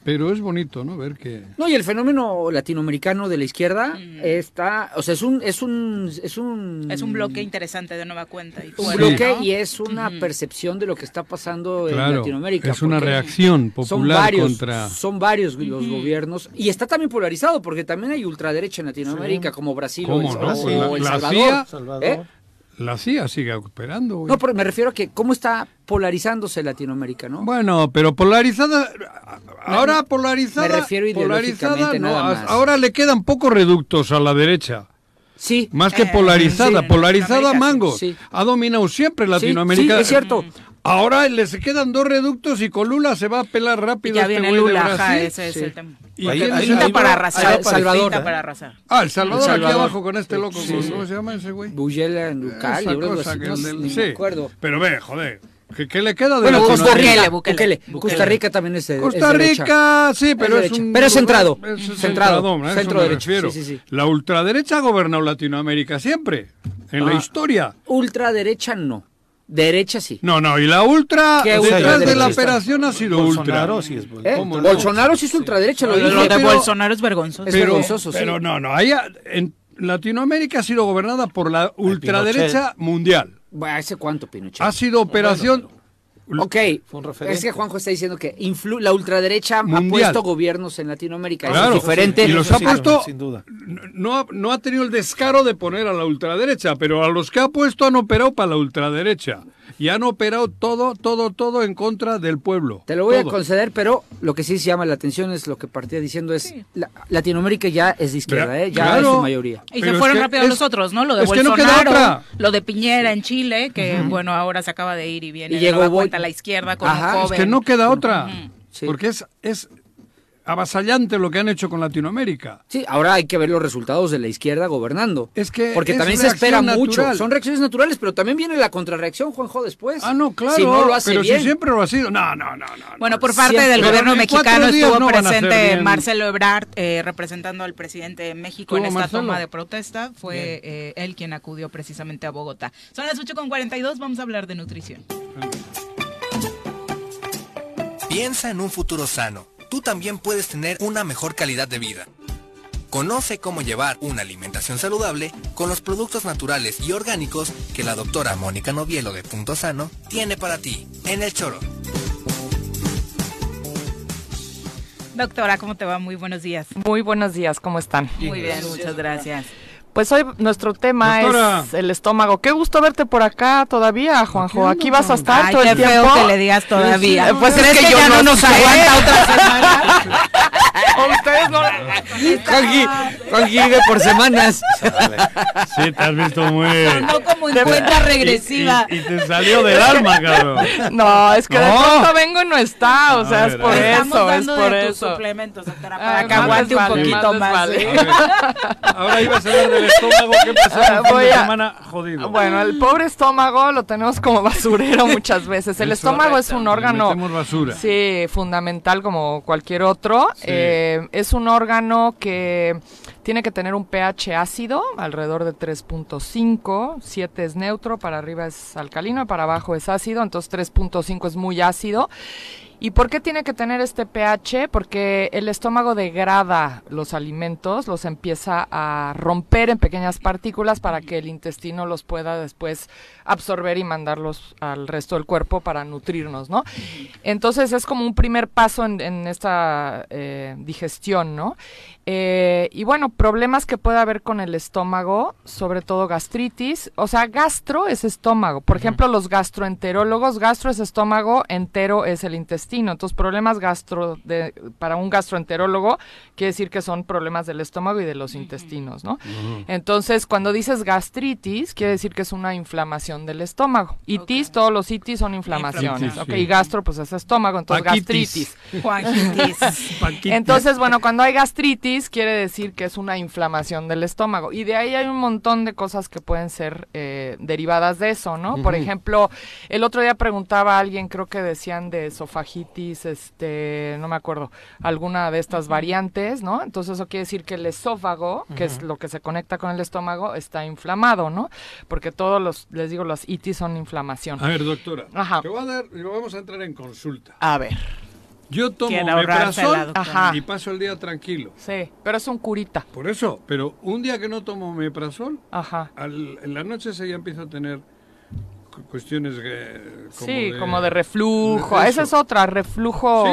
Pero es bonito, ¿no? Ver que...
No, y el fenómeno latinoamericano de la izquierda está, o sea, es un, es un, es un,
Mm. Es un bloque interesante de nueva cuenta. Y
un
fuerte,
bloque
¿no?
y es una percepción de lo que está pasando en
Claro,
Latinoamérica.
es una
porque
reacción
son
popular
varios,
contra-
Son varios los gobiernos y está también polarizado porque también hay ultraderecha en Latinoamérica como Brasil o
¿Cómo
El-
no?
o,
Pues la-
El
la
Salvador.
CIA,
¿eh?
La CIA sigue operando. güey.
No, pero me refiero a que cómo está polarizándose Latinoamérica, ¿no?
Bueno, pero polarizada, ahora polarizada,
me refiero
polarizada
ideológicamente
no,
nada
as-
más.
ahora le quedan pocos reductos a la derecha.
Sí.
Más que
Eh,
polarizada,
sí,
polarizada
Latinoamérica,
mangos.
sí.
Ha dominado siempre Latinoamérica.
sí, es cierto.
Ahora le se quedan dos reductos y con Lula se va a pelar rápido
Ya
este
viene
güey de
Lula, ajá,
Brasil.
ese es el tema.
¿Y quién es el-
Ahí- ahí va- ahí va- ahí va para
Salvador.
Pinta para arrasar.
Ah, El Salvador,
El Salvador.
aquí abajo con este loco.
Sí,
¿cómo
sí.
se llama ese güey?
Buyela en Ducal,
Esa
algo
cosa
así.
que
No,
el
sé,
del-
ni
sí.
me acuerdo.
Pero ve, joder, ¿qué, qué le queda de
Bueno, Costa
Latinoamérica?
Rica,
Bukele,
Bukele.
Bukele.
Costa Rica también es de-
Costa
es derecha.
Rica, sí, pero
Es
es,
derecha.
un
Pero es centrado.
lugar- es un
Centrado.
centradón, a eso
Centro
me
derecha.
refiero.
Sí, sí, sí.
La ultraderecha ha gobernado Latinoamérica siempre, en la
Ah.
historia.
Ultraderecha no. Derecha sí.
No, no, y la ultra
¿Qué
detrás de la
ultraderechista?
operación ha sido
Bolsonaro
ultra.
sí es bol-
¿Eh?
¿Cómo no?
Bolsonaro sí es ultraderecha, lo
Lo
dije.
de
pero-
Bolsonaro es vergonzoso.
Es
Pero,
vergonzoso, sí.
pero no, no, ahí ha- en Latinoamérica ha sido gobernada por la ultraderecha mundial.
Bueno, ¿Hace cuánto, Pinochet?
Ha sido operación
Ok,
Fue un referente.
es que Juanjo está diciendo que influ- la ultraderecha
Mundial.
ha puesto gobiernos en Latinoamérica. Eso
Claro.
es diferente.
Y los ha
Sí,
puesto.
sin duda.
No, ha- no ha tenido el descaro de poner a la ultraderecha, pero a los que ha puesto han operado para la ultraderecha. Y han operado todo, todo, todo en contra del pueblo.
Te lo voy
Todo.
a conceder, pero lo que sí se llama la atención es lo que partía diciendo es la- Latinoamérica ya es de izquierda, ¿eh? ya es
Claro.
su mayoría.
Y
Pero
se
es
fueron
que
rápido
es-
los otros, ¿no? Lo de
es que no queda
Bolsonaro,
otra.
lo de Piñera en Chile, que bueno, ahora se acaba de ir y viene
Y
de
llegó
nueva
Bol-
cuenta a la izquierda como
Ajá, es
Es
joven.
que no queda otra.
Sí.
Porque es, es avasallante lo que han hecho con Latinoamérica.
Sí, ahora hay que ver los resultados de la izquierda gobernando.
Es que
Porque
es
también se espera
reacción
mucho.
natural.
Son reacciones naturales, pero también viene la contrarreacción, Juanjo, después.
Ah, no, claro.
Si no lo hace
pero
bien.
si siempre lo ha sido. No, no, no. no
Bueno,
no.
por parte
Siempre.
del
Pero
gobierno
en cuatro
mexicano
días
estuvo
no van a hacer
presente
bien.
Marcelo Ebrard eh, representando al presidente de México en
Estuvo
esta
Marcelo.
toma de protesta. Fue eh, él quien acudió precisamente a Bogotá. Son las 8.42, vamos a hablar de nutrición.
Piensa en un futuro sano. Tú también puedes tener una mejor calidad de vida. Conoce cómo llevar una alimentación saludable con los productos naturales y orgánicos que la doctora Mónica Novielo de Punto Sano tiene para ti en el choro.
Doctora, ¿cómo te va? Muy buenos días.
Muy buenos días, ¿cómo están?
Muy bien, muchas gracias.
Pues hoy nuestro tema
Doctora.
es el estómago. Qué gusto verte por acá todavía, Juanjo. Aquí vas a estar
Ay,
todo
qué
el tiempo.
feo que le digas todavía.
Eh, Pues es que, yo
ya no nos
sé.
aguanta otra semana.
O Ustedes no.
Juanji, Juanji vive por semanas.
Sí, te has visto muy.
No como en cuenta regresiva.
Y, y- y te salió del alma, cabrón.
No, es que de
No.
pronto vengo y no está. O
A
sea,
ver,
es por
a ver.
Estamos
eso, es
dando
por
de tus
eso.
suplementos, doctora,
Ay,
para que
más
aguante un
les vale,
poquito
más les vale.
más. ¿eh?
A ver, ahora ibas a hablar del estómago. ¿Qué pasó?
Ah,
Un fin
voy
de
a-
semana jodido.
Bueno, el pobre estómago lo tenemos como basurero muchas veces. El
Eso.
estómago es un
Le
órgano.
metemos basura.
Sí, fundamental como cualquier otro.
Sí.
Eh, es un órgano que tiene que tener un pH ácido alrededor de 3.5, 7 es neutro, para arriba es alcalino, para abajo es ácido, entonces 3.5 es muy ácido. ¿Y por qué tiene que tener este pH? Porque el estómago degrada los alimentos, los empieza a romper en pequeñas partículas para que el intestino los pueda después absorber y mandarlos al resto del cuerpo para nutrirnos, ¿no? Entonces es como un primer paso en, en esta eh, digestión, ¿no? Eh, y bueno, problemas que puede haber con el estómago, sobre todo gastritis. O sea, gastro es estómago. Por ejemplo, los gastroenterólogos, gastro es estómago, entero es el intestino. Entonces, problemas gastro de- para un gastroenterólogo quiere decir que son problemas del estómago y de los intestinos, ¿no?
Mm.
Eh, Entonces, cuando dices gastritis, quiere decir que es una inflamación del estómago. Itis, todos los itis son inflamaciones.
Inflamación.
ok, y gastro, pues es estómago, entonces
Paquitis.
gastritis.
Juanjitis.
Entonces, bueno, cuando hay gastritis, quiere decir que es una inflamación del estómago. Y de ahí hay un montón de cosas que pueden ser eh, derivadas de eso, ¿no? Por ejemplo, el otro día preguntaba a alguien, creo que decían de esofagitis, este, no me acuerdo, alguna de estas variantes, ¿no? Entonces, eso quiere decir que el esófago, que es lo que se conecta con el estómago, está inflamado, ¿no? Porque todos los, les digo, los itis son inflamación.
A ver, doctora.
Ajá.
Te voy a dar, vamos a entrar en consulta.
A ver,
Yo tomo
Quiere ahorrarse la
meprazol
doctora.
Ajá.
y paso el día tranquilo.
sí, pero es un curita.
Por eso, pero un día que no tomo meprazol,
Ajá.
al- en la noche se ya empiezo a tener cu- cuestiones eh, como
sí,
de,
como de reflujo.
de
Esa es
eso.
otra, reflujo.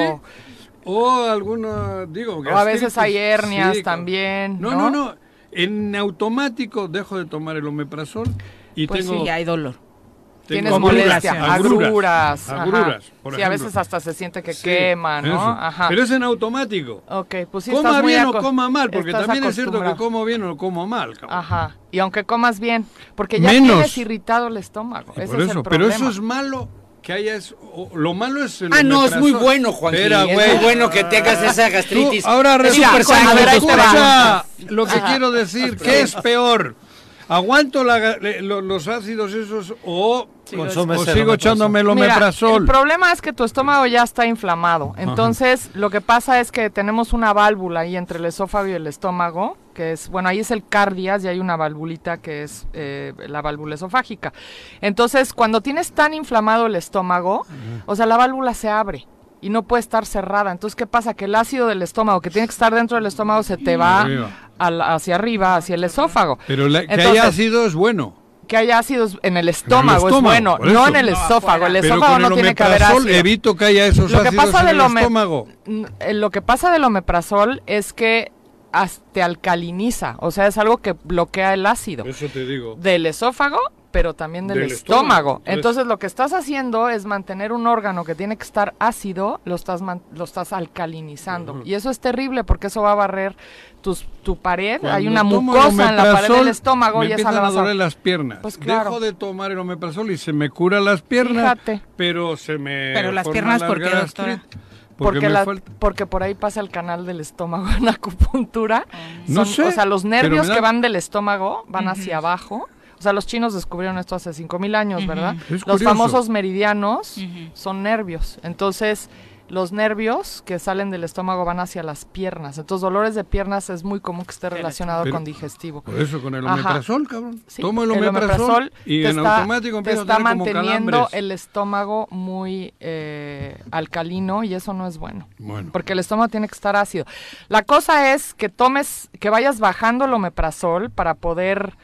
Sí. O alguna, digo,
O a veces
gastritis.
hay hernias
Sí,
también.
No, no, no. En automático dejo de tomar el omeprazol Y
Pues
tengo,
sí, hay
dolor.
tengo
Tienes
agruras,
molestia, agruras.
agruras,
ajá.
agruras, por
sí, a
ejemplo.
veces hasta se siente que
Sí,
quema, ¿no?
eso.
Ajá.
Pero es en automático.
Ok, pues sí
coma
estás muy
bien o
aco-
coma mal, porque
estás
también es cierto que
acostumbrado.
como bien o como mal. cabrón.
Ajá. Y aunque comas bien, porque ya
Menos.
tienes irritado el estómago. Ese
Por
es
eso,
el
pero eso
problema.
es malo que haya eso. o- Lo malo es el
Ah, no, es
omeprazol.
muy bueno, Juanqui,
Espera,
es
güey.
muy bueno que tengas esa gastritis.
Tú, ahora
Es
resulta,
súper sano,
a ver,
doctora.
escucha lo que
Ajá.
quiero decir, ¿qué es peor? ¿Aguanto la ga- le- lo- los ácidos esos o, o sigo echándome el
Mira,
omeprazol?
el problema es que tu estómago ya está inflamado. Entonces, lo que pasa es que tenemos una válvula ahí entre el esófago y el estómago, que es, bueno, ahí es el cardias y hay una valvulita que es eh, la válvula esofágica. Entonces, cuando tienes tan inflamado el estómago, o sea, la válvula se abre. Y no puede estar cerrada. Entonces, ¿qué pasa? Que el ácido del estómago, que tiene que estar dentro del estómago, se te va
Arriba.
al- hacia arriba, hacia el esófago.
Pero la- que haya
Entonces-
ácido es bueno.
que haya ácidos en el estómago,
estómago,
es bueno,
por
no
eso.
en el
No,
esófago, el
Pero
esófago
con
no
el
tiene que haber
omeprazol
ácido.
evito que haya esos
Lo que
ácidos
pasa
en
del
el
ome-
estómago.
N- eh, Lo que pasa del omeprazol es que as- te alcaliniza, o sea, es algo que bloquea el ácido
Eso te digo.
del esófago, pero también del,
Del
estómago.
estómago.
Entonces, lo que estás haciendo es mantener un órgano que tiene que estar ácido, lo estás man- lo estás alcalinizando. Y eso es terrible porque eso va a barrer tus- tu pared, hay
Cuando
una
tomo
mucosa en la pared
omeprazol,
del estómago
me
y esa
empiezan
la
a
vas a-
doler las piernas.
Pues claro.
Dejo de tomar el omeprazol y se me cura las piernas,
Fíjate.
pero se me
Pero las
forma
piernas,
la
¿por qué, doctora?
gastritis, Porque,
Porque,
me
la-
falta-
porque por ahí pasa el canal del estómago en acupuntura.
No
Son-
sé,
O sea, los
pero
nervios
me da-
que van del estómago van hacia abajo. O sea, los chinos descubrieron esto hace 5.000 años, ¿verdad?
Es
Los
curioso.
famosos meridianos son nervios. Entonces, los nervios que salen del estómago van hacia las piernas. Entonces, dolores de piernas es muy común que esté relacionado
Pero-
con digestivo.
Por eso, con el
Ajá.
omeprazol, cabrón.
Sí,
Tomo el
el
omeprazol,
omeprazol
y
te
en
está-
automático
te
empiezo
está
a tener como
manteniendo
calambres.
el estómago muy eh, alcalino y eso no es bueno.
Bueno.
Porque el estómago tiene que estar ácido. La cosa es que tomes, que vayas bajando el omeprazol para poder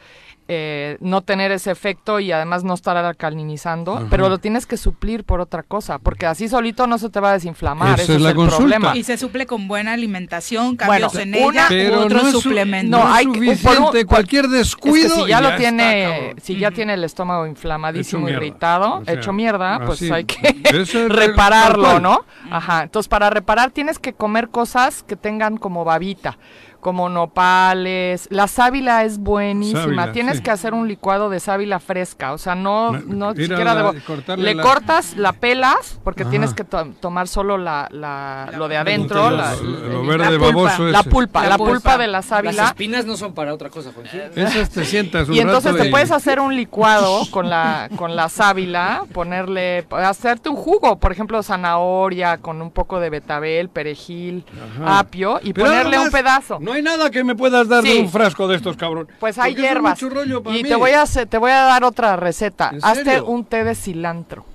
eh, no tener ese efecto y además no estar alcalinizando,
Ajá.
pero lo tienes que suplir por otra cosa, porque así solito no se te va a desinflamar.
Esa
ese
es
es
la
el
consulta.
problema.
Y se suple con buena alimentación, cambios
Bueno,
en ella,
Pero
u otros
no es su-
suplementos.
no
Ah, No, hay
es
que- por un-
suficiente.
por-
cualquier descuido.
Es que si
y
ya, lo
está,
tiene,
cabrón.
si ya tiene el estómago inflamadísimo,
Hecho mierda.
irritado,
O sea,
hecho mierda, pues
así.
hay que
Ese es el- tal
repararlo,
cual.
¿no? Ajá. Entonces, para reparar tienes que comer cosas que tengan como babita, como nopales. La sábila es buenísima.
Sábila,
tienes
sí.
que hacer un licuado de sábila fresca, o sea, no,
Me-
no
ir a
siquiera
la-
de bo-
cortarle
Le
la-
cortas, la pelas, porque
Ajá.
tienes que to- tomar solo la, la- lo de adentro,
lo-
la,
lo-
el-
lo
la
verde
pulpa,
baboso
la
ese.
pulpa,
La
la
pulpa.
pulpa de la
Las
sábila.
espinas no son para otra cosa, Juanqui.
Esas te este, sientas un
Y entonces
rato
te
y-
puedes hacer un licuado con la con la sábila, ponerle, hacerte un jugo, por ejemplo, zanahoria con un poco de betabel, perejil,
Ajá.
apio y
Pero
ponerle
nada
un
más,
pedazo.
No hay nada que me puedas dar de
Sí.
un frasco de estos cabrón.
Pues hay
Porque es
hierbas.
mucho rollo para
Y
mí.
te voy a hacer- te voy a dar otra receta.
¿En
Hazte
serio?
un té de cilantro.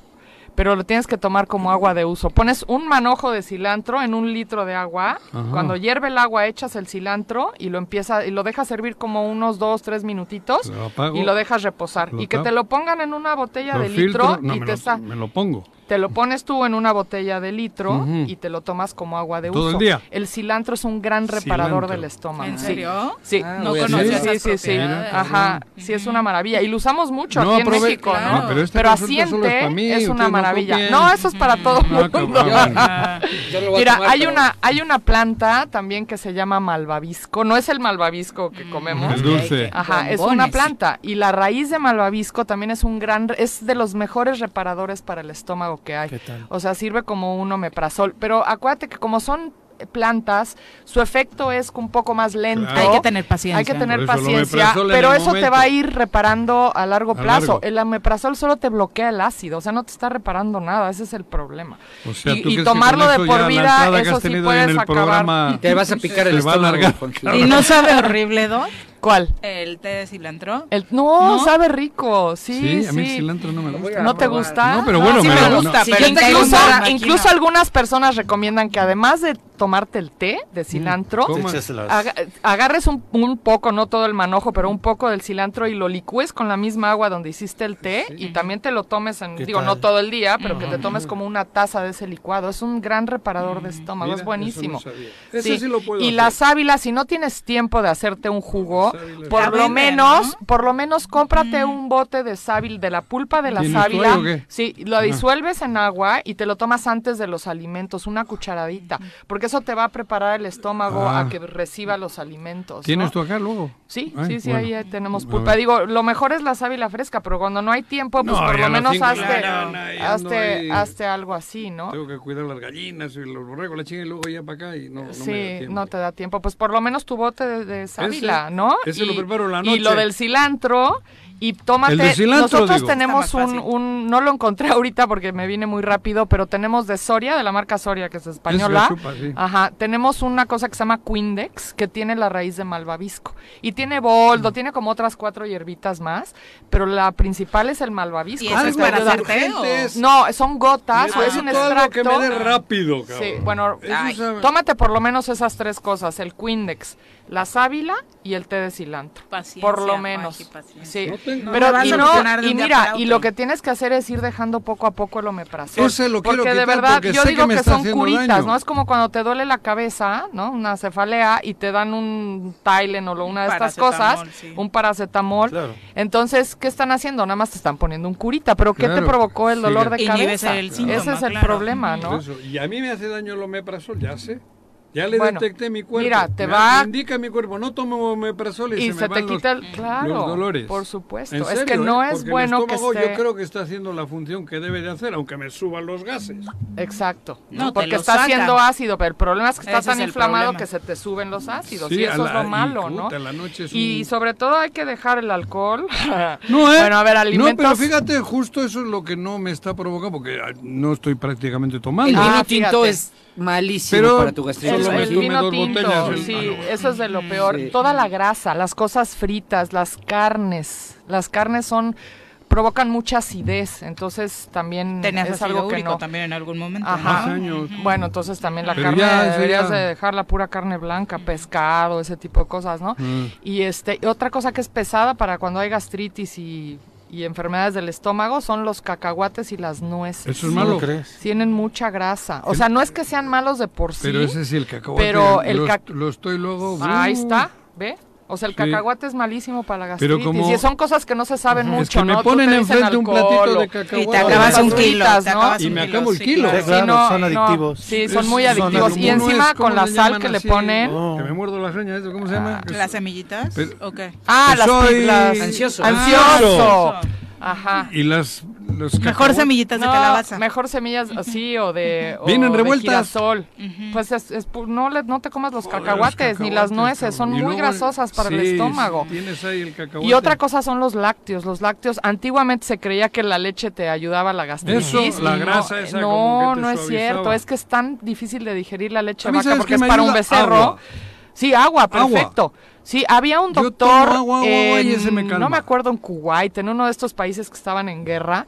Pero lo tienes que tomar como agua de uso. Pones un manojo de cilantro en un litro de agua.
Ajá.
Cuando hierve el agua, echas el cilantro y lo empieza y lo dejas hervir como unos dos, tres minutitos
Lo apago.
y lo dejas reposar.
Lo
y que
tapo.
te lo pongan en una botella
Lo
de
filtro,
litro
no,
y
me,
te,
lo,
sa-
me lo pongo.
te lo pones tú en una botella de litro
Ujú.
y te lo tomas como agua de
Todo el
uso.
día.
El cilantro es un gran reparador
Cilantro.
del estómago.
¿En
Sí.
serio?
Sí.
No
Ah, voy a
conocía
hacer.
esas
Sí, sí, sí.
propiedades.
Ajá, sí es una maravilla y lo usamos mucho
No,
aquí en
aprove-
México,
claro.
¿no?
No, pero esta
asiente
consulta solo es pa' mí,
es
ustedes
una
no
maravilla.
copien.
No, eso es para todo el
No,
mundo.
Ah, cabrón.
Yo lo voy a
Mira,
tomar,
hay
pero-
una hay una planta también que se llama malvavisco, no es el malvavisco que comemos.
Es Mm, dulce.
Ajá, es
Bombones.
una planta y la raíz de malvavisco también es un gran es de los mejores reparadores para el estómago que hay. O sea, sirve como un omeprazol, pero acuérdate que como son plantas, su efecto es un poco más lento.
Hay que tener paciencia.
Hay que tener
Por eso el
paciencia,
omeprazol en
pero
el
eso te
momento.
va a ir reparando a largo
A
plazo.
largo.
El omeprazol solo te bloquea el ácido, o sea, no te está reparando nada, ese es el problema.
O sea,
y,
¿tú
y
crees que
tomarlo
con
de
eso ya
por
la
vida,
entrada que has
eso sí
tenido
puedes
en el
acabar.
programa
Te vas a picar el
se va a
estómago,
alargar?
Juanqui.
¿Y no sabe horrible, Doc?
¿Cuál?
¿El té de cilantro?
El, no,
¿No?
sabe rico, sí, sí.
Sí, a mí el cilantro no me gusta.
¿No te gusta?
No, pero bueno,
sí
me
me,
lo-
gusta.
no. Sí,
Pero
yo tengo
incluso,
una máquina.
incluso algunas personas recomiendan que además de tomarte el té de cilantro,
Mm, ¿cómo?
Aga- agarres un, un poco, no todo el manojo, pero un poco del cilantro y lo licúes con la misma agua donde hiciste el té y también te lo tomes en,
¿Qué
digo,
tal?
no todo el día, pero
Mm.
que te tomes como una taza de ese licuado. Es un gran reparador de estómago,
Mira,
es buenísimo.
eso no sabía. Ese sí lo puedo
y
hacer.
la sábila, si no tienes tiempo de hacerte un jugo,
sábila.
por
Sábila,
lo
¿no?
menos, por lo menos cómprate un bote de sábila, de la pulpa de la
¿Y en el suelo o
sábila.
qué?
Sí, lo
Ah.
disuelves en agua y te lo tomas antes de los alimentos, una cucharadita, porque eso te va a preparar el estómago
Ah.
a que reciba los alimentos.
¿Tienes
¿no?
tú acá luego?
Sí,
Ay,
sí, sí,
bueno.
ahí eh, tenemos
A
pulpa.
ver.
Digo, lo mejor es la sábila fresca, pero cuando no hay tiempo, pues
No,
por
ya
lo
a las
menos
cinco de la
hazte,
mañana ya ando
hazte,
ahí.
hazte algo así, ¿no?
Tengo que cuidar las gallinas y los borregos, la chinga y luego ya para acá y no, no me da
sí,
tiempo.
no te da tiempo. Pues por lo menos tu bote de, de sábila,
Ese-
¿no?
ese lo preparo la
Y lo
noche.
del cilantro. Y tómate,
El de cilantro,
nosotros
digo.
tenemos
Está más
un, un- no lo encontré ahorita porque me vine muy rápido, pero tenemos de Soria, de la marca Soria, que es española.
chupa, sí.
Ajá, tenemos una cosa que se llama Quindex, que tiene la raíz de malvavisco. Y tiene
Mm.
boldo, tiene como otras cuatro hierbitas más, pero la principal es el malvavisco.
¿Y eso
que
es
te
para
ayuda.
hacerte o?
No, son gotas, o es un
Necesito algo que
extracto.
me dé rápido, cabrón.
Sí, bueno,
Eso
ay,
sabe-
tómate por lo menos esas tres cosas, el Quindex, la sábila y el té de cilantro. por lo
Juanji,
menos. Sí.
No tengo-
Pero
No vas
y
a
no-
funcionar de
y
un día
mira,
para
y lo que tienes que hacer es ir dejando poco a poco el omeprazol.
Ese lo quiero
porque de
quitar
verdad
porque
yo
sé que
digo
me
que,
está
son
haciendo
curitas,
daño.
¿no? Es como cuando te duele la cabeza, ¿no? Una cefalea y te dan un Tylenol o una de estas
paracetamol,
cosas,
sí.
un paracetamol.
Claro.
Entonces, ¿qué están haciendo? Nada más te están poniendo un curita, pero ¿qué te
Claro,
provocó el
sí,
dolor
ya-
de
Inhibes
cabeza?
el síntoma,
Ese es el
claro.
problema, ¿no?
Por eso, Y a mí me hace daño el omeprazol, ya sé. Ya le
Bueno,
detecté mi cuerpo.
mira, te
Me-
va-
me indica mi cuerpo, no tomo omeprazol y,
y
me
se te
van los-
quita el claro
los dolores.
por supuesto
En
es que
serio,
no
¿eh?
es
Porque
bueno
el
que
estómago
esté
yo creo que está haciendo la función que debe de hacer, aunque me suban los gases.
exacto
No, te
porque
lo
está
saca.
haciendo ácido pero el problema es que está
Ese
tan
es el
inflamado
problema.
que se te suben los ácidos
Sí,
y
a
eso es
la-
lo
y,
malo no
puta, la noche es
y
un-
sobre todo hay que dejar el alcohol
No, ¿eh?
bueno a ver alimentos
No, pero fíjate, justo eso es lo que no me está provocando, porque ah, no estoy prácticamente tomando.
El vino
Ah,
tinto
fíjate.
es malísimo
Pero
para tu gastritis.
solo me
el, el
tomé
vino
dos
tinto,
botellas el-
sí,
ah, no.
eso es de lo peor.
Sí.
Toda la grasa, las cosas fritas, las carnes, las carnes son provocan mucha acidez, entonces también
Tenías
Mm, es
ácido
algo que
úrico
no.
también en algún momento.
Ajá.
¿no?
Bueno, entonces también la
Pero
carne
ya, eso
deberías
ya.
de dejar la pura carne blanca, pescado, ese tipo de cosas, ¿no?
Mm.
Y este otra cosa que es pesada para cuando hay gastritis y, y enfermedades del estómago son los cacahuates y las nueces.
Eso es malo. ¿Cómo
crees?
Tienen mucha grasa. O sea, no es que sean malos de por sí.
Pero ese sí, el cacahuate.
Pero el
lo,
cac- Ah,
lo estoy luego.
Ahí
uh,
está, ¿ve? O sea, el
Sí.
cacahuate es malísimo para la
Pero
gastritis.
como-
Y son cosas que no se saben
Es
mucho,
que me
¿no? Tú
ponen
te dicen
enfrente un
alcohol
platito
o-
de cacahuate.
Y te acabas un kilo,
Papitas,
te
¿no?
acabas
Y
un
me
kilo,
acabo el
sí,
kilo.
Sí,
claro.
Claro,
no,
son
no.
adictivos.
Sí, son
Es-
muy
son
adictivos. Y
adictivos. No
encima
es como
con la
le
sal
llaman
que le
así,
ponen.
Que me muerdo las uñas, ¿eso ¿cómo se llama? Que
¿Las semillitas?
Pero-
¿O qué?
Ah,
Que
las
soy-
piblas.
Ansioso.
Ansioso.
Ansioso.
Ajá.
Y las. Los
Mejor
cacahuates.
semillitas de
No,
calabaza.
Mejor semillas así o de. o
Vienen
de
revueltas.
girasol. Pues es- es pu- no, le- no te comas los
Joder, los
cacahuates ni las
cacahuates,
nueces. Son
cabrón. Y
muy
luego-
grasosas para el
sí,
estómago.
sí, Tienes ahí el cacahuate.
Y otra cosa son los lácteos. Los lácteos, antiguamente se creía que la leche te ayudaba a la gastritis.
Eso, la
y no,
grasa esa
No,
como que te
no es
suavizaba.
cierto. Es que es tan difícil de digerir la leche
A
de
mí,
vaca
¿sabes
porque
qué
es
me
para un
ayuda?
becerro.
Agua.
Sí, agua,
Agua.
perfecto. Sí, había un
Yo
doctor,
tomo agua, agua, agua, y ese me
en-
calma.
no me acuerdo en Kuwait, en uno de estos países que estaban en guerra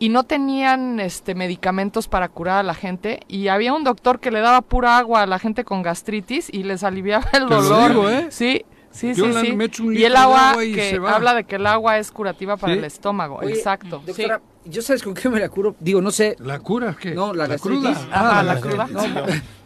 y no tenían este medicamentos para curar a la gente y había un doctor que le daba pura agua a la gente con gastritis y les aliviaba el
Te lo
dolor.
digo, ¿eh?
Sí. Sí,
Yo
sí,
la-
sí.
me echo un
y
litro
el
de
agua,
agua y se
que
va.
habla de que el agua es curativa para
Sí.
el estómago,
Oye,
exacto.
Doctora, yo sabes con qué me la curo. Digo, no sé.
¿La cura qué?
No,
¿La
la, gastritis.
cruda?
Ajá,
Ah,
la
la
cruda.
No,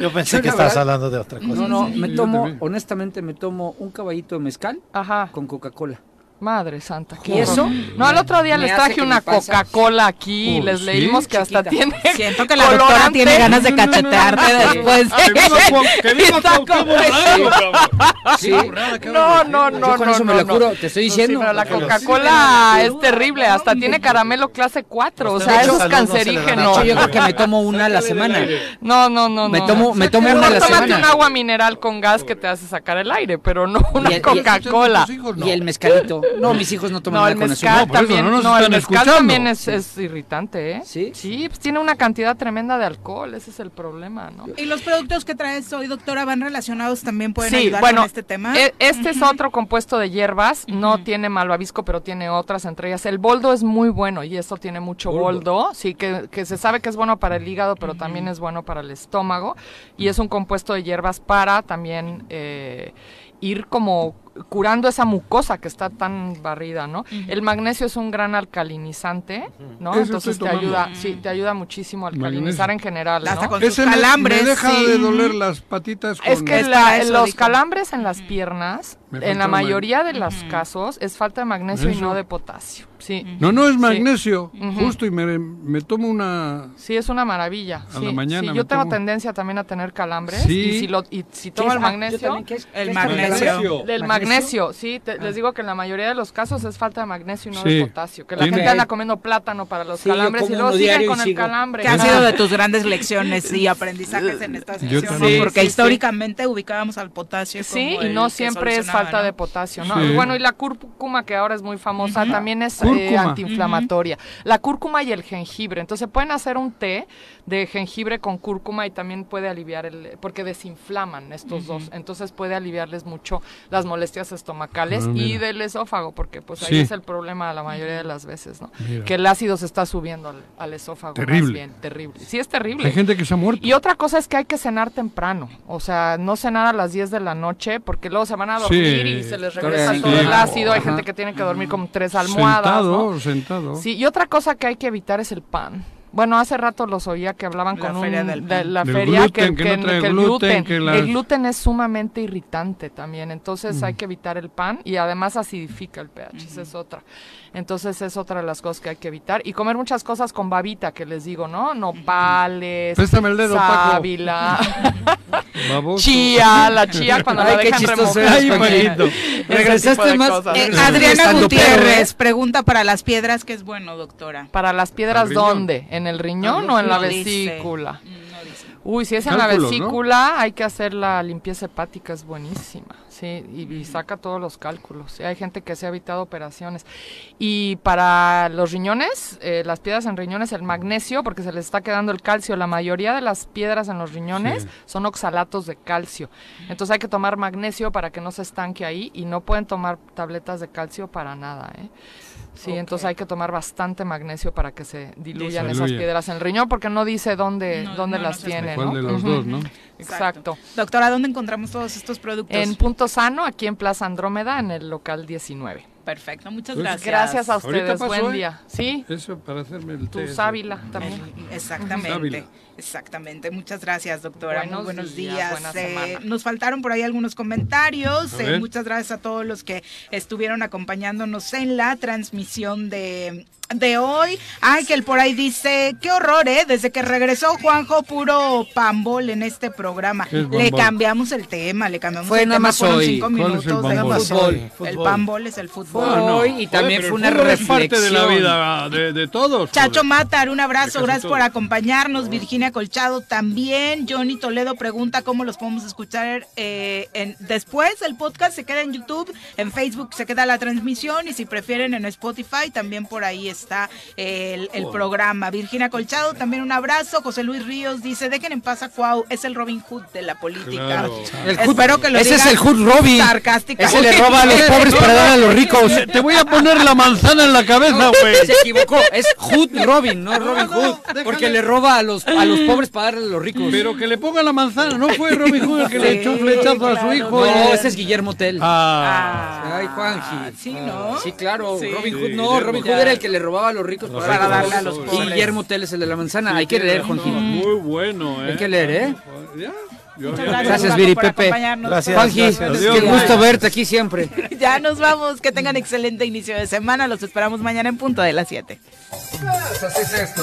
Yo pensé
Yo,
que
la
estabas
verdad-
hablando de otra cosa.
No, no, me
yo
tomo,
también.
honestamente, me tomo un caballito de mezcal
Ajá.
con Coca-Cola.
Madre santa. qué
¿Y eso?
horror. No, al otro día
Me
les
hace
traje
que mi
una
panza-
Coca-Cola aquí y
Oh,
les
¿sí?
leímos que hasta tiene.
Siento que la doctora
colorante.
tiene ganas de
No, no, no, no,
cachetearte
no, no, no.
después.
Ah, Que viva Cuau- que viva
Está como-
Cuauhtémoc Blanco, cabrón.
Sí.
Qué burrada acabas de
No,
decir.
no, no,
Yo con
no,
eso me
no,
la
no.
curo, te estoy
No, sí,
diciendo.
pero la
Pero sí
Coca-Cola es terrible, hasta tiene caramelo clase 4, o
Los
sea,
de
eso es
salud no se le dan
cancerígeno.
De hecho, yo creo que me tomo una a la semana.
No, no, no,
Me
no.
tomo, me tomo una a
Mejor
la
tómate un
semana.
agua mineral con gas que te hace sacar el aire, pero no
Y-
una
y-
Coca-Cola.
¿Tus hijos no?
Y el mezcalito. No, mis hijos no toman
No, el
nada con
mezcal
azúcar.
No, por eso,
también,
no
no,
nos
el
están
mezcal
escuchando.
también es, es irritante, ¿eh?
¿Sí?
pues tiene una cantidad tremenda de alcohol, ese es el problema, ¿no?
¿Y los productos que traes hoy, doctora, van relacionados también pueden
sí,
ayudar
bueno,
con este tema?
e- este es otro compuesto de hierbas, no tiene malvavisco, pero tiene otras entre ellas. El boldo es muy bueno y esto tiene mucho boldo, sí, que, que se sabe que es bueno para el hígado, pero también es bueno para el estómago. Y es un compuesto de hierbas para también eh, ir como curando esa mucosa que está tan barrida, ¿no? El magnesio es un gran alcalinizante, ¿no?
Ese
Entonces te
estoy tomando.
ayuda, sí, te ayuda muchísimo a alcalinizar
Magnesio.
en general, ¿no?
Ese me- Me deja
Sí.
de doler las patitas. Con...
Es que la- eh, los calambres en
Mm.
las piernas,
Me
en
falta
la
el
mayoría de los casos, es falta de magnesio y
Eso.
no de potasio. Sí.
Mm.
No, no es
Sí.
magnesio.
Ujú.
Justo y me, me tomo una.
Sí, es una maravilla.
A
sí,
la mañana
sí,
me
yo tengo
tomo-
tendencia también a tener calambres.
Sí.
Y si, lo, y si tomo
es
el
ma-
magnesio.
yo también, ¿qué es-
El Ah, qué es magnesio. magnesio? Ah.
El
¿Magnesio?
magnesio, sí. te- Les digo que en la mayoría de los casos es falta de magnesio y no
Sí.
de potasio. Que la
Dime.
gente anda comiendo plátano para los
Sí, yo
calambres y
como
luego
uno
siguen
diario y
con el
sigo.
calambre.
Que ha sido
Ajá.
de tus grandes lecciones y aprendizajes en esta
Yo
sesión, ¿no?
también.
porque
Sí, sí, sí.
históricamente ubicábamos al potasio.
Sí,
como
y
el
no
que
siempre es
solucionaba,
falta
¿no?
de potasio, ¿no?
Sí.
Bueno, y la cúrcuma, que ahora es muy famosa, también es eh,
Cúrcuma.
antiinflamatoria. La cúrcuma y el jengibre. Entonces pueden hacer un té de jengibre con cúrcuma y también puede aliviar el... porque desinflaman estos
Ujú.
dos. Entonces puede aliviarles mucho las molestias estomacales
Ah,
y
mira.
del esófago, porque pues
Sí.
ahí es el problema la mayoría de las veces, ¿no?
Mira.
Que el ácido se está subiendo al, al esófago. más
Terrible.
bien, terrible. Sí, es terrible.
Hay gente que se ha muerto.
Y otra cosa es que hay que cenar temprano, o sea, no cenar a las 10 de la noche porque luego se van a dormir
Sí.
y se les
Sí.
regresa todo el
Ajá.
ácido, hay gente que tiene que dormir con tres almohadas.
Sentado,
¿no?
sentado.
Sí, y otra cosa que hay que evitar es el pan. Bueno, hace rato los oía que hablaban
La
con
feria
un,
del
de
pan.
la
Del
feria
gluten, que no trae
el
gluten, que las-
El gluten es sumamente irritante también, entonces
Mm.
hay que evitar el pan y además acidifica el pH, esa es otra. Entonces es otra de las cosas que hay que evitar y comer muchas cosas con babita, que les digo, ¿no? Nopales,
Préstame el dedo, Paco.
sábila,
Baboso.
chía, la chía cuando
Ay,
la
qué
dejan
chistoso
remojar.
eres, Paquito.
Ese tipo
Regresaste
de
más-
cosas.
Eh, Adriana Gutiérrez pregunta para las piedras que es bueno, doctora.
¿Para las piedras
¿Al riñón?
dónde? ¿En el riñón
No,
o en la
no dice. Mm,
vesícula? Uy, si es en la
Cálculos, ¿no?
vesícula, hay que hacer la limpieza hepática, es buenísima, sí, y, y saca todos los cálculos. sí, Hay gente que se ha evitado operaciones. Y para los riñones, eh, las piedras en riñones, el magnesio, porque se les está quedando el calcio. La mayoría de las piedras en los riñones
Sí.
son oxalatos de calcio. Entonces hay que tomar magnesio para que no se estanque ahí y no pueden tomar tabletas de calcio para nada, ¿eh? Sí, entonces hay que tomar bastante magnesio para que se diluyan esas
Diluya.
piedras en el riñón, porque no dice dónde, dónde las tiene,
¿Cuál
¿no?
de los
Ujú.
dos, no?
Exacto.
Doctora, ¿dónde encontramos todos estos productos?
En Punto Sano, aquí en Plaza Andrómeda, en el local 19.
Perfecto, muchas
Pues,
gracias.
gracias a
Ahorita
ustedes,
pasó,
buen
¿eh?
día. Sí.
Eso para hacerme el
Tu
té.
sábila también.
Exactamente.
Sábila.
Exactamente. Muchas gracias, doctora. Muy
Buenos
buenos
días,
días.
buena
Eh,
semana.
nos faltaron por ahí algunos comentarios.
A
Eh,
ver.
muchas gracias a todos los que estuvieron acompañándonos en la transmisión de, de hoy. Ángel por ahí dice, qué horror, ¿eh? Desde que regresó Juanjo, puro pambol en este programa.
¿Qué es
Le
pambol?
cambiamos el tema, le cambiamos
Fue
el
nada
tema.
más
Fueron
hoy.
cinco
¿Cuál es el
minutos de
pambol?
fútbol.
Fútbol,
El
fútbol.
pambol es el fútbol.
Ah,
Fue hoy y también fue una reflexión.
parte de la vida de, de todos.
Chacho Matar, un abrazo,
De casi
gracias por
todos.
acompañarnos. Virginia Colchado también. Johnny Toledo pregunta cómo los podemos escuchar eh, en, después. El podcast se queda en YouTube, en Facebook se queda la transmisión y si prefieren en Spotify también por ahí está el, el programa. Virginia Colchado también un abrazo. José Luis Ríos dice, dejen en paz a Cuau, es el Robin Hood de la política.
Claro. El Hood-
Espero que lo
ese es
digan
el Hood Robin.
sarcástica-
Ese le roba a los pobres para dar a los ricos.
Te voy a poner la manzana en la cabeza, güey.
pues, Se equivocó, es Hood Robin, no Robin Hood, porque le roba a los, a los pobres para darle a los ricos.
Pero que le ponga la manzana, no fue Robin Hood el que le echó un flechazo a su hijo. eh.
No, ese es Guillermo Tell.
Ah.
Ay, Juanji. Sí,
¿no?
Sí, claro.
Sí.
Robin Hood,
Sí,
no.
Guillermo
Robin Hood
Tell.
era el que le robaba a los ricos
Los
para,
ricos.
darle a los
Los
pobres.
pobres.
Guillermo Tell es el de la manzana. Hay que
tiene
leer,
razón.
Juanji.
Muy
bueno,
Hay que leer, ¿eh?
Muchas
gracias,
gracias,
Viri
Paco, por
Pepe.
acompañarnos.
Gracias, Juanji,
gracias.
qué
Adiós,
gusto
bye.
verte aquí siempre.
Ya nos vamos. Que tengan excelente inicio de semana. Los esperamos mañana en punto de las 7.
Así es esto.